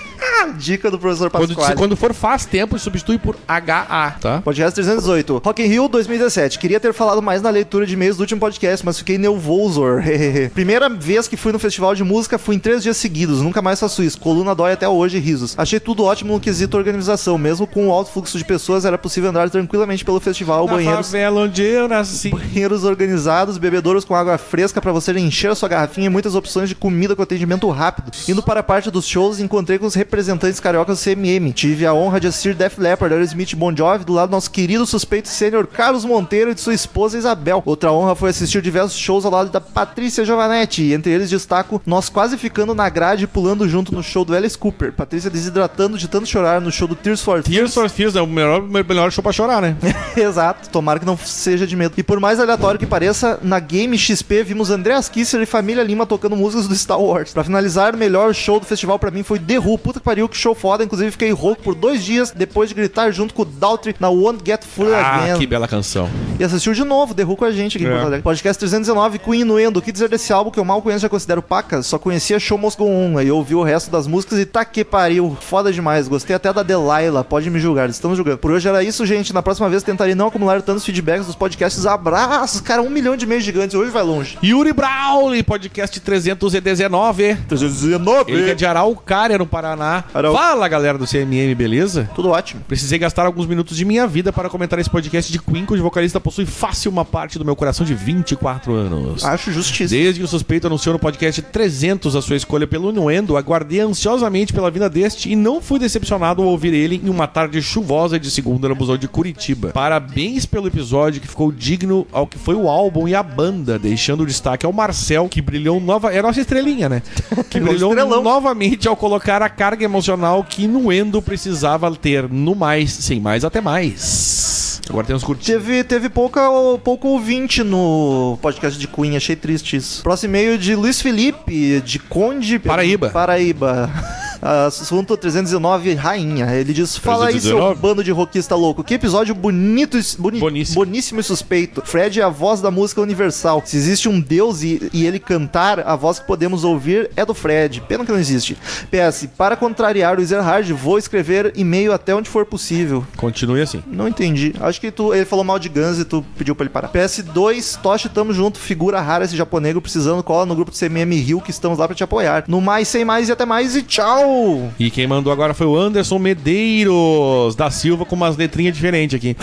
[SPEAKER 1] Dica do professor
[SPEAKER 2] Quando,
[SPEAKER 1] Pascoal.
[SPEAKER 2] quando for faz tempo, substitui por HA, tá?
[SPEAKER 1] Podcast 318. Rock in Rio 2017. Queria ter falado mais na leitura de e-mails do último podcast, mas fiquei nervoso. Primeira vez que fui no festival de música, fui em três dias seguidos. Nunca mais faço isso. Coluna dói até hoje, risos. Achei tudo ótimo no quesito organização. Mesmo com o alto fluxo de pessoas, era possível andar tranquilamente pelo festival,
[SPEAKER 2] Tá,
[SPEAKER 1] banheiros...
[SPEAKER 2] favela onde eu nasci.
[SPEAKER 1] Banheiros organizados, bebedouros com água fresca pra você encher a sua garrafinha e muitas opções de comida com atendimento rápido. Indo para a parte dos shows, encontrei com os representantes cariocas do CMM. Tive a honra de assistir Def Leppard, Aerosmith e Bon Jovi, do lado do nosso querido suspeito sênior Carlos Monteiro e de sua esposa Isabel. Outra honra foi assistir diversos shows ao lado da Patrícia Giovanetti, e entre eles destaco nós quase ficando na grade e pulando junto no show do Alice Cooper. Patrícia desidratando de tanto chorar no show do Tears for
[SPEAKER 2] Tears for Fears é o melhor, melhor show pra chorar, né?
[SPEAKER 1] Exato, tomara que não seja de medo. E por mais aleatório que pareça, na Game XP vimos Andreas Kisser e Família Lima tocando músicas do Star Wars. Pra finalizar, o melhor show do festival pra mim foi The Who. Puta que pariu, que show foda. Inclusive fiquei rouco por dois dias depois de gritar junto com o Daltry na Won't Get Full
[SPEAKER 2] Ah,
[SPEAKER 1] Again.
[SPEAKER 2] que bela canção.
[SPEAKER 1] E assistiu de novo, derrubou com a gente aqui em
[SPEAKER 2] É.
[SPEAKER 1] Porto Alegre. Podcast 319, Queen Inuendo. O que dizer desse álbum que eu mal conheço já considero paca? Só conhecia Show Must Go On. Aí eu ouvi o resto das músicas e tá que pariu. Foda demais. Gostei até da Delilah. Pode me julgar, estamos julgando. Por hoje era isso, gente. Na próxima vez tentarei não acumular tantos feedbacks dos podcasts. Abraços, cara. Um milhão de e-mails gigantes. Hoje vai longe.
[SPEAKER 2] Yuri Brawley, podcast 319.
[SPEAKER 1] 319.
[SPEAKER 2] Ele que é de Araucária, no Paraná.
[SPEAKER 1] Arau-
[SPEAKER 2] Fala, galera do CMM, beleza?
[SPEAKER 1] Tudo ótimo.
[SPEAKER 2] Precisei gastar alguns minutos de minha vida para comentar esse podcast de Queen, cujo vocalista possui fácil uma parte do meu coração de 24 anos.
[SPEAKER 1] Acho justiça.
[SPEAKER 2] Desde que o suspeito anunciou no podcast 300 a sua escolha pelo Inuendo, aguardei ansiosamente pela vinda deste e não fui decepcionado ao ouvir ele em uma tarde chuvosa de segunda no busão de Curitiba. Parabéns pelo episódio que ficou digno ao que foi o álbum e a banda, deixando o destaque ao Marcel, que brilhou nova... É a nossa estrelinha, né? Que brilhou
[SPEAKER 1] Estrelão.
[SPEAKER 2] novamente ao colocar a carga emocional que Inuendo precisava ter. No mais, sem mais, até mais. Agora temos curtidas.
[SPEAKER 1] Teve, teve pouca, pouco ouvinte no podcast de Queen, achei triste isso. Próximo e-mail de Luiz Felipe, de Conde...
[SPEAKER 2] Paraíba.
[SPEAKER 1] Paraíba. Assunto 319, Rainha. Ele diz, fala aí seu
[SPEAKER 9] 319?
[SPEAKER 1] bando de rockista louco. Que episódio bonito, e s- boni,
[SPEAKER 2] Boníssimo.
[SPEAKER 1] boníssimo. e suspeito. Fred é a voz da música universal. Se existe um deus e, e ele cantar, a voz que podemos ouvir é do Fred. Pena que não existe. PS, para contrariar o Ezerhard, vou escrever e-mail até onde for possível.
[SPEAKER 2] Continue assim.
[SPEAKER 1] Não entendi. Acho que tu, ele falou mal de Guns e tu pediu pra ele parar. PS2, Toshi, tamo junto. Figura rara esse japonego precisando. Cola no grupo do CMM Rio que estamos lá pra te apoiar. No mais, sem mais e até mais e tchau!
[SPEAKER 2] E quem mandou agora foi o Anderson Medeiros da Silva com umas letrinhas diferentes aqui.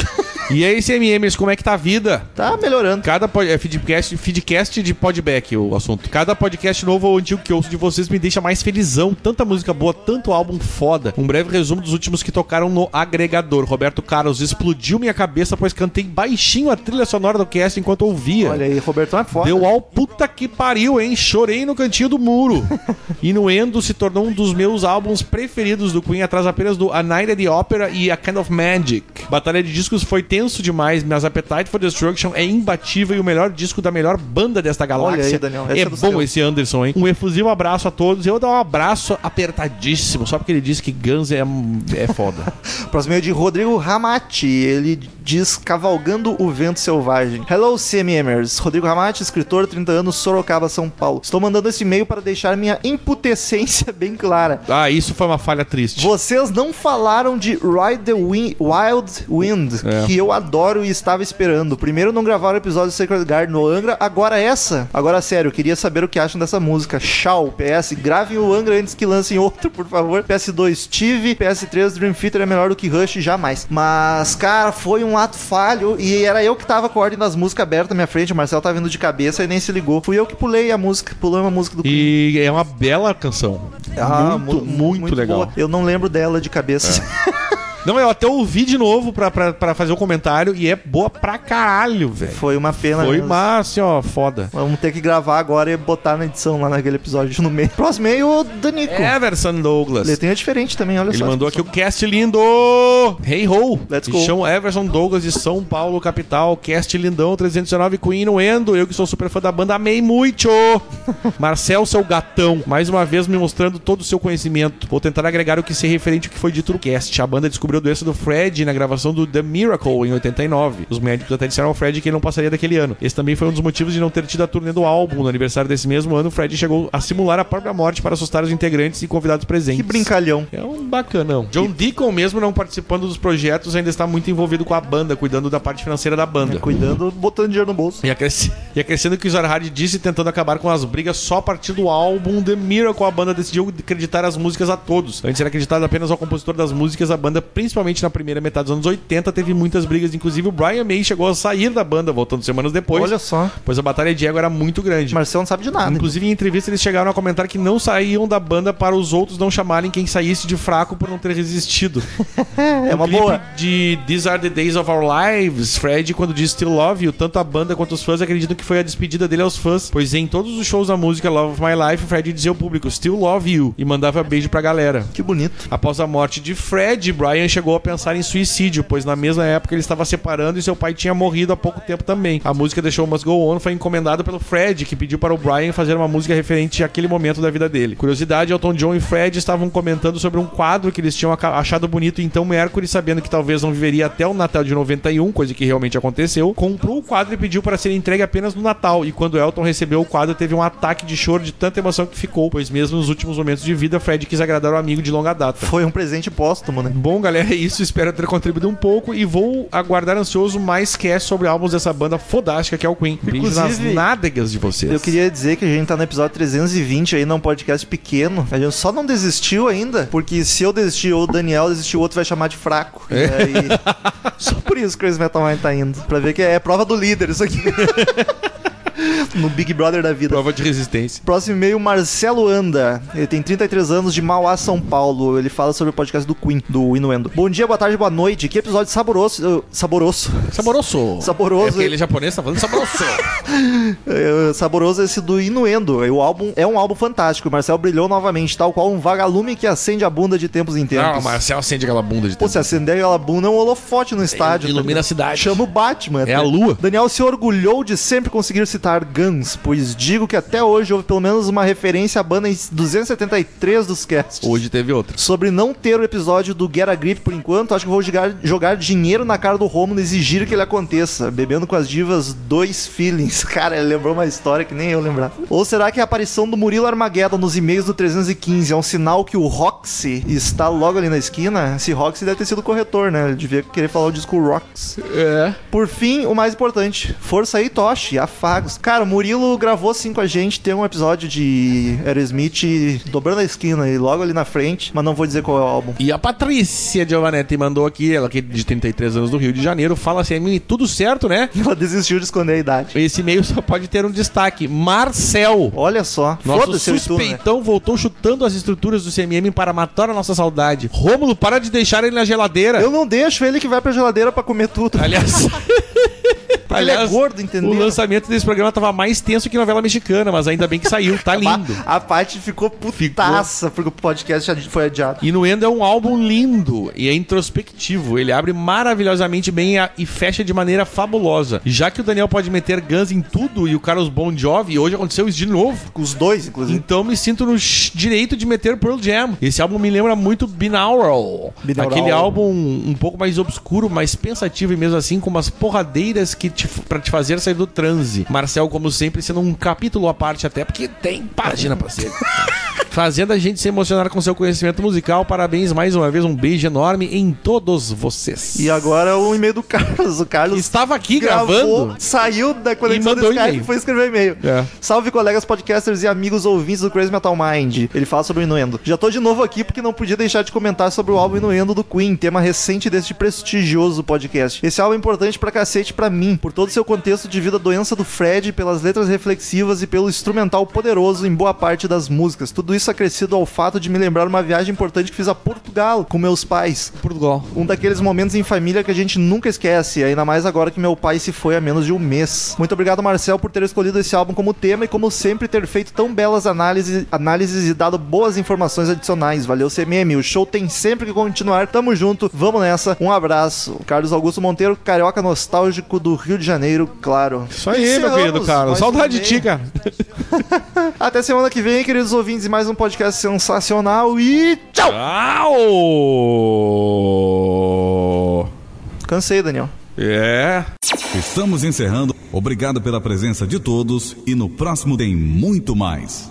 [SPEAKER 2] e aí, CMMers, como é que tá a vida?
[SPEAKER 1] Tá melhorando.
[SPEAKER 2] Cada pod- é feedcast, feedcast de podback o assunto. Cada podcast novo ou antigo que ouço de vocês me deixa mais felizão. Tanta música boa, tanto álbum foda. Um breve resumo dos últimos que tocaram no agregador. Roberto Carlos explodiu minha cabeça, pois cantei baixinho a trilha sonora do cast enquanto ouvia.
[SPEAKER 1] Olha aí, Robertão é foda.
[SPEAKER 2] Deu ao puta que pariu, hein? Chorei no cantinho do muro. Inuendo se tornou um dos meus álbuns preferidos do Queen, atrás apenas do A Night at the Opera e A Kind of Magic. Batalha de discos foi tenso demais, mas Appetite for Destruction é imbatível e o melhor disco da melhor banda desta galáxia.
[SPEAKER 1] aí, Daniel, esse
[SPEAKER 2] é
[SPEAKER 1] é
[SPEAKER 2] bom
[SPEAKER 1] do seu.
[SPEAKER 2] esse Anderson, hein? Um efusivo abraço a todos. Eu dou um abraço apertadíssimo, só porque ele disse que Guns é, é foda.
[SPEAKER 1] Próximo é de Rodrigo Ramati. Ele diz Cavalgando o Vento Selvagem. Hello, CMMers. Rodrigo Ramati, escritor, 30 anos, Sorocaba, São Paulo. Estou mandando esse e-mail para deixar minha imputescência bem clara.
[SPEAKER 2] ah, isso foi uma falha triste.
[SPEAKER 1] Vocês não falaram de Ride the Win- Wild Wind,
[SPEAKER 2] É.
[SPEAKER 1] que eu adoro e estava esperando. Primeiro não gravaram o episódio do Sacred Garden no Angra, agora essa. Agora, sério, eu queria saber o que acham dessa música. Tchau, PS, gravem o Angra antes que lancem outro, por favor. PS2, Steve. PS3, Dream Theater é melhor do que Rush, jamais. Mas, cara, foi um ato falho e era eu que tava com a ordem das músicas aberta na minha frente, o Marcel tava vindo de cabeça e nem se ligou. Fui eu que pulei a música, pulei uma música do
[SPEAKER 2] E é uma bela canção.
[SPEAKER 1] Ah,
[SPEAKER 2] muito,
[SPEAKER 1] mu-
[SPEAKER 2] muito, legal. É.
[SPEAKER 1] boa. Eu não lembro dela de cabeça.
[SPEAKER 2] Não, eu até ouvi de novo pra, pra, pra fazer o comentário e é boa pra caralho, velho.
[SPEAKER 1] Foi uma pena.
[SPEAKER 2] Foi
[SPEAKER 1] mesmo.
[SPEAKER 2] uma, assim, ó, foda.
[SPEAKER 1] Vamos ter que gravar agora e botar na edição lá naquele episódio no meio. Próximo e-mail, o Danico.
[SPEAKER 2] Everson Douglas.
[SPEAKER 1] Letrinha é diferente também, olha
[SPEAKER 2] É. Ele
[SPEAKER 1] só.
[SPEAKER 2] mandou aqui o cast lindo! Hey ho!
[SPEAKER 1] Let's
[SPEAKER 2] Me
[SPEAKER 1] go.
[SPEAKER 2] chamo Everson Douglas de São Paulo, capital. Cast lindão, 319 Queen Inuendo. Eu que sou super fã da banda, amei muito! Marcel, seu gatão, mais uma vez me mostrando todo o seu conhecimento. Vou tentar agregar o que sei referente ao que foi dito no cast. A banda descobriu a doença do Fred na gravação do The Miracle, em 89. Os médicos até disseram ao Fred que ele não passaria daquele ano. Esse também foi um dos motivos de não ter tido a turnê do álbum. No aniversário desse mesmo ano, o Fred chegou a simular a própria morte para assustar os integrantes e convidados presentes.
[SPEAKER 1] Que brincalhão.
[SPEAKER 2] É um bacanão. John Deacon, mesmo não participando dos projetos, ainda está muito envolvido com a banda, cuidando da parte financeira da banda.
[SPEAKER 1] Cuidando, botando dinheiro no bolso.
[SPEAKER 2] E, acresce- e acrescendo que o Zarhard disse tentando acabar com as brigas só a partir do álbum The Miracle, a banda decidiu acreditar as músicas a todos. Antes era acreditado apenas ao compositor das músicas, a banda, principalmente na primeira metade dos anos 80, teve muitas brigas. Inclusive o Brian May chegou a sair da banda, voltando semanas depois,
[SPEAKER 1] Olha só.
[SPEAKER 2] pois a batalha de ego era muito grande.
[SPEAKER 1] Marcel não sabe de nada.
[SPEAKER 2] Inclusive, em entrevista, eles chegaram a comentar que não saíam da banda para os outros não chamarem quem saísse de fraco por não ter resistido.
[SPEAKER 1] é uma
[SPEAKER 2] O um clipe
[SPEAKER 1] boa.
[SPEAKER 2] De These Are the Days of Our Lives, Fred, quando diz Still Love You, tanto a banda quanto os fãs acreditam que foi a despedida dele aos fãs, pois em todos os shows da música Love of My Life, Fred dizia ao público Still Love You e mandava beijo pra galera.
[SPEAKER 1] Que bonito.
[SPEAKER 2] Após a morte de Fred, Brian chegou a pensar em suicídio, pois na mesma época ele estava separando e seu pai tinha morrido há pouco tempo também. A música deixou Must Go On foi encomendada pelo Fred, que pediu para o Brian fazer uma música referente àquele momento da vida dele. Curiosidade, Elton John e Fred estavam comentando sobre um quadro que eles tinham aca- achado bonito, então Mercury, sabendo que talvez não viveria até o Natal de 91, coisa que realmente aconteceu, comprou o quadro e pediu para ser entregue apenas no Natal. E quando Elton recebeu o quadro, teve um ataque de choro de tanta emoção que ficou, pois mesmo nos últimos momentos de vida, Fred quis agradar o amigo de longa data.
[SPEAKER 1] Foi um presente póstumo, né?
[SPEAKER 2] Bom, galera, é isso. Espero ter contribuído um pouco e vou aguardar ansioso mais cast sobre álbuns dessa banda fodástica que é o Queen. Beijos nas
[SPEAKER 1] Inclusive,
[SPEAKER 2] nádegas de vocês.
[SPEAKER 1] Eu queria dizer que a gente tá no episódio 320 aí, num podcast pequeno. A gente só não desistiu ainda, porque se eu desistir ou o Daniel desistir, o outro vai chamar de fraco. E aí- só por isso que o Crazy Metal Mind tá indo. Pra ver que é prova do líder isso aqui. no Big Brother da vida.
[SPEAKER 8] Prova de resistência.
[SPEAKER 1] Próximo e-mail, Marcelo Anda. Ele tem 33 anos, de Mauá, São Paulo. Ele fala sobre o podcast do Queen, do Inuendo. Bom dia, boa tarde, boa noite. Que episódio saboroso. uh, saboroso.
[SPEAKER 8] Saboroso.
[SPEAKER 1] Saboroso.
[SPEAKER 8] É porque ele é japonês, tá falando saboroso.
[SPEAKER 1] É, saboroso esse do Inuendo. O álbum é um álbum fantástico. O Marcel brilhou novamente, tal qual um vagalume que acende a bunda de tempos em tempos.
[SPEAKER 8] ah, o Marcel acende aquela bunda de
[SPEAKER 1] Pô, se acender aquela bunda é um holofote no estádio.
[SPEAKER 8] ilumina
[SPEAKER 1] tá
[SPEAKER 8] a cidade.
[SPEAKER 1] Chama o Batman. tá
[SPEAKER 8] É a lua.
[SPEAKER 1] Daniel se orgulhou de sempre conseguir citar Guns, pois digo que até hoje houve pelo menos uma referência à banda em 273 dos casts.
[SPEAKER 8] Hoje teve outra.
[SPEAKER 1] Sobre não ter o episódio do Get a Grip por enquanto, acho que vou jogar, jogar dinheiro na cara do Romulo e exigir que ele aconteça. Bebendo com as divas, dois feelings. Cara, ele lembrou uma história que nem eu lembrava. Ou será que a aparição do Murilo Armageddon nos e-mails do 315 é um sinal que o Roxy está logo ali na esquina? Esse Roxy deve ter sido o corretor, né? Ele devia querer falar o disco Roxy.
[SPEAKER 2] É.
[SPEAKER 1] Por fim, o mais importante, força aí, Toshi, afagos. Cara, o Murilo gravou sim com a gente, tem um episódio de Aerosmith dobrando a esquina e logo ali na frente, mas não vou dizer qual é o álbum.
[SPEAKER 2] E a Patrícia Giovanetti mandou aqui, ela que é de 33 anos do Rio de Janeiro, fala assim: "Mini, tudo certo, né?
[SPEAKER 1] Ela desistiu de esconder a idade.
[SPEAKER 2] Esse e-mail só pode ter um destaque. Marcel.
[SPEAKER 1] Olha só,
[SPEAKER 2] Nosso
[SPEAKER 1] foda-se o Itu, né?
[SPEAKER 2] suspeitão voltou chutando as estruturas do CMM para matar a nossa saudade. Rômulo, para de deixar ele na geladeira.
[SPEAKER 1] Eu não deixo ele que vai pra geladeira pra comer tudo.
[SPEAKER 2] Aliás,
[SPEAKER 1] Porque ele é gordo, entendeu?
[SPEAKER 2] O lançamento desse programa tava mais tenso que novela mexicana, mas ainda bem que saiu, tá lindo.
[SPEAKER 1] A, a Paty ficou putaça porque o podcast já foi adiado.
[SPEAKER 2] E no Endo é um álbum lindo e é introspectivo. Ele abre maravilhosamente bem a- e fecha de maneira fabulosa. Já que o Daniel pode meter Guns em tudo e o Carlos Bon Jovi, e hoje aconteceu isso de novo.
[SPEAKER 1] Com os dois, inclusive.
[SPEAKER 2] Então me sinto no sh- direito de meter Pearl Jam. Esse álbum me lembra muito Binaural.
[SPEAKER 1] Binaural.
[SPEAKER 2] Aquele álbum um pouco mais obscuro, mais pensativo e mesmo assim com umas porradeiras que te, pra te fazer sair do transe. Marcel, como sempre, sendo um capítulo à parte até, porque tem página pra ser. Fazendo a gente se emocionar com seu conhecimento musical. Parabéns mais uma vez. Um beijo enorme em todos vocês.
[SPEAKER 1] E agora o e-mail do Carlos. O Carlos
[SPEAKER 2] Estava aqui
[SPEAKER 1] gravou,
[SPEAKER 2] gravando.
[SPEAKER 1] saiu da
[SPEAKER 2] E
[SPEAKER 1] conexão do
[SPEAKER 2] mandou
[SPEAKER 1] Skype e
[SPEAKER 2] e-mail.
[SPEAKER 1] foi escrever e-mail.
[SPEAKER 2] É.
[SPEAKER 1] Salve, colegas podcasters e amigos ouvintes do Crazy Metal Mind. Ele fala sobre o Inuendo. Já tô de novo aqui porque não podia deixar de comentar sobre o álbum Inuendo do Queen, tema recente deste prestigioso podcast. Esse álbum é importante pra cacete pra mim, por todo o seu contexto de vida doença do Fred, pelas letras reflexivas e pelo instrumental poderoso em boa parte das músicas. Tudo isso isso acrescido ao fato de me lembrar uma viagem importante que fiz a Portugal com meus pais.
[SPEAKER 2] Portugal.
[SPEAKER 1] Um daqueles momentos em família que a gente nunca esquece, ainda mais agora que meu pai se foi há menos de um mês. Muito obrigado, Marcel, por ter escolhido esse álbum como tema e, como sempre, ter feito tão belas análises, análises e dado boas informações adicionais. Valeu, CMM. O show tem sempre que continuar. Tamo junto, vamos nessa. Um abraço. Carlos Augusto Monteiro, carioca nostálgico do Rio de Janeiro, claro.
[SPEAKER 2] Isso aí, meu querido cara.
[SPEAKER 1] Encerramos
[SPEAKER 2] Saudade de
[SPEAKER 1] mais
[SPEAKER 2] ti,
[SPEAKER 1] um
[SPEAKER 2] cara.
[SPEAKER 1] Até semana que vem, queridos ouvintes, mais um podcast sensacional e tchau!
[SPEAKER 9] Au!
[SPEAKER 1] Cansei, Daniel.
[SPEAKER 9] É.
[SPEAKER 10] Estamos encerrando. Obrigado pela presença de todos e no próximo tem muito mais.